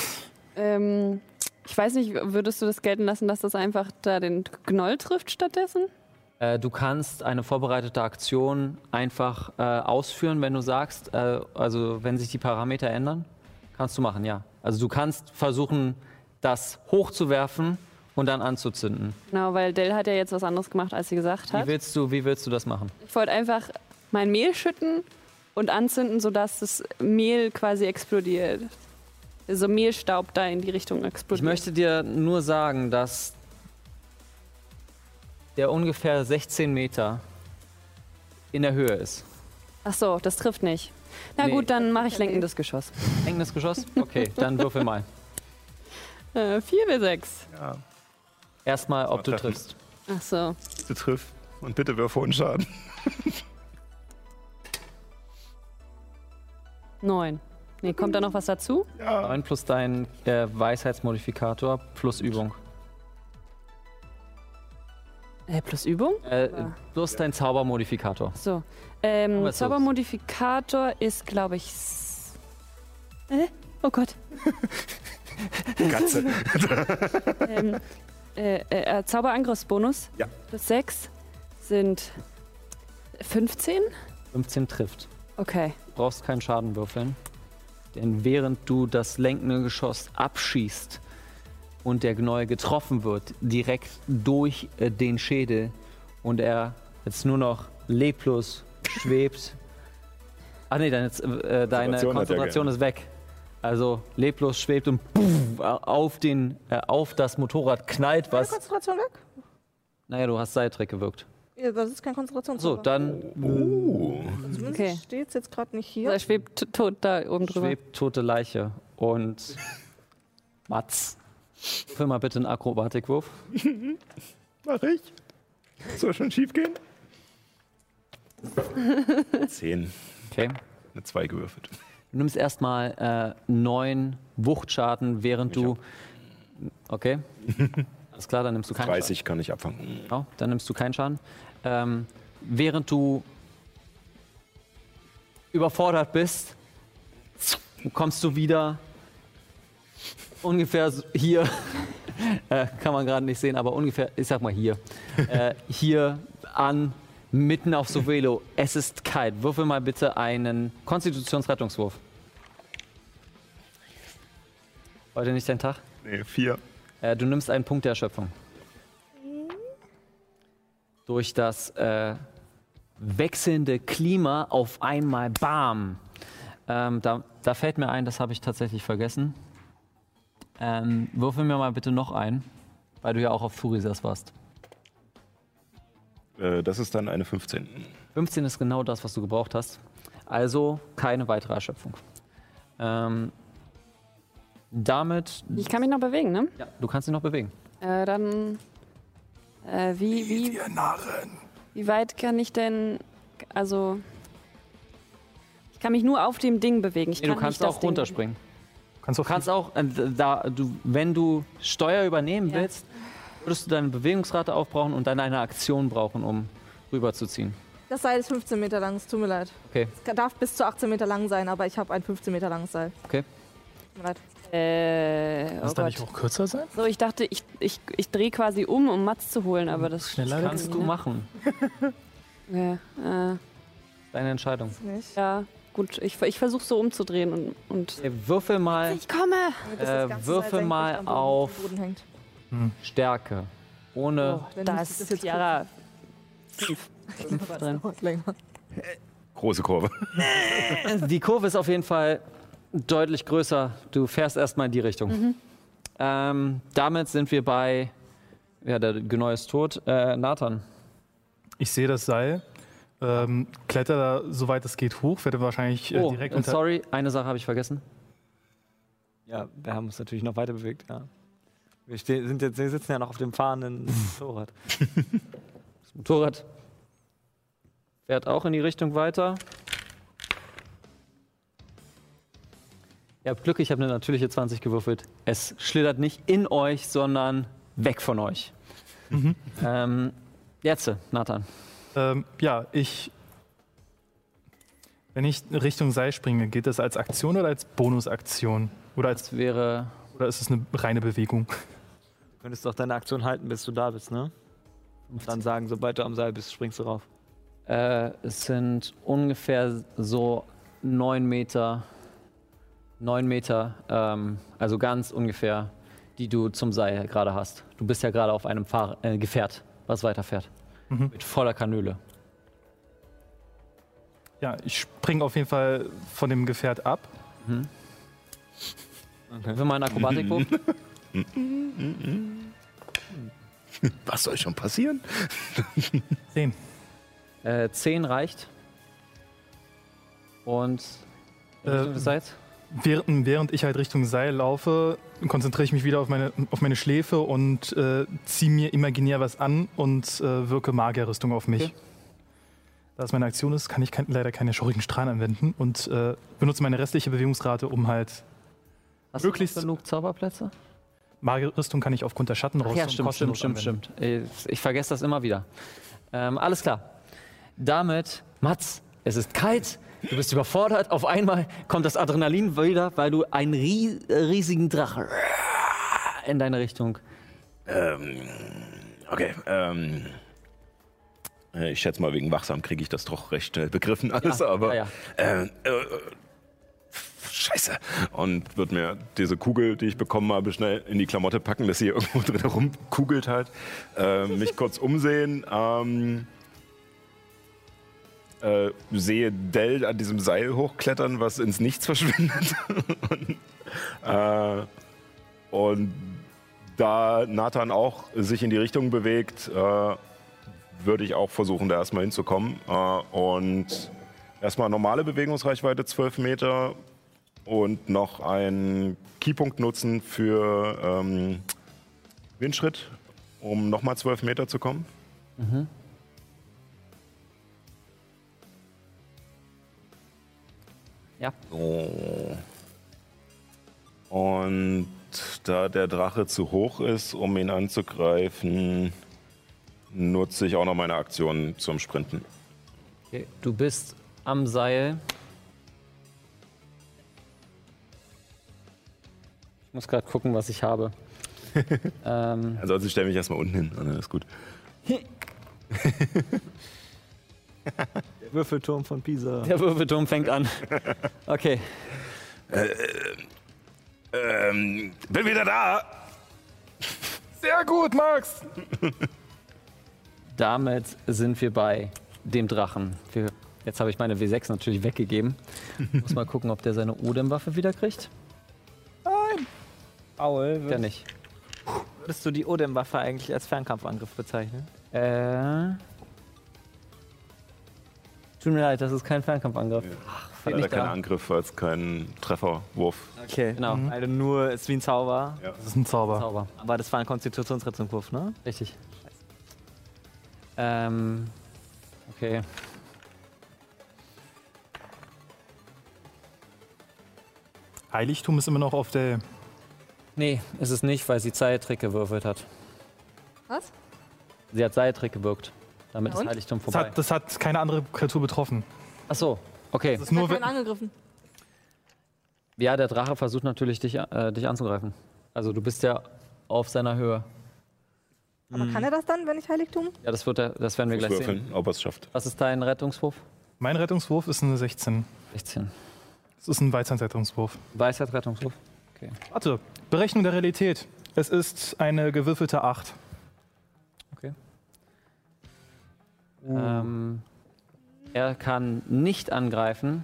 S3: ähm, ich weiß nicht, würdest du das gelten lassen, dass das einfach da den Gnoll trifft stattdessen?
S10: äh, du kannst eine vorbereitete Aktion einfach äh, ausführen, wenn du sagst, äh, also wenn sich die Parameter ändern, kannst du machen, ja. Also du kannst versuchen, das hochzuwerfen und dann anzuzünden.
S3: Genau, weil Dell hat ja jetzt was anderes gemacht, als sie gesagt
S10: Wie
S3: hat.
S10: willst du, wie willst du das machen?
S3: Ich wollte einfach mein Mehl schütten und anzünden, sodass das Mehl quasi explodiert. Also Mehlstaub da in die Richtung explodiert.
S10: Ich möchte dir nur sagen, dass der ungefähr 16 Meter in der Höhe ist.
S3: Ach so, das trifft nicht. Na
S10: Nee.
S3: gut, dann mache ich lenkendes Geschoss.
S10: Enges Geschoss? Okay, dann würfel mal.
S3: Äh, 4 bis 6.
S10: Erstmal, ob du
S2: Treffen.
S5: Hm,
S10: triffst.
S3: Ach so.
S2: [laughs] Du triff. Und bitte wirf hohen Schaden.
S3: 9. Nee, kommt da noch was dazu?
S10: 9 plus dein äh, Weisheitsmodifikator plus Übung.
S3: Äh, plus Übung?
S10: Äh, plus dein Zaubermodifikator.
S3: So.
S10: Aber
S3: Ähm,
S10: es ist-
S3: Zaubermodifikator ist, glaube ich. s- Äh? Oh Gott.
S2: [laughs] Katze.
S3: ähm, äh, äh, äh, Zauberangriffsbonus.
S2: Ja.
S3: Plus 6 sind 15?
S10: 15 trifft.
S3: Okay.
S10: Du brauchst keinen Schaden würfeln. Denn während du das lenkende Geschoss abschießt und der Gnoll getroffen wird, direkt durch äh, den Schädel und er jetzt nur noch leblos schwebt. Ach nee, deine, Z- äh, deine
S2: Konzentration hat er
S10: Konzentration ist weg. Also leblos schwebt und ah, puff, auf, den, äh, auf das Motorrad knallt
S5: Was?
S10: was.
S5: Konzentration weg?
S10: Naja, du hast Seiltrick gewirkt.
S5: Ja, das ist kein Konzentration.
S10: So, dann
S5: Zumindest
S3: Okay.
S5: steht es jetzt gerade nicht hier.
S3: Er äh, schwebt t- tot da oben drüber.
S10: schwebt tote Leiche und Mats. Füll mal bitte einen Akrobatikwurf.
S2: Mach ich. Soll schon schief gehen? [laughs] Zehn.
S10: Okay.
S2: Eine zwei gewürfelt.
S10: Du nimmst erstmal äh, neun Wuchtschaden, während du. Okay. Alles klar, dann nimmst du keinen
S2: 30 kann ich abfangen.
S10: Schaden. Genau, dann nimmst du keinen Schaden. ähm, während du überfordert bist, kommst du wieder ungefähr so- hier. [laughs] äh, kann man gerade nicht sehen, aber ungefähr, ich sag mal hier. äh, hier an, mitten auf Sovelo. Es ist kalt. Würfel mal bitte einen Konstitutionsrettungswurf. Heute nicht dein Tag?
S2: Nee, vier.
S10: Äh, du nimmst einen Punkt der Erschöpfung. Durch das äh, wechselnde Klima auf einmal, bam. Ähm, da, da fällt mir ein, das habe ich tatsächlich vergessen. Ähm, würfel mir mal bitte noch ein, weil du ja auch auf Furisas warst.
S2: Äh, das ist dann eine 15.
S10: 15 ist genau das, was du gebraucht hast. Also keine weitere Erschöpfung. Ähm, damit,
S3: Ich kann mich noch bewegen, ne?
S10: ja, du kannst dich noch bewegen.
S3: Äh, dann. Äh, wie, wie,
S6: Ihr Narren.
S3: wie weit kann ich denn. Also. Ich kann mich nur auf dem Ding bewegen. Ich
S10: Nee,
S3: kann
S10: du kannst
S3: nicht das
S10: auch
S3: Ding-
S10: runterspringen.
S6: Kannst du
S10: Du kannst auch, äh, da, du, wenn du Steuer übernehmen
S3: Ja.
S10: willst, würdest du deine Bewegungsrate aufbrauchen und dann eine Aktion brauchen, um rüberzuziehen.
S5: Das Seil ist 15 Meter lang, es tut mir leid.
S10: Okay.
S5: Es darf bis zu 18 Meter lang sein, aber ich habe ein 15 Meter langes Seil.
S10: Okay.
S5: Tut mir leid.
S3: Äh, oh
S6: Kannst du da
S3: Gott.
S6: nicht auch kürzer sein?
S3: So, ich dachte, ich, ich, ich drehe quasi um, um Mats zu holen, aber das.
S6: Schneller
S3: das
S10: Kannst
S3: kann
S10: du
S3: ich
S10: machen.
S3: nicht. Ja, äh,
S10: Deine Entscheidung.
S5: Nicht?
S3: ja gut. Ich, ich versuche so umzudrehen und. und
S10: Äh, Würfel mal
S3: ich komme!
S5: Damit
S10: Äh,
S5: das ganze Seil
S10: würfel
S5: senkrecht
S10: mal
S5: am Boden-
S10: auf-
S5: Boden hängt.
S10: Stärke. Ohne.
S5: Wenn
S3: Da
S5: ich
S3: ist
S5: jetzt
S3: Chiara.
S5: kurz- dauert länger.
S2: Große Kurve. [laughs]
S10: Äh, Die Kurve ist auf jeden Fall deutlich größer. Du fährst erstmal in die Richtung. Ähm, damit sind wir bei. Ja, der Genau ist tot. Äh, Nathan.
S6: Ich sehe das Seil, ähm, kletter da, soweit es geht, hoch, werde wahrscheinlich äh,
S10: Oh,
S6: direkt
S10: äh,
S6: unter.
S10: sorry, eine Sache habe ich vergessen.
S4: Ja, wir haben uns natürlich noch weiter bewegt, ja. Wir, stehen, sind jetzt, wir sitzen ja noch auf dem fahrenden Motorrad.
S10: Motorrad fährt auch in die Richtung weiter. Ihr habt Glück, ich habe eine natürliche 20 gewürfelt. Es schlittert nicht in euch, sondern weg von euch. Ähm, jetzt, Nathan.
S6: Ähm, ja, ich. Wenn ich Richtung Seil springe, geht das als Aktion oder als Bonusaktion? Oder, als,
S10: Das wäre.
S6: oder ist es eine reine Bewegung?
S4: Du könntest doch deine Aktion halten, bis du da bist, ne? Und dann sagen, sobald du am Seil bist, springst du rauf.
S10: Äh, es sind ungefähr so 9 Meter. 9 Meter, ähm, also ganz ungefähr, die du zum Seil gerade hast. Du bist ja gerade auf einem Fahr äh, Gefährt, was weiterfährt. Mit voller Kanüle.
S6: Ja, ich springe auf jeden Fall von dem Gefährt ab.
S10: Wenn wir mal einen Akrobatikwurf.
S2: Was soll schon passieren?
S6: Sehen.
S10: äh, 10 reicht. Und
S6: Äh,
S10: äh, seid?
S6: Während, während ich halt Richtung Seil laufe, konzentriere ich mich wieder auf meine, auf meine Schläfe und äh, ziehe mir imaginär was an und äh, wirke Magierrüstung auf mich.
S10: Okay.
S6: Da es meine Aktion ist, kann ich kein, leider keine schaurigen Strahlen anwenden und äh, benutze meine restliche Bewegungsrate, um halt
S10: Hast
S6: möglichst-
S10: du noch genug Zauberplätze?
S6: Magierrüstung kann ich aufgrund der Schattenrüstung
S10: Ach ja, stimmt, stimmt,
S6: kostenlos
S10: stimmt,
S6: anwenden.
S10: stimmt. Äh, Ich vergesse das immer wieder. Ähm, alles klar. Damit, Mats, es ist kalt, du bist überfordert. Auf einmal kommt das Adrenalin wieder, weil du einen rie äh, riesigen Drachen in deine Richtung.
S2: Ähm, okay, ähm. äh, Ich schätze mal, wegen Wachsam kriege ich das doch recht schnell begriffen alles, aber.
S10: ja,
S2: ähm, Äh, pf, Scheiße. Und wird mir diese Kugel, die ich bekommen habe, schnell in die Klamotte packen, dass sie hier irgendwo [laughs] drin rumkugelt halt. Äh, mich kurz umsehen. Ähm, äh, sehe Dell an diesem Seil hochklettern, was ins Nichts verschwindet. [laughs] und, äh, und da Nathan auch sich in die Richtung bewegt, äh, würde ich auch versuchen, da erstmal hinzukommen. Äh, und erstmal normale Bewegungsreichweite 12 Meter und noch einen Keypunkt nutzen für ähm, Windschritt, um nochmal 12 Meter zu kommen.
S10: Ja.
S2: So. Und da der Drache zu hoch ist, um ihn anzugreifen, nutze ich auch noch meine Aktion zum Sprinten.
S10: Okay, du bist am Seil. Ich muss gerade gucken, was ich habe. ähm,
S2: Ansonsten stelle ich Also, mich erstmal unten hin und dann ist gut.
S4: Der Würfelturm von Pisa.
S10: der Würfelturm fängt an. Okay.
S2: Ähm, bin wieder da!
S6: Sehr gut, Max!
S10: Damit sind wir bei dem Drachen. Wir, jetzt habe ich meine W6 natürlich weggegeben. Muss mal gucken, ob der seine Odem-Waffe wiederkriegt.
S4: Aul,
S10: Der nicht.
S4: würdest du die Odem-Waffe eigentlich als Fernkampfangriff bezeichnen?
S10: Äh. Tut mir leid, das ist kein Fernkampfangriff.
S2: Hat leider keinen Angriff, als keinen Trefferwurf.
S4: Okay.
S10: Genau,
S4: Also nur ist wie ein Zauber.
S6: Das ist ein Zauber.
S10: Zauber.
S4: Aber das war ein Konstitutionsrettungswurf, ne?
S10: Richtig. Ähm. Okay.
S6: Heiligtum ist immer noch auf der.
S10: Nee, ist es nicht, weil sie Zeiltrick gewürfelt hat.
S5: Was?
S10: Sie hat Seiltrick gewirkt. Damit
S5: Na
S10: ist
S5: und?
S10: Heiligtum
S6: Das
S10: vorbei.
S6: hat, das hat keine andere Kreatur betroffen.
S10: Ach so, okay.
S6: Das ist
S5: Nur
S6: nur, wenn,
S5: hat angegriffen.
S10: Ja, der Drache versucht natürlich, dich, äh, dich anzugreifen. Also du bist ja auf seiner Höhe.
S4: Mm.
S5: Aber kann er das dann, wenn ich Heiligtum?
S10: Ja, das, wird er, das werden wir gleich sehen.
S2: Würfeln, ob er es schafft.
S10: Was ist dein Rettungswurf?
S6: mein Rettungswurf ist eine 16.
S10: 16.
S6: Das ist ein Weizhandrettungswurf.
S10: Weisheit Rettungswurf?
S6: Warte, Berechnung der Realität. Es ist eine gewürfelte 8.
S10: Ähm, er kann nicht angreifen.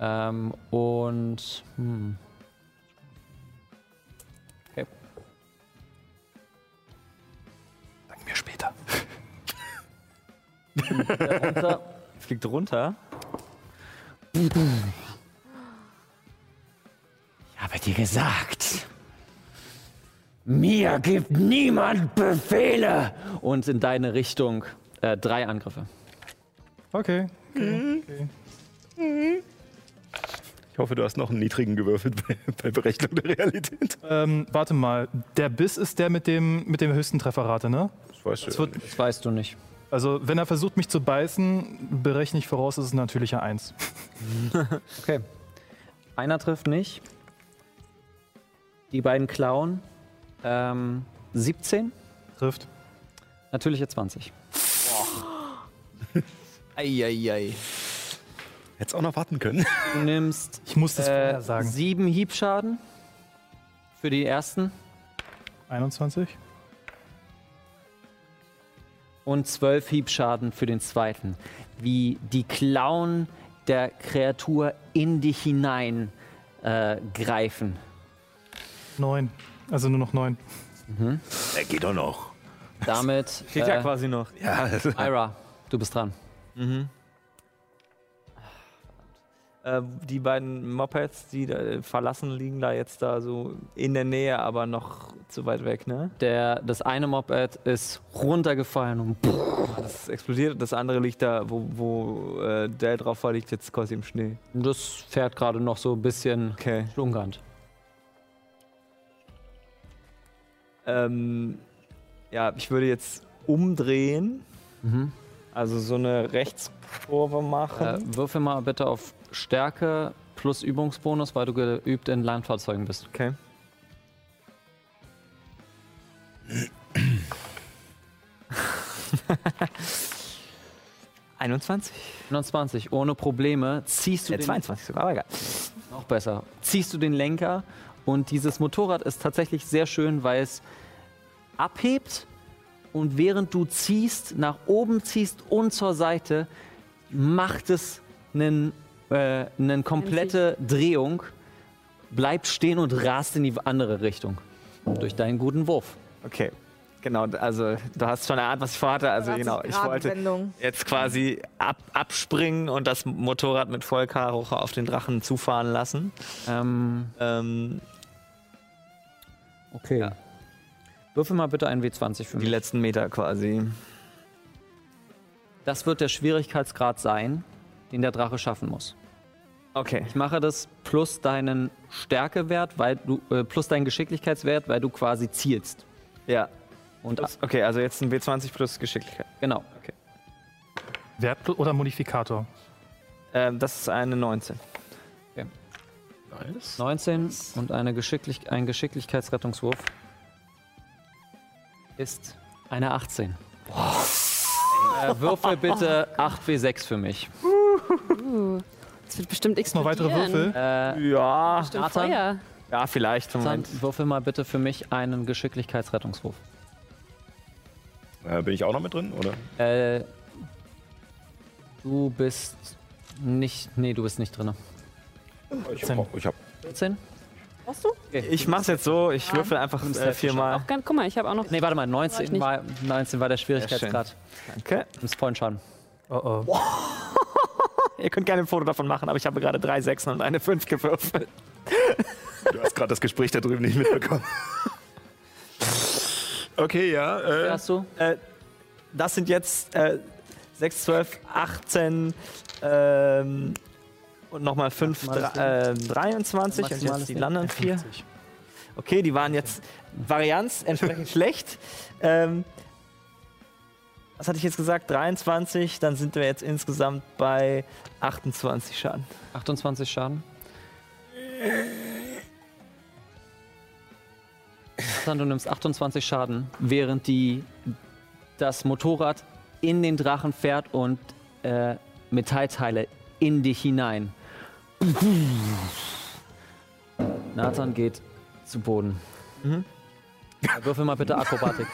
S10: Ähm, und. Hm. Okay.
S6: Sag mir später.
S10: Runter.
S4: Fliegt runter.
S8: Ich habe dir gesagt. Mir gibt niemand Befehle.
S10: Und in deine Richtung äh, drei Angriffe.
S6: Okay.
S2: Ich hoffe, du hast noch einen niedrigen gewürfelt bei, bei Berechnung der Realität.
S6: Ähm, warte mal. Der Biss ist der mit dem, mit dem höchsten Trefferrate, ne?
S2: Das weißt du.
S6: Das wird,
S10: Das weißt du nicht.
S6: also, wenn er versucht, mich zu beißen, berechne ich voraus, es ist ein natürlicher 1.
S10: Okay. Einer trifft nicht. Die beiden Klauen. Ähm, 17,
S6: Trifft.
S10: natürliche 20.
S4: Eieiei.
S2: Hättest auch noch warten können.
S10: Du nimmst
S6: Ich muss das
S10: Äh,
S6: vorher sagen.
S10: sieben Hiebschaden für die ersten
S6: 21?
S10: und zwölf Hiebschaden für den zweiten. Wie die Klauen der Kreatur in dich hinein äh, greifen.
S6: 9. Also nur noch 9.
S2: Er geht doch noch.
S10: Damit,
S4: Steht ja
S10: äh,
S4: quasi noch.
S10: Ira, du bist dran.
S4: Äh, die beiden Mopeds, die da verlassen, liegen da jetzt da so in der Nähe, aber noch zu weit weg, ne?
S10: Der, das eine Moped ist runtergefallen und pff,
S4: Das explodiert und das andere liegt da, wo, wo äh, Dell drauf war, liegt jetzt quasi im Schnee.
S10: das fährt gerade noch so ein bisschen
S4: Okay.
S10: schlungernd.
S4: Ähm, ja, ich würde jetzt umdrehen. Also so eine Rechtskurve
S10: Äh,
S4: machen.
S10: würfel mal bitte auf Stärke plus Übungsbonus, weil du geübt in Landfahrzeugen bist.
S4: Okay. Äh, Einundzwanzig.
S10: 29, ohne Probleme ziehst du
S4: Ja,
S10: den
S4: 22 sogar, aber egal.
S10: noch besser. Ziehst du den Lenker und dieses Motorrad ist tatsächlich sehr schön, weil es abhebt und während du ziehst, nach oben ziehst und zur Seite, macht es einen, äh, eine komplette Drehung, bleibt stehen und rast in die andere Richtung. Durch deinen guten Wurf.
S4: Okay. Genau, also du hast schon erahnt, was ich vorhatte. Also genau, ich wollte
S5: Wendung.
S4: jetzt quasi ab, abspringen und das Motorrad mit Vollkaroche auf den Drachen zufahren lassen.
S10: Ähm,
S4: Ähm,
S10: okay. Würfel mal bitte einen W20 für
S4: die
S10: mich.
S4: letzten Meter quasi.
S10: Das wird der Schwierigkeitsgrad sein, den der Drache schaffen muss.
S4: Okay.
S10: Ich mache das plus deinen Stärkewert, weil du äh, plus deinen Geschicklichkeitswert, weil du quasi zielst.
S4: Ja.
S10: Und
S4: Das- Okay, also jetzt ein W20 plus Geschicklichkeit.
S10: genau.
S6: Wert pl- oder Modifikator?
S4: Ähm, das ist eine 19.
S10: 19 und eine Geschicklich ein Geschicklichkeitsrettungswurf ist eine 18. Äh, würfel bitte 8W6 für mich.
S3: Das wird bestimmt
S6: Noch
S3: explodieren.
S6: weitere Würfel?
S10: Äh,
S4: Ja,
S3: Bestimmt
S10: Nathan?
S3: Feuer.
S4: ja, vielleicht.
S10: dann
S4: Moment.
S10: würfel mal bitte für mich einen Geschicklichkeitsrettungswurf.
S2: Äh, bin ich auch noch mit drin, oder?
S10: Äh, du bist nicht. Nee, du bist nicht drin.
S2: Ich
S6: Zehn.
S2: hab, ich hab
S10: 14?
S5: Hast du?
S4: Ich mach's jetzt so, ich würfel einfach äh, viermal.
S3: Auch ganz, guck mal, ich habe auch noch.
S10: Nee, warte mal,
S3: War ich
S10: 19
S3: nicht.
S10: war, 19 war der Schwierigkeitsgrad.
S4: Danke.
S10: Du bist vollen Schaden.
S6: Oh oh.
S4: Ihr könnt gerne ein Foto davon machen, aber ich habe gerade drei Sechsen und eine Fünf gewürfelt.
S2: Du hast gerade das Gespräch da drüben nicht mitbekommen. Okay, ja. Äh,
S10: Hast du?
S4: Das sind jetzt äh, 6, 12, 18 ähm, und nochmal 5, äh, 23 und jetzt die anderen vier. Okay, die waren jetzt Varianz entsprechend schlecht. Ähm, was hatte ich jetzt gesagt? 23, dann sind wir jetzt insgesamt bei 28 Schaden.
S10: 28 Schaden. Nathan, du nimmst 28 Schaden, während die, das Motorrad in den Drachen fährt und äh, Metallteile in dich hinein. Nathan geht zu Boden. Mhm. Würfel mal bitte Akrobatik.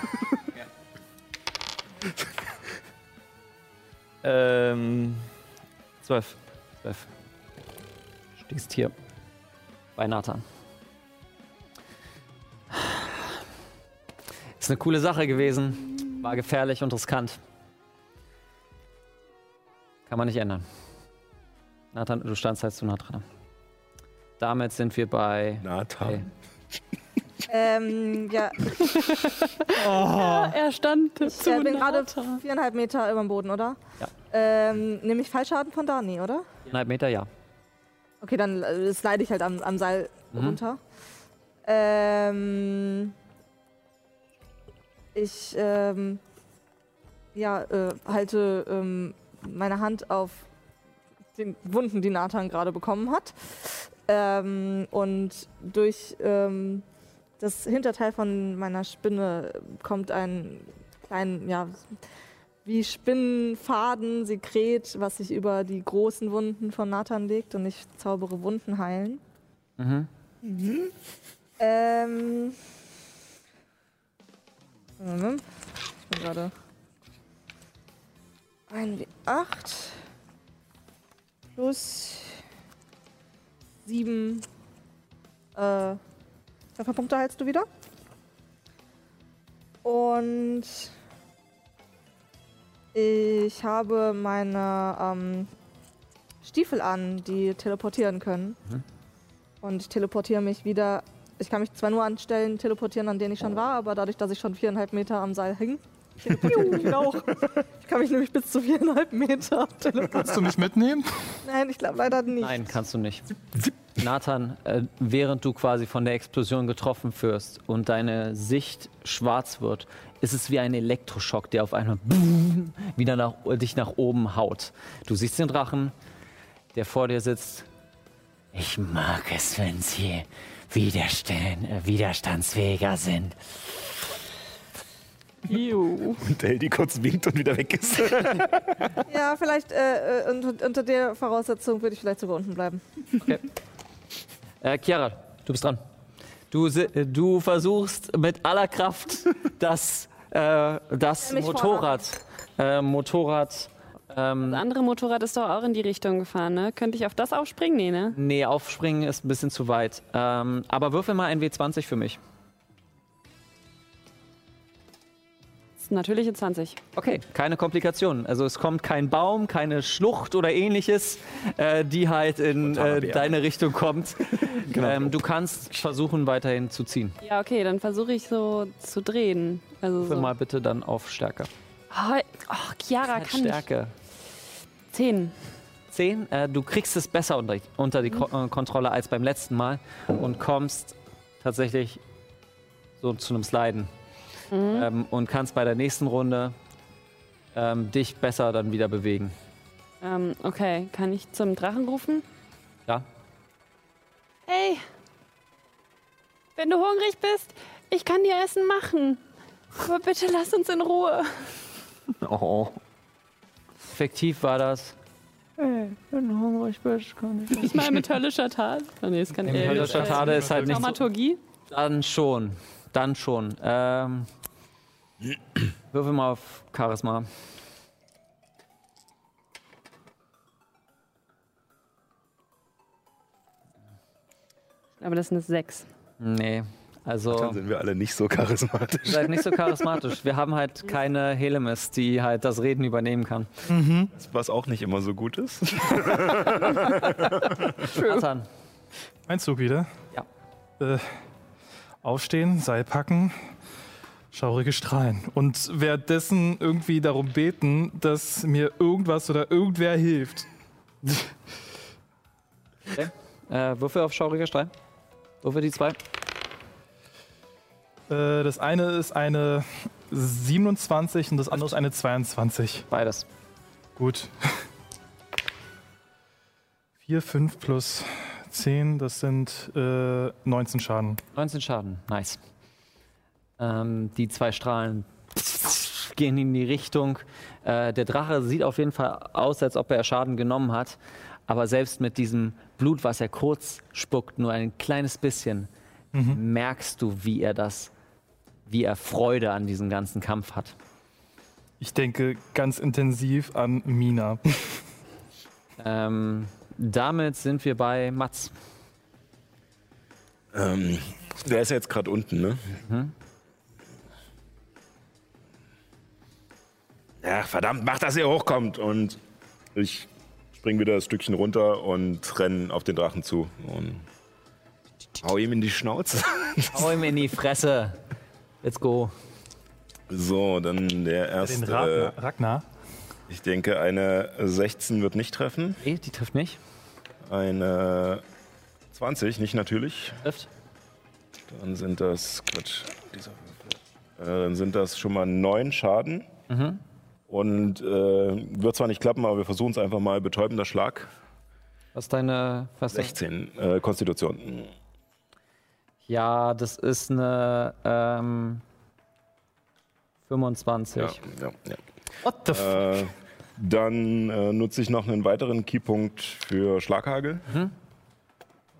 S4: Ähm, 12.
S10: Zwölf. Stehst hier bei Nathan. Ist eine coole Sache gewesen. War gefährlich und riskant. Kann man nicht ändern. Nathan, du standst halt zu nah dran. Damit sind wir bei.
S2: Nathan.
S10: Hey.
S5: Ähm, ja,
S3: Ja, er stand
S5: ich
S3: zu
S5: äh, bin
S3: nah
S5: gerade
S3: dran.
S5: viereinhalb Meter über dem Boden, oder?
S10: Ja.
S5: Ähm, nehme ich Fallschaden von Dani, oder?
S10: 1,5 Meter, ja.
S5: Okay, dann äh, slide ich halt am, am Seil
S10: Mhm.
S5: runter. Ähm, ich ähm, ja, äh, halte ähm, meine Hand auf den Wunden, die Nathan gerade bekommen hat. Ähm, und durch ähm, das Hinterteil von meiner Spinne kommt ein kleinen, ja, wie Spinnenfaden, Sekret, was sich über die großen Wunden von Nathan legt und ich zaubere Wunden heilen.
S10: Mhm.
S5: Ähm. Moment. Ich bin gerade. 1 wie 8 plus 7. Äh, wie viele Punkte heilst du wieder? Und ich habe meine ähm, Stiefel an, die teleportieren können. Und ich teleportiere mich wieder. Ich kann mich zwar nur an Stellen teleportieren, an denen ich schon war, aber dadurch, dass ich schon viereinhalb Meter am Seil hing, teleportiere ich mich wieder hoch. Ich kann mich nämlich bis zu viereinhalb Meter [laughs] teleportieren.
S6: Kannst du mich mitnehmen?
S5: Nein, ich glaube leider nicht.
S10: Nein, kannst du nicht. Nathan, äh, während du quasi von der Explosion getroffen wirst und deine Sicht schwarz wird, ist es wie ein Elektroschock, der auf einmal [laughs] boom, wieder nach, äh, dich nach oben haut. Du siehst den Drachen, der vor dir sitzt.
S11: Ich mag es, wenn sie Widerstand, äh, widerstandsfähiger sind.
S2: und der die kurz winkt und wieder weg ist.
S5: Ja, vielleicht äh, äh, unter, unter der Voraussetzung würde ich vielleicht sogar unten bleiben.
S10: Äh, Chiara, du bist dran. Du, si- äh, du versuchst mit aller Kraft [laughs] das, äh, das
S5: Mich
S10: Motorrad, äh, Motorrad ähm,
S3: Das andere Motorrad ist doch auch in die Richtung gefahren, ne? Könnte ich auf das aufspringen? Nee, ne?
S10: Nee, aufspringen ist ein bisschen zu weit. Ähm, aber würfel mal ein W20 für mich.
S3: Das ist natürlich in 20.
S10: Okay. Keine Komplikationen. Also es kommt kein Baum, keine Schlucht oder ähnliches, äh, die halt in äh, deine Richtung kommt. ähm, du kannst versuchen, weiterhin zu ziehen.
S3: Ja, okay, dann versuche ich so zu drehen. Also so.
S10: Würfel mal bitte dann auf Stärke.
S3: Oh, oh, Chiara kann nicht.
S10: Stärke.
S3: 10.
S10: 10. Äh, du kriegst es besser unter, unter die Ko äh, Kontrolle als beim letzten Mal und kommst tatsächlich so zu einem Sliden. ähm, und kannst bei der nächsten Runde ähm, dich besser dann wieder bewegen.
S3: Ähm, okay, kann ich zum Drachen rufen?
S10: Ja.
S3: Hey, wenn du hungrig bist, ich kann dir Essen machen. Aber bitte lass uns in Ruhe.
S10: Oh. Effektiv war das.
S3: Ich meine, metallischer Tat. Ah, Nee, es kann eher-
S10: Metallischer Tat ist halt nicht so-
S3: Dramaturgie.
S10: Dann schon. Dann schon. Ähm, würfel mal auf Charisma.
S3: Aber das ist eine 6.
S10: Nee. Also,
S2: Dann sind wir alle nicht so charismatisch.
S10: seid nicht so charismatisch. Wir haben halt keine Helemis, die halt das Reden übernehmen kann.
S2: Was auch nicht immer so gut ist.
S10: Nathan,
S6: Mein Zug wieder.
S10: Ja.
S6: Äh, aufstehen, Seil packen, schaurige Strahlen. Und währenddessen irgendwie darum beten, dass mir irgendwas oder irgendwer hilft.
S10: äh, würfel auf schauriger Stein. Würfel die zwei.
S6: Äh, das eine ist eine 27 und das andere ist eine 22.
S10: Beides.
S6: Gut. 4, 5 plus 10, das sind äh, 19 Schaden.
S10: 19 Schaden. Nice. Ähm, die zwei Strahlen gehen in die Richtung. Äh, der Drache sieht auf jeden Fall aus, als ob er Schaden genommen hat. Aber selbst mit diesem Blut, was er kurz spuckt, nur ein kleines bisschen, merkst du, wie er das, wie er Freude an diesem ganzen Kampf hat.
S6: Ich denke ganz intensiv an Mina.
S10: Ähm, damit sind wir bei Mats.
S2: Ähm, der ist ja jetzt gerade unten, ne? Ja, verdammt, macht, dass ihr hochkommt. Und ich spring wieder das Stückchen runter und renn auf den Drachen zu. Und hau ihm in die Schnauze.
S10: Hau ihm in die Fresse. Let's go.
S2: So, dann der
S6: Den ne?
S2: erste.
S6: Ragnar. Ragnar.
S2: Ich denke, eine 16 wird nicht treffen.
S10: Nee, die trifft nicht.
S2: Eine 20, nicht natürlich.
S10: Trifft.
S2: Dann sind das, Quatsch, dieser Würfel. Äh, dann sind das schon mal neun Schaden.
S10: Mhm.
S2: Und äh, wird zwar nicht klappen, aber wir versuchen es einfach mal. Betäubender Schlag.
S10: Was ist deine. Was ist dein-
S2: 16, äh, Konstitution.
S10: Ja, das ist eine ähm, 25.
S2: Ja, ja, ja.
S6: What the f
S2: Äh, dann äh, nutze ich noch einen weiteren Keypunkt für Schlaghagel.
S6: Mhm.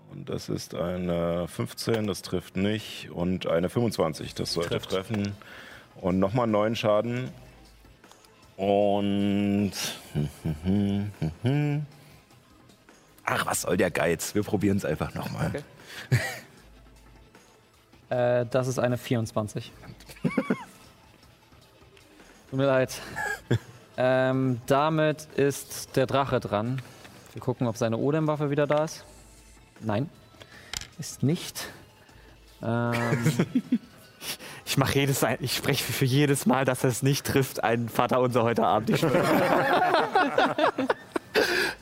S2: Und das ist eine 15, das trifft nicht. Und eine 25, das sollte treffen. Und nochmal 9 Schaden. Und. Ach, was soll der Geiz? Wir probieren es einfach nochmal.
S10: Äh, das ist eine 24. Tut mir leid. ähm, damit ist der Drache dran. Wir gucken, ob seine Odem-Waffe wieder da ist. Nein, ist nicht. Ähm,
S4: Ich mache jedes, ein- ich spreche für jedes Mal, dass er es nicht trifft, einen Vater unser heute Abend. Ich, schwöre.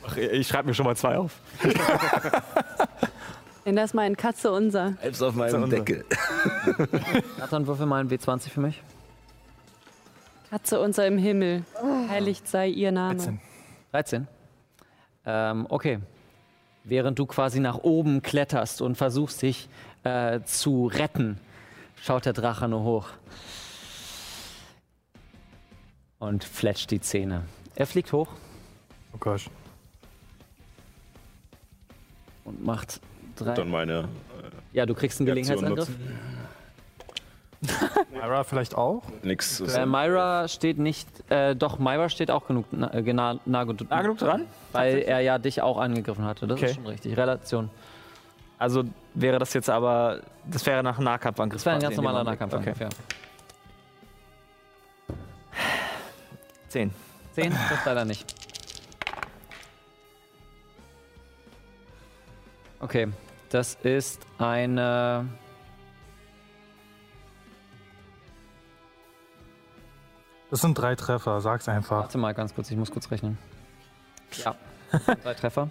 S4: Mach- ich schreibe mir schon mal zwei auf.
S3: Nenn das mal in Katze unser.
S2: Selbst auf meinem Deckel.
S10: Nathan, würfel mal ein W20 für mich.
S3: Katze unser im Himmel. Heiligt sei ihr Name.
S6: 13.
S10: 13. Ähm, okay. Während du quasi nach oben kletterst und versuchst, dich äh, zu retten, schaut der Drache nur hoch. Und fletscht die Zähne. Er fliegt hoch
S6: Oh Gott.
S10: und macht drei.
S2: Dann meine
S10: Ja, du kriegst einen
S2: Reaktion
S10: Gelegenheitsangriff.
S2: nutzen.
S6: Myra vielleicht auch?
S2: Nix.
S10: Äh, Myra steht nicht. Äh, doch, Myra steht auch genug na, äh, nah, nah,
S4: Nah genug dran?
S10: Weil er ja dich auch angegriffen hatte. Das
S4: Ah, Okay.
S10: ist schon richtig. Relation.
S4: Also wäre das jetzt aber, das wäre nach einem Nahkampfangriff.
S10: Das wäre ein ganz
S4: quasi in dem
S10: normaler
S4: Augenblick.
S10: Nahkampf.
S4: Okay.
S10: ungefähr.
S4: Zehn.
S10: Zehn trifft leider nicht. Okay, das ist eine.
S6: Das sind drei Treffer, sag's einfach.
S10: Warte mal ganz kurz, ich muss kurz rechnen. Ja, drei Treffer.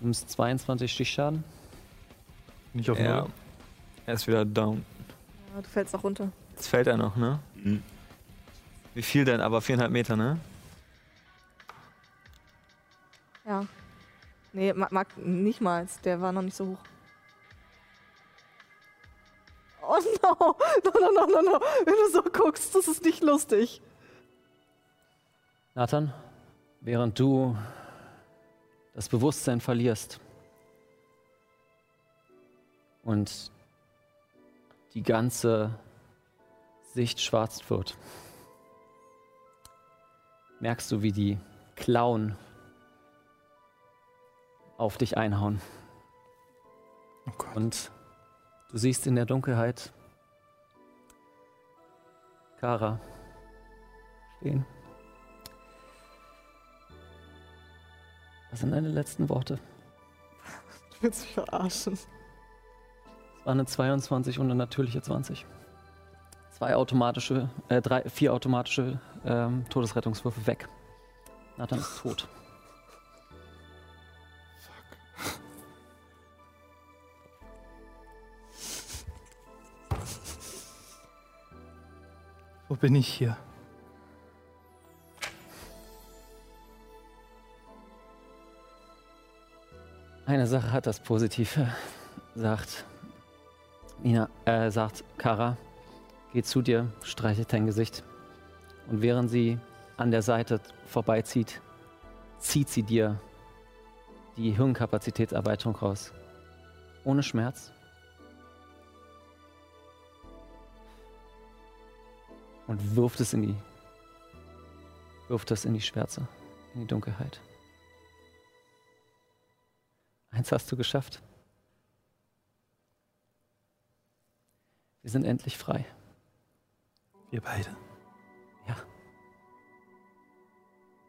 S10: Du bist 22 Stichschaden.
S6: Nicht auf
S4: Ja.
S6: Null.
S4: Er ist wieder down.
S5: Ja, Du fällst auch runter.
S4: Jetzt fällt er noch, ne? Wie viel denn? Aber viereinhalb Meter, ne?
S5: Ja. Nee, mag, mag nicht mal. Der war noch nicht so hoch. Oh no! [laughs] No, no, no, no, no! Wenn du so guckst, das ist nicht lustig.
S10: Nathan, während du das Bewusstsein verlierst und die ganze Sicht schwarz wird, merkst du, wie die Klauen auf dich einhauen. Und du siehst in der Dunkelheit Kara stehen. Was sind deine letzten Worte?
S5: Du willst mich verarschen.
S10: Es war eine 22 und eine natürliche 20. Zwei automatische, äh, drei, vier automatische ähm, Todesrettungswürfe weg. Nathan ist tot.
S6: Wo bin ich hier?
S10: Eine Sache hat das Positive, sagt Nina, äh, sagt Kara. Geht zu dir, streichelt dein Gesicht. Und während sie an der Seite vorbeizieht, zieht sie dir die Hirnkapazitätserweiterung raus. Ohne Schmerz. Und wirft es in die. Wirft es in die Schwärze, in die Dunkelheit. Eins hast du geschafft. Wir sind endlich frei.
S6: Wir beide.
S10: Ja.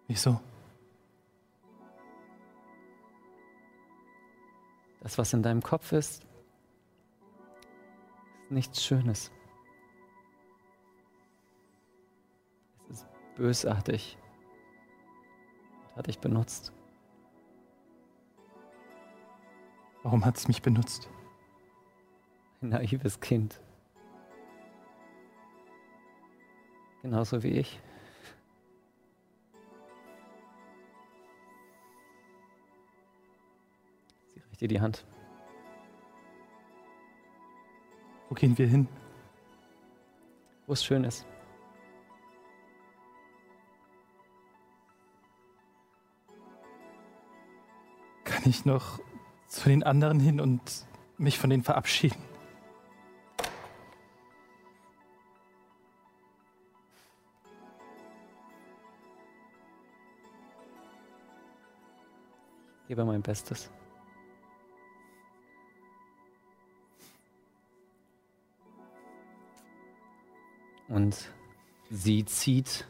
S6: Wieso?
S10: Das, was in deinem Kopf ist, ist nichts Schönes. Es ist bösartig. Und hat dich benutzt.
S6: Warum hat es mich benutzt?
S10: Ein naives Kind. Genauso wie ich. Sie reicht dir die Hand.
S6: Wo gehen wir hin?
S10: wo es schön ist.
S6: Kann ich noch zu den anderen hin und mich von denen verabschieden?
S10: Ich gebe mein Bestes. Und sie zieht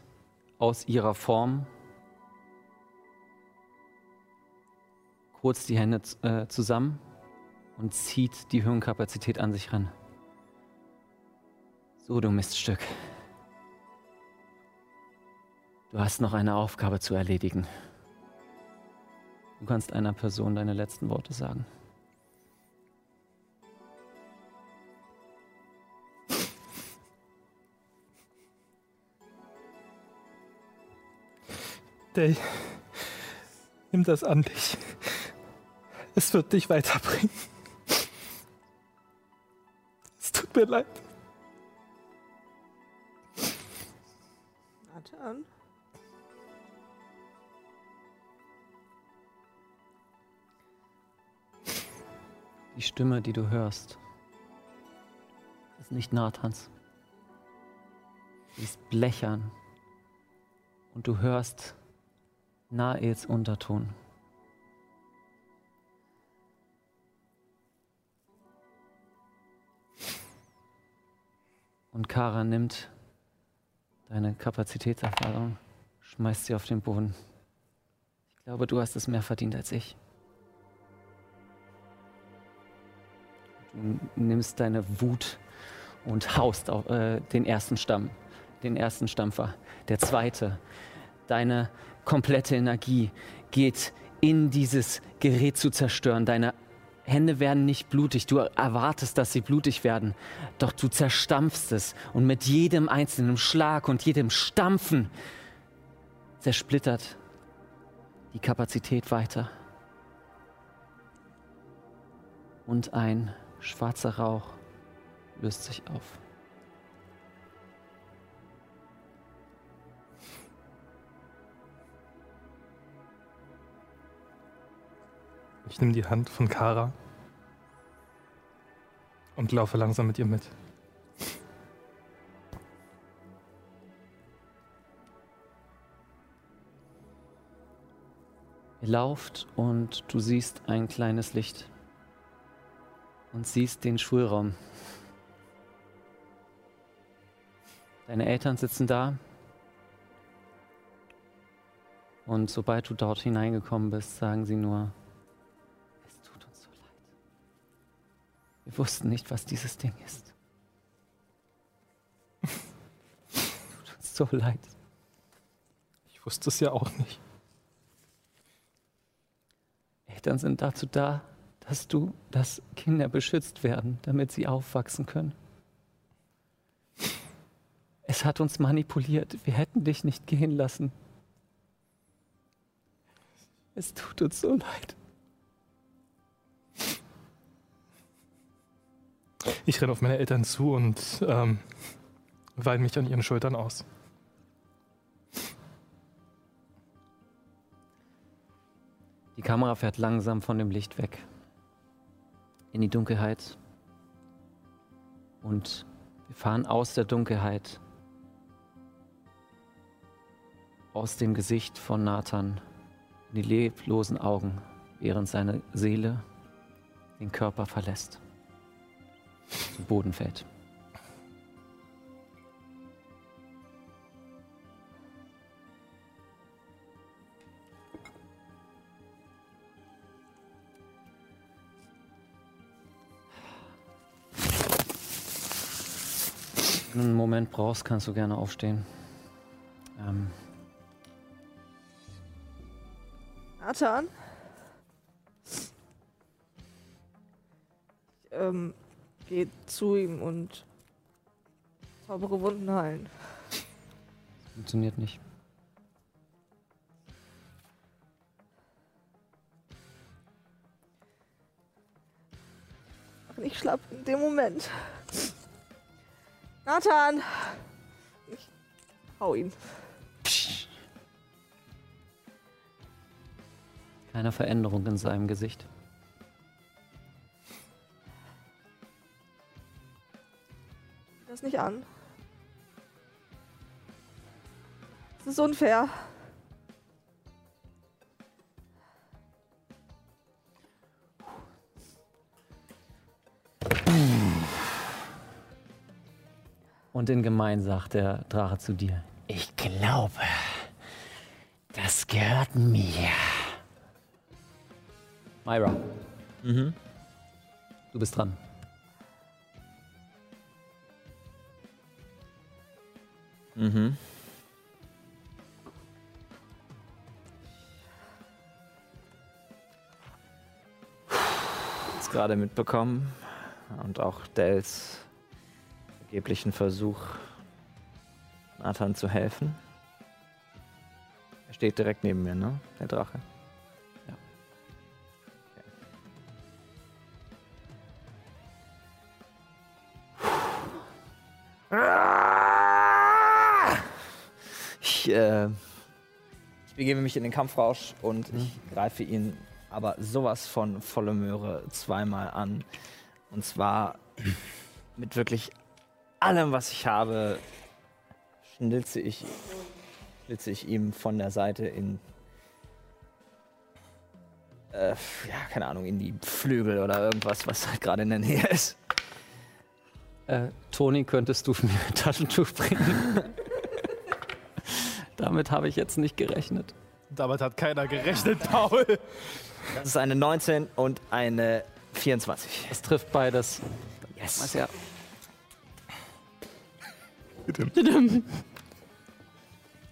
S10: aus ihrer Form kurz die Hände z- äh, zusammen und zieht die Hirnkapazität an sich ran. So, du Miststück. Du hast noch eine Aufgabe zu erledigen. Du kannst einer Person deine letzten Worte sagen.
S6: Day, nimm das an dich. Es wird dich weiterbringen. Es tut mir leid.
S5: Nathan?
S10: Die Stimme, die du hörst, ist nicht Nathans. Sie ist blechern. Und du hörst Naels Unterton. Und Kara nimmt deine Kapazitätserfahrung, schmeißt sie auf den Boden. Ich glaube, du hast es mehr verdient als ich. Du nimmst deine Wut und haust auf, äh, den ersten Stamm, den ersten Stampfer, der zweite. Deine komplette Energie geht in dieses Gerät zu zerstören. Deine Hände werden nicht blutig. Du erwartest, dass sie blutig werden. Doch du zerstampfst es. Und mit jedem einzelnen Schlag und jedem Stampfen zersplittert die Kapazität weiter. Und ein schwarzer Rauch löst sich auf.
S6: Ich nehme die Hand von Kara und laufe langsam mit ihr mit.
S10: Ihr lauft und du siehst ein kleines Licht. Und siehst den Schulraum. Deine Eltern sitzen da. Und sobald du dort hineingekommen bist, sagen sie nur, es tut uns so leid. Wir wussten nicht, was dieses Ding ist. Es tut uns so leid.
S6: Ich wusste es ja auch nicht.
S10: Eltern sind dazu da, dass du, dass Kinder beschützt werden, damit sie aufwachsen können. Es hat uns manipuliert. Wir hätten dich nicht gehen lassen. Es tut uns so leid.
S6: Ich renne auf meine Eltern zu und ähm, weine mich an ihren Schultern aus.
S10: Die Kamera fährt langsam von dem Licht weg. In die Dunkelheit. Und wir fahren aus der Dunkelheit. Aus dem Gesicht von Nathan. In die leblosen Augen, während seine Seele den Körper verlässt. Zu Boden fällt. Wenn du einen Moment brauchst, kannst du gerne aufstehen. Ähm,
S5: Nathan? Ich ähm, gehe zu ihm und saubere Wunden heilen.
S10: funktioniert nicht.
S5: Und ich schlapp in dem Moment. Nathan! Ich hau ihn.
S10: Keine Veränderung in seinem Gesicht.
S5: Das nicht an. Das ist unfair.
S10: Und in gemein sagt der Drache zu dir.
S13: Ich glaube, das gehört mir.
S10: Myra. Du bist dran.
S4: Mhm. Jetzt gerade mitbekommen und auch Dels vergeblichen Versuch, Nathan zu helfen. Er steht direkt neben mir, ne? Der Drache. Ja. Ich, äh, ich begebe mich in den Kampfrausch und ich greife ihn aber sowas von volle Möhre zweimal an. Und zwar mit wirklich allem, was ich habe, schnitze ich, schnitze ich ihm von der Seite in. Äh, ja, keine Ahnung, in die Flügel oder irgendwas, was halt gerade in der Nähe ist.
S10: Äh, Toni, könntest du mir ein Taschentuch bringen? [laughs] Damit habe ich jetzt nicht gerechnet.
S6: Damit hat keiner gerechnet, Paul.
S4: Das ist eine 19 und eine 24.
S10: Es trifft beides.
S4: Yes.
S10: Ja.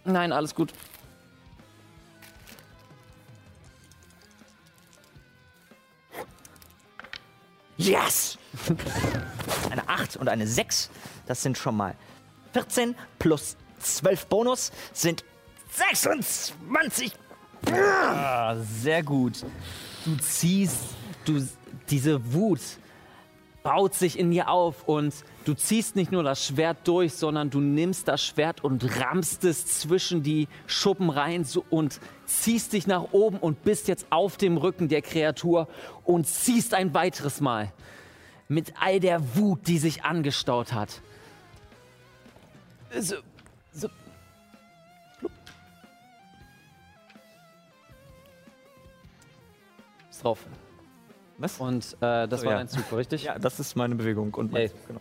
S10: Nein, alles gut.
S4: Yes! Eine 8 und eine 6, das sind schon mal 14 plus 12 Bonus sind 26.
S10: Ah, sehr gut. Du ziehst, du, diese Wut baut sich in dir auf und du ziehst nicht nur das Schwert durch, sondern du nimmst das Schwert und rammst es zwischen die Schuppen rein so- und ziehst dich nach oben und bist jetzt auf dem Rücken der Kreatur und ziehst ein weiteres Mal mit all der Wut, die sich angestaut hat. So, so, Ist drauf.
S4: Was?
S10: Und äh, das
S4: Oh,
S10: war
S4: ja.
S10: dein Zug, richtig?
S4: Ja, das ist meine Bewegung und mein
S10: Ey.
S4: Zug, genau.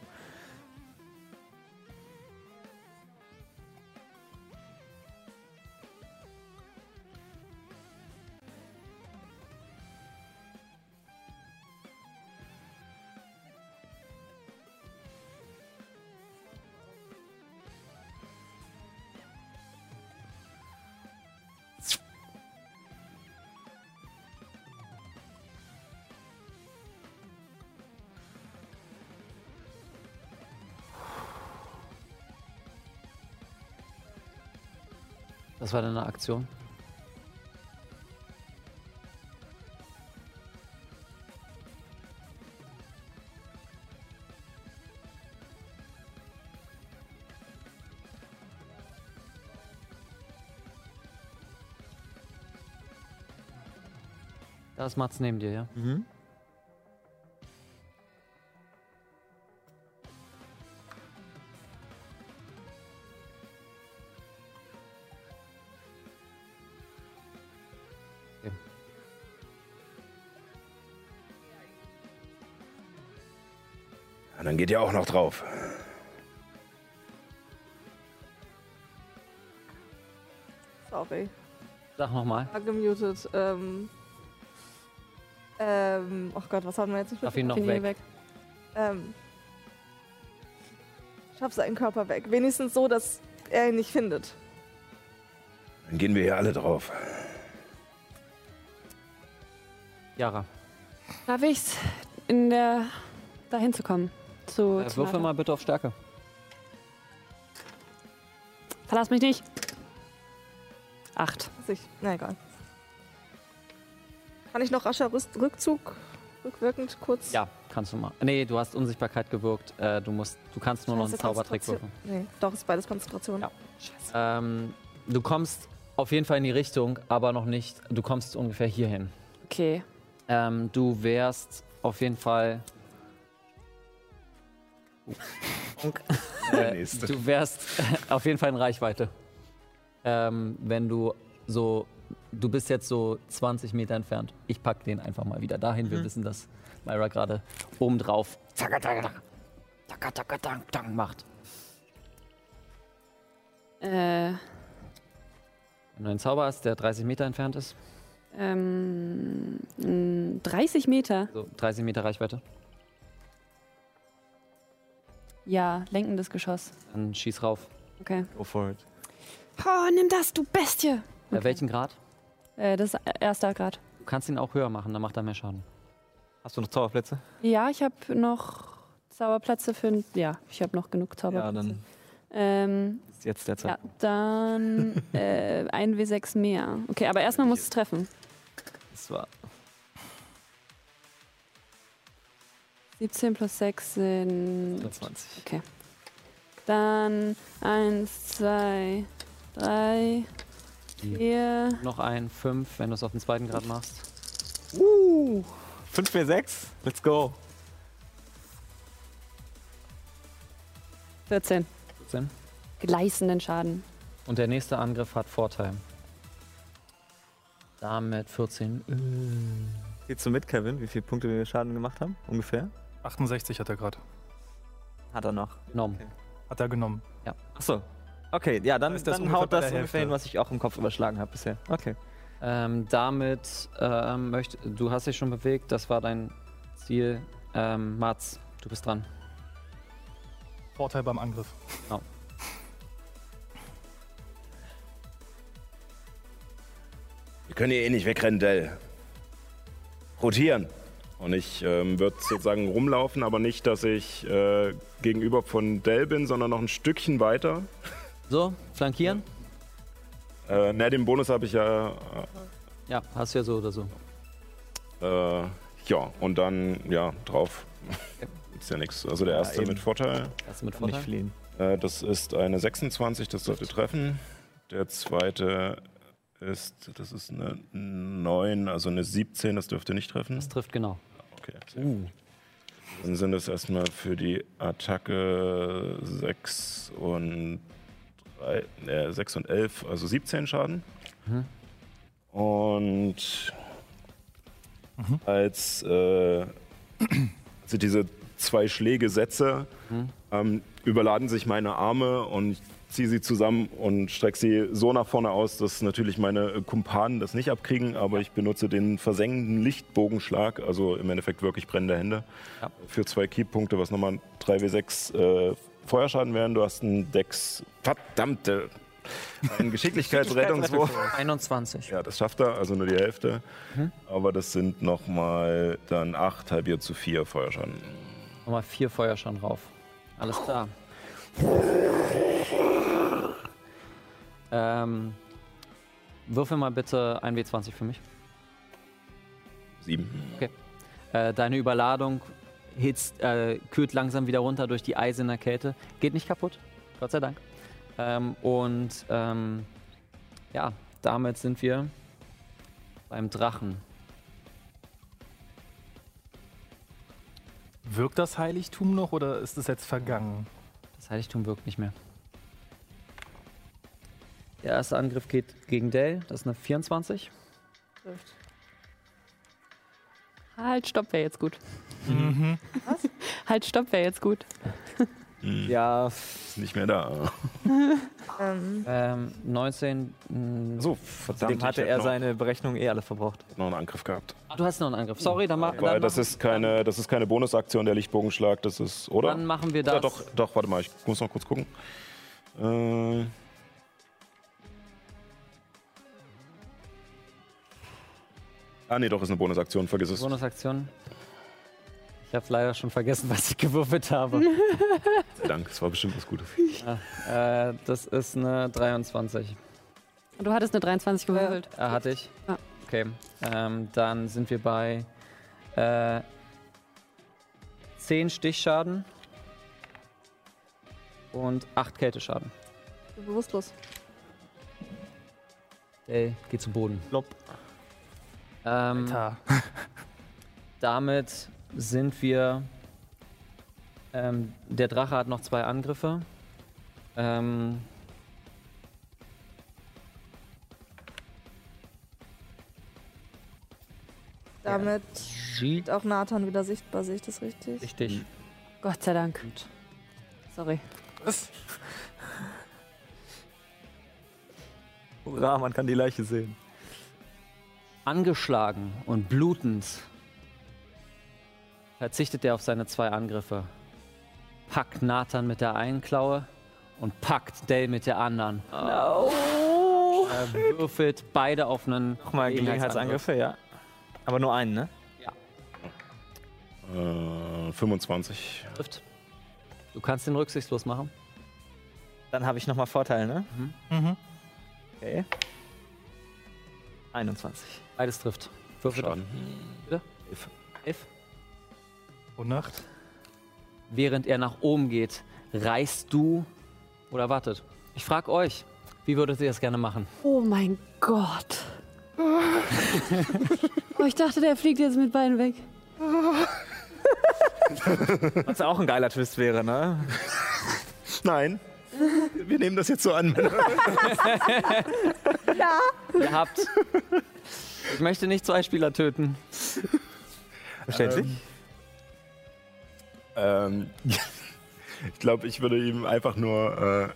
S10: Das war deine Aktion. Das macht's neben dir, ja?
S2: Ja, dann geht ihr auch noch drauf.
S5: Sorry.
S10: Sag nochmal.
S5: War gemutet. Ähm. Ähm. Oh Gott, was haben wir jetzt nicht
S10: Darf ihn noch
S3: Bin hier weg.
S10: weg.
S5: Ähm. Schaff seinen Körper weg. Wenigstens so, dass er ihn nicht findet.
S2: Dann gehen wir hier alle drauf.
S10: Yara,
S3: Darf ich's in der dahin zu kommen? Zu
S10: äh,
S3: Tsunade.
S10: würfel mal bitte auf Stärke.
S3: Verlass mich nicht. Acht.
S5: Dass ich, na egal. Kann ich noch rascher Rüst Rückzug rückwirkend kurz?
S10: Ja, kannst du mal. Nee, du hast Unsichtbarkeit gewirkt. Äh, du, musst, du kannst nur noch einen
S5: Scheiße,
S10: Zaubertrick
S5: Konzentration.
S10: würfeln.
S5: Nee, doch, ist beides Konzentration.
S10: Ja. Ähm, du kommst auf jeden Fall in die Richtung, aber noch nicht. Du kommst ungefähr hierhin.
S3: Okay.
S10: Ähm, du wärst auf jeden Fall.
S2: Der
S10: Äh,
S2: nächste.
S10: du wärst [laughs] auf jeden Fall in Reichweite. Ähm, wenn du so. Du bist jetzt so 20 Meter entfernt. Ich pack den einfach mal wieder dahin. Mhm. Wir wissen, dass Myra gerade oben drauf. Zacka, zacka, zacka. Zacka, zacka, tang, tang macht.
S3: Äh,
S10: Wenn du einen Zauber hast, der 30 Meter entfernt ist,
S3: ähm, mh, 30 Meter.
S10: so 30 Meter Reichweite,
S3: Ja, lenkendes Geschoss.
S10: dann schieß rauf.
S3: Okay.
S4: Go for it.
S3: Oh, nimm das, du Bestie!
S10: Bei welchen Grad?
S3: Äh, das ist erster Grad.
S10: Du kannst ihn auch höher machen, dann macht er mehr Schaden.
S4: Hast du noch Zauberplätze?
S3: Ja, ich habe noch Zauberplätze für. Ja, ich habe noch genug Zauberplätze.
S4: dann
S3: Ähm,
S4: ist jetzt der
S3: ja,
S4: Zeitpunkt.
S3: dann äh, ein W6 mehr. Okay, aber erstmal muss es treffen.
S4: Das war
S3: 17 plus 6 sind.
S4: 20.
S3: Dann 1, 2, 3, 4.
S10: Noch ein 5, wenn du es auf den zweiten Grad machst.
S4: 5 mehr 6? Let's go.
S3: 14.
S10: 14.
S3: Gleißenden Schaden.
S10: Und der nächste Angriff hat Vorteil. Damit 14.
S4: Gehst du mit, Kevin, wie viele Punkte wir Schaden gemacht haben? Ungefähr?
S6: 68 hat er gerade.
S4: Hat er noch.
S10: Genommen.
S6: Hat er genommen.
S4: Achso. Okay, ja, dann,
S6: Dann ist das
S4: dann
S6: ungefähr
S4: haut
S6: bei
S4: das
S6: der
S4: ungefähr hin, was
S6: Hälfte.
S4: ich auch im Kopf überschlagen habe bisher. Okay.
S10: Ähm, damit ähm, möcht, du hast dich schon bewegt, das war dein Ziel. Ähm, Mats, du bist dran.
S6: Vorteil beim Angriff.
S2: Wir können hier eh nicht wegrennen, Dell. Rotieren. Und ich ähm, würde sozusagen rumlaufen, aber nicht, dass ich äh, gegenüber von Dell bin, sondern noch ein Stückchen weiter.
S10: So, flankieren?
S2: Äh, na, den Bonus habe ich ja. äh,
S10: Ja, hast ja so oder so.
S2: Äh, ja, und dann, ja, drauf. [laughs] Ist ja nichts. Also der erste mit Vorteil.
S10: Hast du mit
S4: Nicht
S10: Vorteil?
S4: fliehen.
S2: Äh, das ist eine 26, das sollte treffen. Der zweite ist, das ist eine 9, also eine 17, das dürfte nicht treffen.
S10: Das trifft genau.
S2: Okay. sehr gut. Dann sind es erstmal für die Attacke 6 und, 3, äh, 6 und 11, also 17 Schaden. Und als, äh, [clears throat] als ich diese zwei Schläge setze, ähm, überladen sich meine Arme und ich ziehe sie zusammen und strecke sie so nach vorne aus, dass natürlich meine äh, Kumpanen das nicht abkriegen, aber ich benutze den versengenden Lichtbogenschlag, also im Endeffekt wirklich brennende Hände, für zwei Keypunkte, was nochmal 3W6 äh, Feuerschaden wären. Du hast einen Dex, verdammte, einen Geschicklichkeitsrettungswurf.
S14: 21.
S2: Ja, das schafft er, also nur die Hälfte. Aber das sind nochmal dann 8, halbiert zu 4 Feuerschaden.
S10: Nochmal vier Feuerschaden rauf. Alles klar. ähm, würfel mal bitte 1W20 für mich.
S2: 7.
S10: Äh, deine Überladung hitzt, äh, kühlt langsam wieder runter durch die eiserne Kälte. Geht nicht kaputt, Gott sei Dank. Ähm, und ähm, ja, damit sind wir beim Drachen.
S6: Wirkt das Heiligtum noch oder ist es jetzt vergangen?
S10: Das Heiligtum wirkt nicht mehr. Der erste Angriff geht gegen Dell. Das ist eine 24.
S3: Halt, stopp wäre jetzt gut. Was? Halt, stopp wäre jetzt gut.
S6: Hm.
S10: Ja.
S2: Ist nicht mehr da.
S5: Ähm,
S10: Ähm, 19. mh,
S2: So, verdammt.
S4: Dem hatte
S2: ich
S4: er
S2: hab
S4: seine Berechnungen eh alle verbraucht.
S2: noch, noch einen Angriff gehabt.
S10: ah, du hast noch einen Angriff. Sorry, dann, ma dann,
S2: Weil
S10: machen,
S2: das ist keine, das ist keine Bonusaktion, der Lichtbogenschlag, das ist, oder?
S10: dann machen wir
S2: oder
S10: das.
S2: doch, doch, warte mal, ich muss noch kurz gucken. Äh, Ah, nee, doch, ist eine Bonusaktion, vergiss es.
S10: Bonusaktion. Ich habe leider schon vergessen, [laughs] was ich gewürfelt habe.
S2: Dank, es war bestimmt was Gutes.
S10: äh, das ist eine 23.
S3: Du hattest eine 23 gewürfelt.
S10: Äh, hatte ich.
S3: Ja.
S10: Okay. Ähm, dann sind wir bei äh, 10 Stichschaden und 8 Kälteschaden.
S5: bewusstlos.
S10: Ey, geht zu Boden. Flop. Ähm,
S6: Alter.
S10: damit sind wir. Ähm, der Drache hat noch zwei Angriffe. Ähm,
S5: Damit
S10: sieht
S5: wird auch Nathan wieder sichtbar, sehe ich das richtig?
S10: richtig.
S3: Gott sei Dank. Sorry.
S4: Hurra, man kann die Leiche sehen.
S10: Angeschlagen und blutend verzichtet er auf seine zwei Angriffe. Packt Nathan mit der einen Klaue und packt Dell mit der anderen. Er würfelt beide auf einen
S4: Nochmal Gelegenheitsangriffe, ja. Aber nur einen, ne?
S2: Äh, 25.
S10: trifft. Du kannst ihn rücksichtslos machen.
S4: Dann habe ich nochmal Vorteil, ne?
S10: Mhm.
S4: Okay. 21.
S10: Beides trifft. Würfel auf.
S2: Schaden.
S6: Und Oh, Nacht?
S10: Während er nach oben geht, reißt du oder wartet. Ich frage euch, wie würdet ihr das gerne machen?
S3: Oh mein Gott. oh, ich dachte, der fliegt jetzt mit beiden weg.
S4: Was auch ein geiler Twist wäre, ne?
S2: Nein. Wir nehmen das jetzt so an.
S10: Ihr habt. Ich möchte nicht zwei Spieler töten.
S4: Verständlich.
S2: Ähm, [laughs] ich glaube, ich würde ihm einfach nur, äh,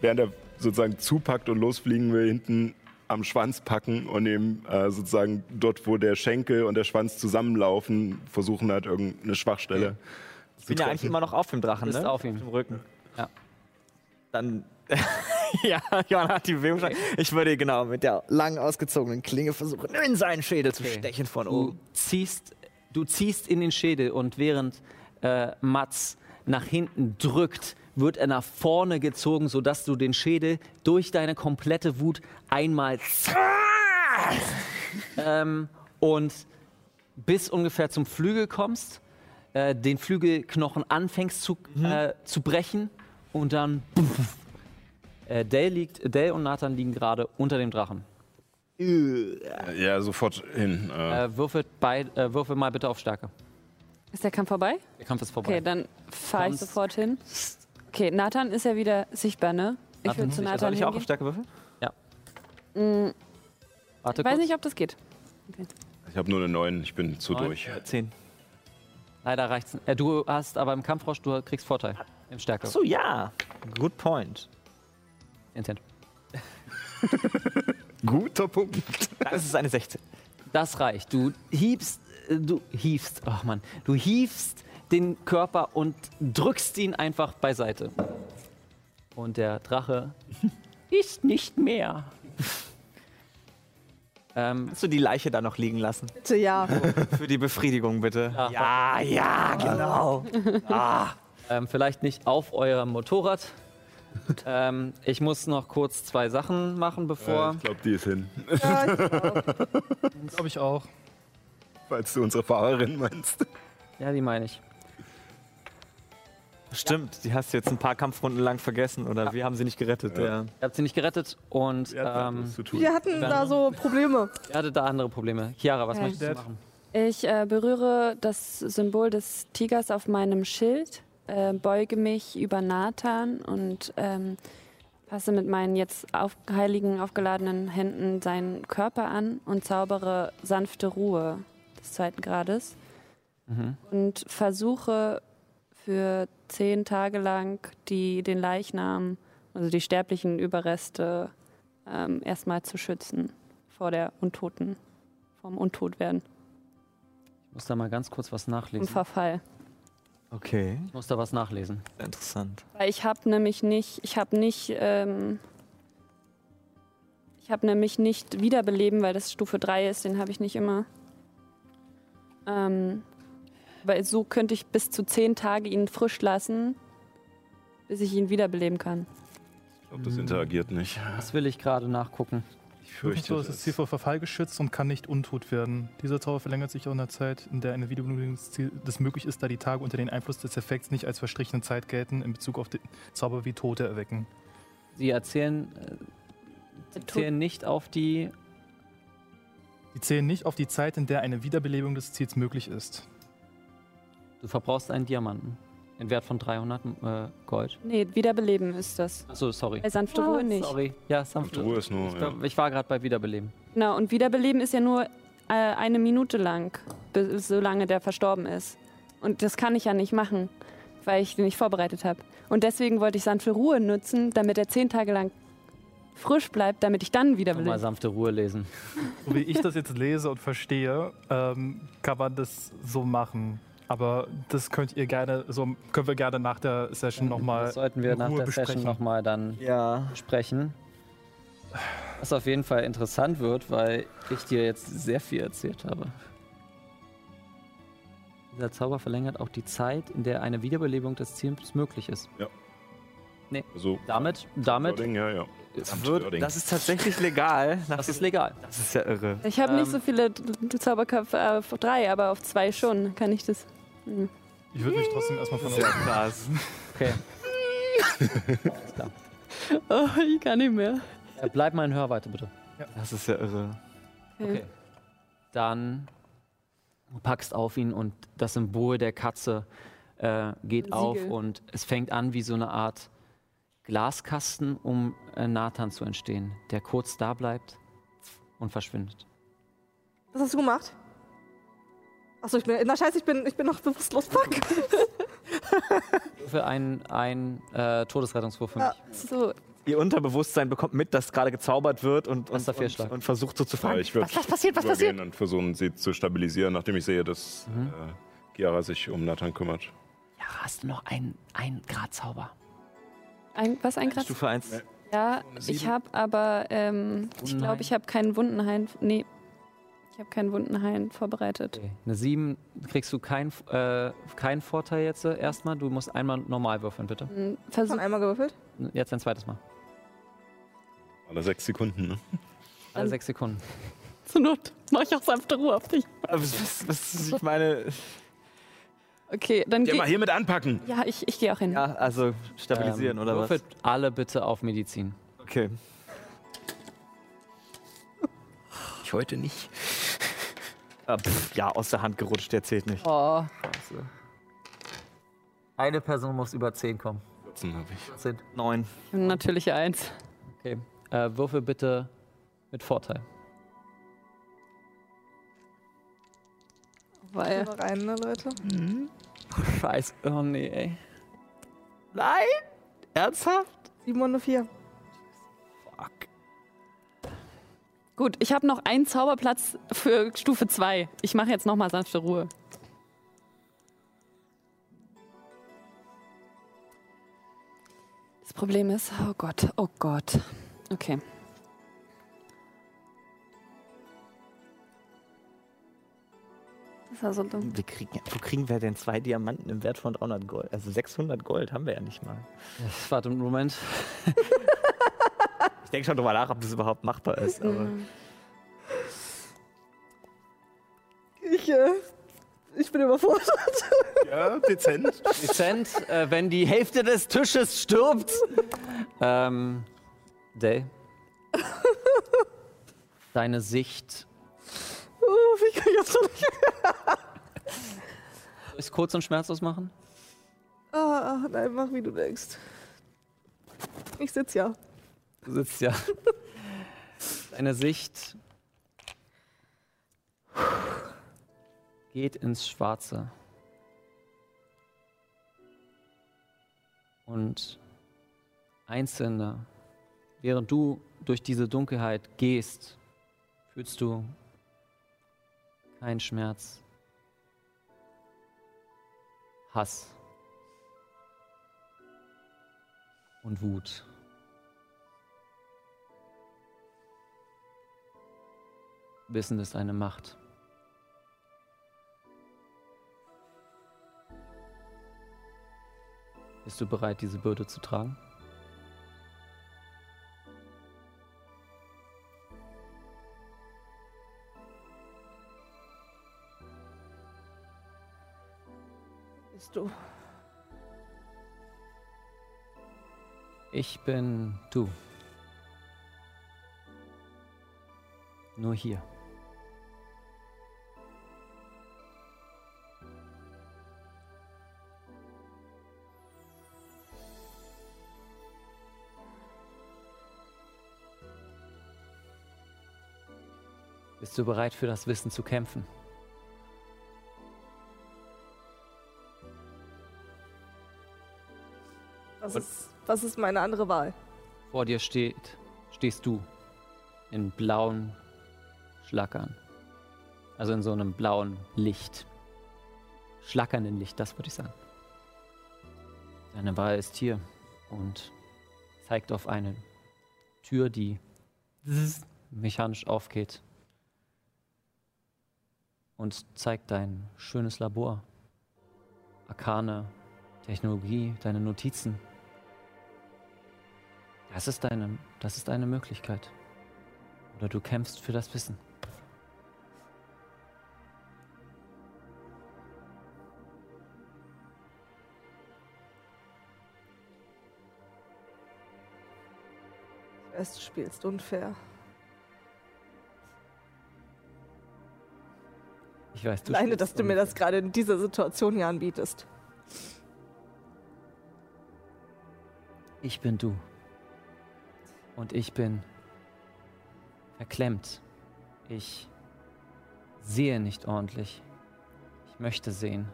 S2: während er sozusagen zupackt und losfliegen will, hinten am Schwanz packen und ihm äh, sozusagen dort, wo der Schenkel und der Schwanz zusammenlaufen, versuchen halt irgendeine Schwachstelle.
S4: ich bin ja eigentlich immer noch auf dem Drachen,
S10: Bist
S4: ne?
S10: auf ihm.
S4: dem Rücken.
S10: Ja.
S4: Dann. [laughs] ja, Johanna hat die Bewegung schon. Ich würde
S10: Hm.
S4: genau mit der lang ausgezogenen Klinge versuchen, in seinen Schädel zu stechen von
S10: Du
S4: oben.
S10: ziehst
S1: Du ziehst in den Schädel und während äh, Mats nach hinten drückt, wird er nach vorne gezogen, sodass du den Schädel durch deine komplette Wut einmal zerrst. ähm, und bis ungefähr zum Flügel kommst, äh, den Flügelknochen anfängst zu, äh, zu brechen und dann. Äh, Dale, liegt, Dale und Nathan liegen gerade unter dem Drachen.
S4: Äh.
S2: Ja, sofort hin. Äh,
S1: Äh, würfelt, beid, äh, würfel mal bitte auf Stärke.
S3: Ist der Kampf vorbei?
S1: Der Kampf ist vorbei.
S3: Okay, dann fahre ich
S1: Kommst.
S3: sofort hin. Okay, Nathan ist ja wieder sichtbar, ne? Ich will zu Nathan
S4: Soll ich auch
S3: hingehen.
S4: auf Stärke würfeln?
S1: Warte
S3: Ich weiß
S1: kurz.
S3: nicht, ob das geht.
S2: ich habe nur eine 9, ich bin zu
S1: Neun.
S2: durch.
S4: Zehn.
S1: Leider reicht's. Äh, du hast aber im Kampfrosch, du kriegst Vorteil. Im Stärke.
S4: So, ja. Good point.
S1: Intent.
S2: Guter Punkt.
S4: Das ist eine 16.
S1: Das reicht. Du hiebst, äh, du hiefst, ach Mann, du hiefst den Körper und drückst ihn einfach beiseite. Und der Drache [laughs] ist nicht mehr. [laughs] ähm,
S4: Kannst du die Leiche da noch liegen lassen?
S5: Bitte ja.
S4: Für die Befriedigung bitte.
S15: Ja, ja, genau.
S1: ähm, vielleicht nicht auf eurem [laughs] Motorrad. ähm, ich muss noch kurz zwei Sachen machen, bevor.
S2: Äh, Ich glaube, die ist hin.
S6: Glaube ich auch.
S2: Falls du unsere Fahrerin meinst.
S1: ja, die meine ich.
S4: Stimmt, die hast du jetzt ein paar Kampfrunden lang vergessen oder wir haben sie nicht gerettet. Ja.
S1: Ihr habt sie nicht gerettet und ähm,
S2: zu tun.
S5: Wir hatten da so Probleme.
S1: ihr hattet da andere Probleme. Chiara, was
S3: Okay.
S1: möchtest du machen?
S3: Ich äh, berühre das Symbol des Tigers auf meinem Schild, äh, beuge mich über Nathan und ähm, passe mit meinen jetzt auf, heiligen, aufgeladenen Händen seinen Körper an und zaubere sanfte Ruhe des zweiten Grades und versuche für zehn Tage lang die, den Leichnam, also die sterblichen Überreste, ähm, erstmal zu schützen vor der Untoten, vom Untotwerden.
S1: Ich muss da mal ganz kurz was
S10: Mhm.
S1: nachlesen.
S3: Im Verfall.
S4: Okay,
S1: Ich muss da was nachlesen.
S4: interessant.
S3: Weil ich habe nämlich nicht, ich habe nicht, ähm, ich habe nämlich nicht wiederbeleben, weil das Stufe 3 ist, den habe ich nicht immer. Ähm, weil so könnte ich bis zu 10 Tage ihn frisch lassen, bis ich ihn wiederbeleben kann.
S2: Ich glaube, das interagiert nicht.
S1: Das will ich gerade nachgucken.
S2: Ich
S6: So
S2: fürchte,
S6: ist das Ziel vor Verfall geschützt und kann nicht untot werden. Dieser Zauber verlängert sich auch in der Zeit, in der eine Wiederbelebung des Ziel- des möglich ist, da die Tage unter den Einfluss des Effekts nicht als verstrichene Zeit gelten, in Bezug auf den Zauber wie Tote erwecken.
S1: Sie erzählen, äh, sie zählen nicht auf die.
S6: Die zählen nicht auf die Zeit, in der eine Wiederbelebung des Ziels möglich ist.
S1: Du verbrauchst einen Diamanten. In Wert von 300 äh, Gold.
S3: Nee, wiederbeleben ist das.
S1: Achso, sorry.
S3: Bei sanfte Ruhe nicht.
S1: Sorry. Ja, sanft.
S2: die Ruhe ist nur.
S1: Ich,
S2: Ja.
S1: glaub, ich war gerade bei Wiederbeleben.
S3: Genau, und wiederbeleben ist ja nur äh, eine Minute lang, bi- solange der verstorben ist. Und das kann ich ja nicht machen, weil ich den nicht vorbereitet habe. Und deswegen wollte ich Sand für Ruhe nutzen, damit er zehn Tage lang frisch bleibt, damit ich dann
S1: Nochmal
S3: wiederbelebe.
S1: sanfte Ruhe lesen.
S6: So wie ich das jetzt lese und verstehe, ähm, kann man das so machen. Aber das könnt ihr gerne, so können wir gerne nach der Session nochmal
S1: Das sollten wir
S6: in
S1: nach
S6: Ruhe
S1: der Session
S6: besprechen.
S1: nochmal dann
S4: Ja.
S1: besprechen. Was auf jeden Fall interessant wird, weil ich dir jetzt sehr viel erzählt habe. Dieser Zauber verlängert auch die Zeit, in der eine Wiederbelebung des Ziels möglich ist.
S2: So.
S1: Damit, damit
S2: Ding, ja, ja. Ding.
S4: Das ist tatsächlich legal.
S1: Das ist legal.
S4: Das ist ja irre.
S3: Ich habe
S1: Ähm.
S3: nicht so viele D- D- Zauberköpfe äh, auf drei, aber auf zwei schon kann ich das.
S6: Ich würde mich trotzdem erstmal von
S4: Ja, [laughs] krass.
S1: Okay.
S3: [laughs] Oh, ich kann nicht mehr.
S1: Äh, Bleib mal in Hörweite, bitte.
S4: Das ist ja irre.
S3: Okay.
S1: Dann du packst auf ihn und das Symbol der Katze äh, geht
S3: Ein
S1: auf
S3: Siegel.
S1: und es fängt an wie so eine Art Glaskasten, um äh, Nathan zu entstehen, der kurz da bleibt und verschwindet.
S5: Was hast du gemacht? Achso, ich bin. Na scheiße, ich bin, ich bin noch bewusstlos. Fuck.
S1: Für einen, einen äh, Todesrettungswurf für mich.
S3: So,
S4: Ihr Unterbewusstsein bekommt mit, dass gerade gezaubert wird und,
S1: Was
S4: und,
S1: ist der
S4: und,
S1: Fehlschlag?
S4: und versucht so zu
S2: Ja,
S4: fragen.
S2: ich würde
S8: Was passiert? Was passiert?
S2: übergehen und versuchen, sie zu stabilisieren, nachdem ich sehe, dass äh, Chiara sich um Nathan kümmert.
S1: Ja, hast du noch einen, einen Gradzauber?
S3: ein, was
S1: Äh,
S3: ein Grad?
S4: Stufe 1.
S3: Ja, ich habe aber, ähm, ich
S1: Wundenheil.
S3: glaube, ich habe keinen Wundenheil. Nee, Ich habe keinen Wundenhain vorbereitet.
S10: Okay. Eine 7 kriegst du keinen äh, keinen Vorteil jetzt äh, erstmal. Du musst einmal normal würfeln, bitte.
S1: Mhm.
S3: Hm,
S5: Schon
S3: Versuch,
S5: einmal gewürfelt?
S10: Jetzt ein zweites Mal.
S2: Alle sechs Sekunden, ne?
S10: Alle sechs Sekunden.
S3: zur Not mache ich auch sanfte Ruhe auf dich.
S4: Äh, Was, was, ich meine,
S3: Okay, dann
S2: Ja,
S3: geh.
S2: mal hiermit anpacken.
S3: Ja, ich, ich gehe auch hin.
S4: ja, also stabilisieren
S10: Ähm,
S4: oder was?
S10: würfelt alle bitte auf Medizin.
S4: Okay.
S2: Ich heute nicht.
S4: Ah, pff, ja, aus der Hand gerutscht, der zählt nicht.
S10: Oh. Eine Person muss über 10 kommen.
S2: Habe ich.
S4: Neun.
S3: Ich habe eine natürliche Eins.
S10: Okay. Äh, würfel bitte mit Vorteil.
S3: Weil
S5: Noch einen, ne, Leute?
S10: Scheiße. Oh nee, ey.
S4: Nein! Ernsthaft?
S5: 7 und eine 4.
S4: Fuck.
S3: Gut, ich habe noch einen Zauberplatz für Stufe 2. Ich mache jetzt nochmal sanfte Ruhe. Das Problem ist, oh Gott, oh Gott. Okay. Das war so dumm.
S4: Wir kriegen, wo kriegen wir denn zwei Diamanten im Wert von 300 Gold? Also 600 Gold haben wir ja nicht mal.
S10: Warte einen Moment.
S4: Ich denke schon drüber nach, ob das überhaupt machbar ist. Aber
S5: Ich, äh, ich bin überfordert. [laughs]
S2: Ja, dezent.
S10: Dezent, äh, wenn die Hälfte des Tisches
S3: [laughs]
S10: stirbt. Ähm, Day. Deine Sicht
S5: Uff, ich kann jetzt noch nicht.
S10: Soll ich's kurz und schmerzlos machen?
S5: Ah, ah, nein, mach wie du denkst. Ich sitz ja.
S10: Du sitzt ja. Deine Sicht geht ins Schwarze. Und einzelne, während du durch diese Dunkelheit gehst, fühlst du keinen Schmerz, Hass und Wut. Wissen ist eine Macht. Bist du bereit, diese Bürde zu tragen?
S5: Bist du.
S10: Ich bin du. Nur hier. Bist du bereit für das Wissen zu kämpfen?
S5: Was ist, was ist meine andere Wahl?
S10: Vor dir steht, stehst du in blauen Schlackern. Also in so einem blauen Licht. Schlackernden Licht, das würde ich sagen. Deine Wahl ist hier und zeigt auf eine Tür, die mechanisch aufgeht. Und zeigt dein schönes Labor. Arkane, Technologie, deine Notizen. Das ist eine, das ist eine Möglichkeit. Oder du kämpfst für das Wissen.
S5: Ich weiß, du spielst unfair.
S10: Ich weiß, du
S5: Alleine,
S10: spielst
S5: dass du mir das
S10: unfair.
S5: gerade in dieser Situation hier anbietest.
S10: Ich bin du. Und ich bin verklemmt. Ich sehe nicht ordentlich. Ich möchte sehen.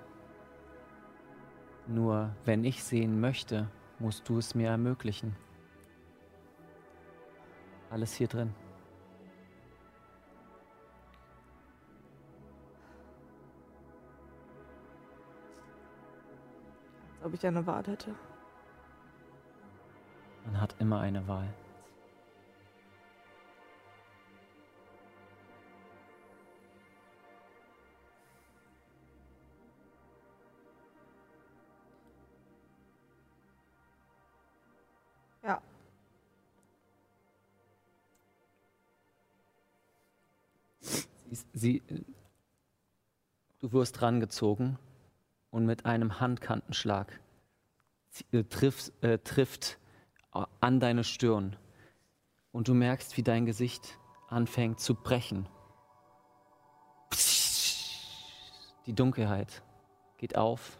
S10: Nur wenn ich sehen möchte, musst du es mir ermöglichen. Alles hier drin.
S5: Als ob ich eine Wahl hätte.
S10: Man hat immer eine Wahl. Sie, du wirst rangezogen und mit einem Handkantenschlag zie- äh, trifft, äh, trifft a- an deine Stirn. Und du merkst, wie dein Gesicht anfängt zu brechen. Die Dunkelheit geht auf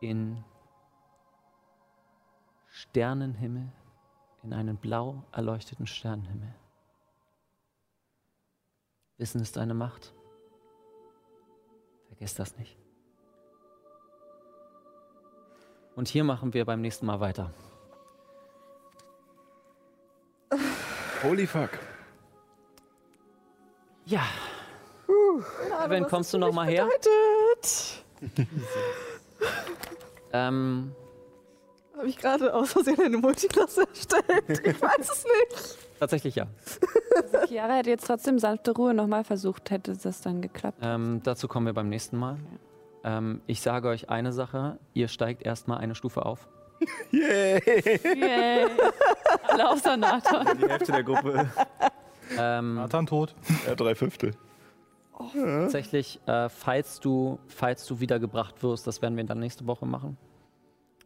S10: in Sternenhimmel, in einen blau erleuchteten Sternenhimmel. Wissen ist deine Macht. Vergiss das nicht. Und hier machen wir beim nächsten Mal weiter.
S2: Holy fuck.
S10: Ja. Evan, kommst du noch mal her? Ähm,
S5: Habe ich gerade aus Versehen eine Multiklasse erstellt? Ich weiß es nicht.
S10: tatsächlich ja.
S3: Chiara hätte jetzt trotzdem sanfte Ruhe nochmal versucht, hätte das dann geklappt.
S10: Ähm, dazu kommen wir beim nächsten Mal. Ähm, ich sage euch eine Sache, ihr steigt erstmal eine Stufe auf.
S3: Yay. Alle außer Nathan.
S2: Die Hälfte der Gruppe.
S6: [laughs]
S10: Ähm,
S6: Nathan tot.
S2: Ja, drei Fünfte.
S10: tatsächlich, äh, falls, du, falls du wiedergebracht wirst, das werden wir dann nächste Woche machen.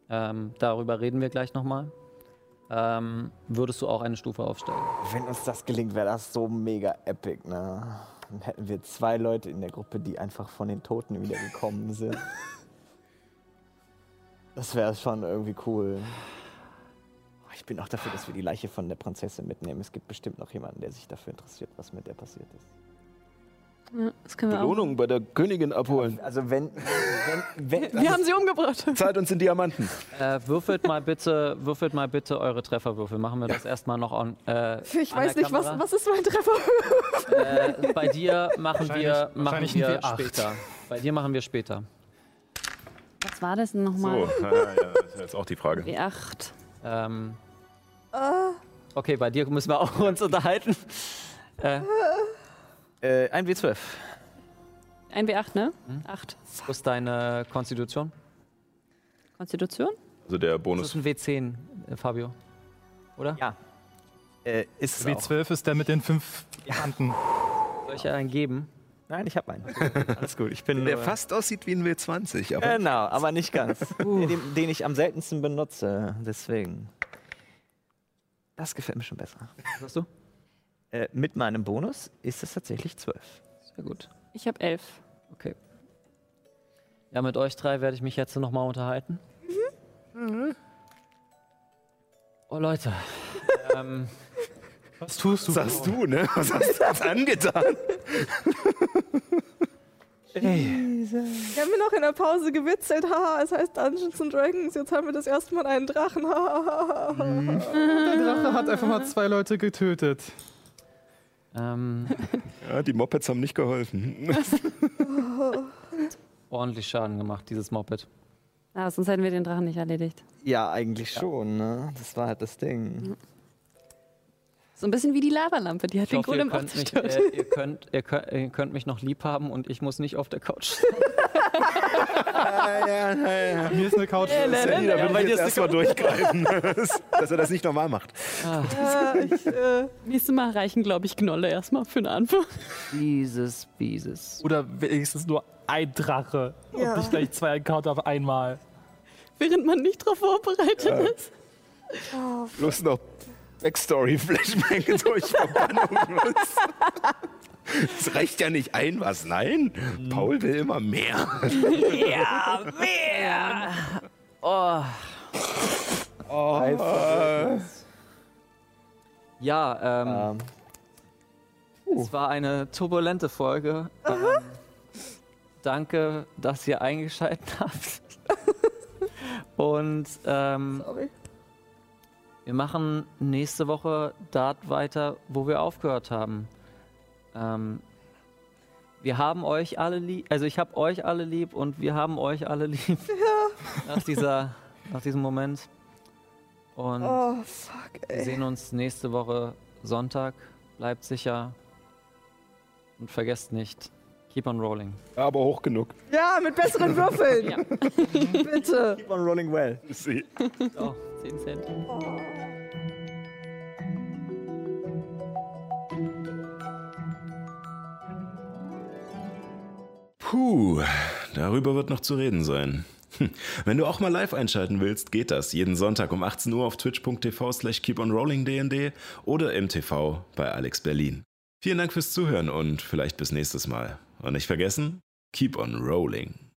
S10: Ähm, darüber reden wir gleich nochmal. Ähm, würdest du auch eine Stufe aufsteigen?
S4: [laughs] Wenn uns das gelingt, wäre das so mega epic, ne? Dann hätten wir zwei Leute in der Gruppe, die einfach von den Toten wiedergekommen sind. Das wäre schon irgendwie cool. Oh, Ich bin auch dafür, dass wir die Leiche von der Prinzessin mitnehmen. Es gibt bestimmt noch jemanden, der sich dafür interessiert, was mit der passiert ist.
S3: Ja, Das können wir auch.
S2: Belohnung bei der Königin abholen.
S4: Also wenn, wenn, wenn [laughs]
S5: Wir haben sie umgebracht.
S2: Zahlt uns in Diamanten.
S10: Äh, würfelt mal bitte, würfelt mal bitte eure Trefferwürfel. Machen wir das erstmal noch on. Äh,
S5: Ich
S10: an
S5: weiß
S10: der
S5: nicht, was,
S10: Kamera.
S5: was ist mein Treffer?
S10: Äh, bei dir machen wir,
S6: Wahrscheinlich-
S10: machen
S6: wahrscheinlich ein
S10: wir
S6: W8.
S10: später. [laughs] Bei dir machen wir später.
S3: Was war das denn
S2: So,
S3: nochmal?
S2: ja, ja, das ist jetzt auch die Frage.
S3: W8.
S10: Ähm, okay, bei dir müssen wir auch uns unterhalten.
S1: Äh, ein W12.
S3: Ein W8, ne? 8.
S10: Wo ist deine Konstitution?
S3: Konstitution?
S2: Also der
S10: Das ist
S2: Bonus.
S10: ein W10, äh, Fabio.
S1: Äh, ist es auch.
S6: W12 ist der mit den fünf Kanten.
S10: Soll ich dir einen geben?
S1: Nein, ich habe einen. Alles gut, ich bin.
S2: Der
S1: nur-
S2: fast aussieht wie ein W20, aber
S1: Genau, aber nicht ganz. den, den ich am seltensten benutze, deswegen. Das gefällt mir schon besser.
S10: Was hast du?
S1: Äh, mit meinem Bonus ist es tatsächlich 12.
S10: Sehr gut.
S3: Ich habe 11.
S10: Ja, mit euch drei werde ich mich jetzt nochmal unterhalten. Oh, Leute. ähm,
S6: Was tust du?
S2: was hast du, ne? Was hast du uns angetan?
S5: Wir haben ja noch in der Pause gewitzelt. Haha, es heißt Dungeons and Dragons. Jetzt haben wir das erste Mal einen Drachen. Hahaha.
S6: Der Drache hat einfach mal zwei Leute getötet.
S10: ähm,
S2: Ja, die Mopeds haben nicht [laughs] geholfen.
S10: ordentlich Schaden gemacht, dieses Moped.
S3: Ah, sonst hätten wir den Drachen nicht erledigt.
S4: Ja, eigentlich schon, ne? Das war halt das Ding.
S3: So ein bisschen wie die Lavalampe, die hat
S10: Ich
S3: den
S10: hoffe, ihr
S3: Golem auch
S10: könnt, mich,
S3: zerstört.
S10: äh, ihr, könnt, ihr, könnt, ihr könnt mich noch lieb haben und ich muss nicht auf der Couch sitzen.
S6: Bei mir ist eine Couch.
S2: Sandy, da würde ich jetzt erstmal durchgreifen, [laughs] dass er das nicht normal macht.
S5: Ja, ich, äh,
S3: Nächstes Mal reichen, glaube ich, Knolle erstmal für eine Antwort.
S10: Dieses, dieses.
S6: Oder wenigstens nur ein Drache.
S5: Ja.
S6: Und nicht gleich zwei Encounter auf einmal.
S3: [laughs] Während man nicht darauf vorbereitet ist.
S2: Bloß noch [laughs] Backstory-Flashback durch Verbannung. [laughs] Es reicht ja nicht ein, was? Nein, Paul will immer mehr.
S10: Ja, ähm,
S4: Ähm,
S10: es war eine turbulente Folge. Ähm, danke, dass ihr eingeschaltet [laughs] habt. und ähm,
S5: sorry.
S10: wir machen nächste Woche dort weiter, wo wir aufgehört haben. Ähm, wir haben euch alle lieb, also ich habe euch alle lieb und wir haben euch alle lieb. Nach, dieser, nach diesem Moment. Und
S5: Oh, fuck,
S10: Wir
S5: ey.
S10: sehen uns nächste Woche Sonntag. Bleibt sicher. Und vergesst nicht, keep on rolling.
S2: Aber hoch genug.
S5: Ja, mit besseren Würfeln. [laughs] Bitte.
S4: keep on rolling well.
S2: Sie.
S10: Oh, 10 Cent.
S2: Puh, darüber wird noch zu reden sein. Hm, Wenn du auch mal live einschalten willst, geht das. Jeden Sonntag um 18 Uhr auf twitch.tv slash keeponrollingdnd oder im TV bei Alex Berlin. Vielen Dank fürs Zuhören und vielleicht bis nächstes Mal. Und nicht vergessen, keep on rolling.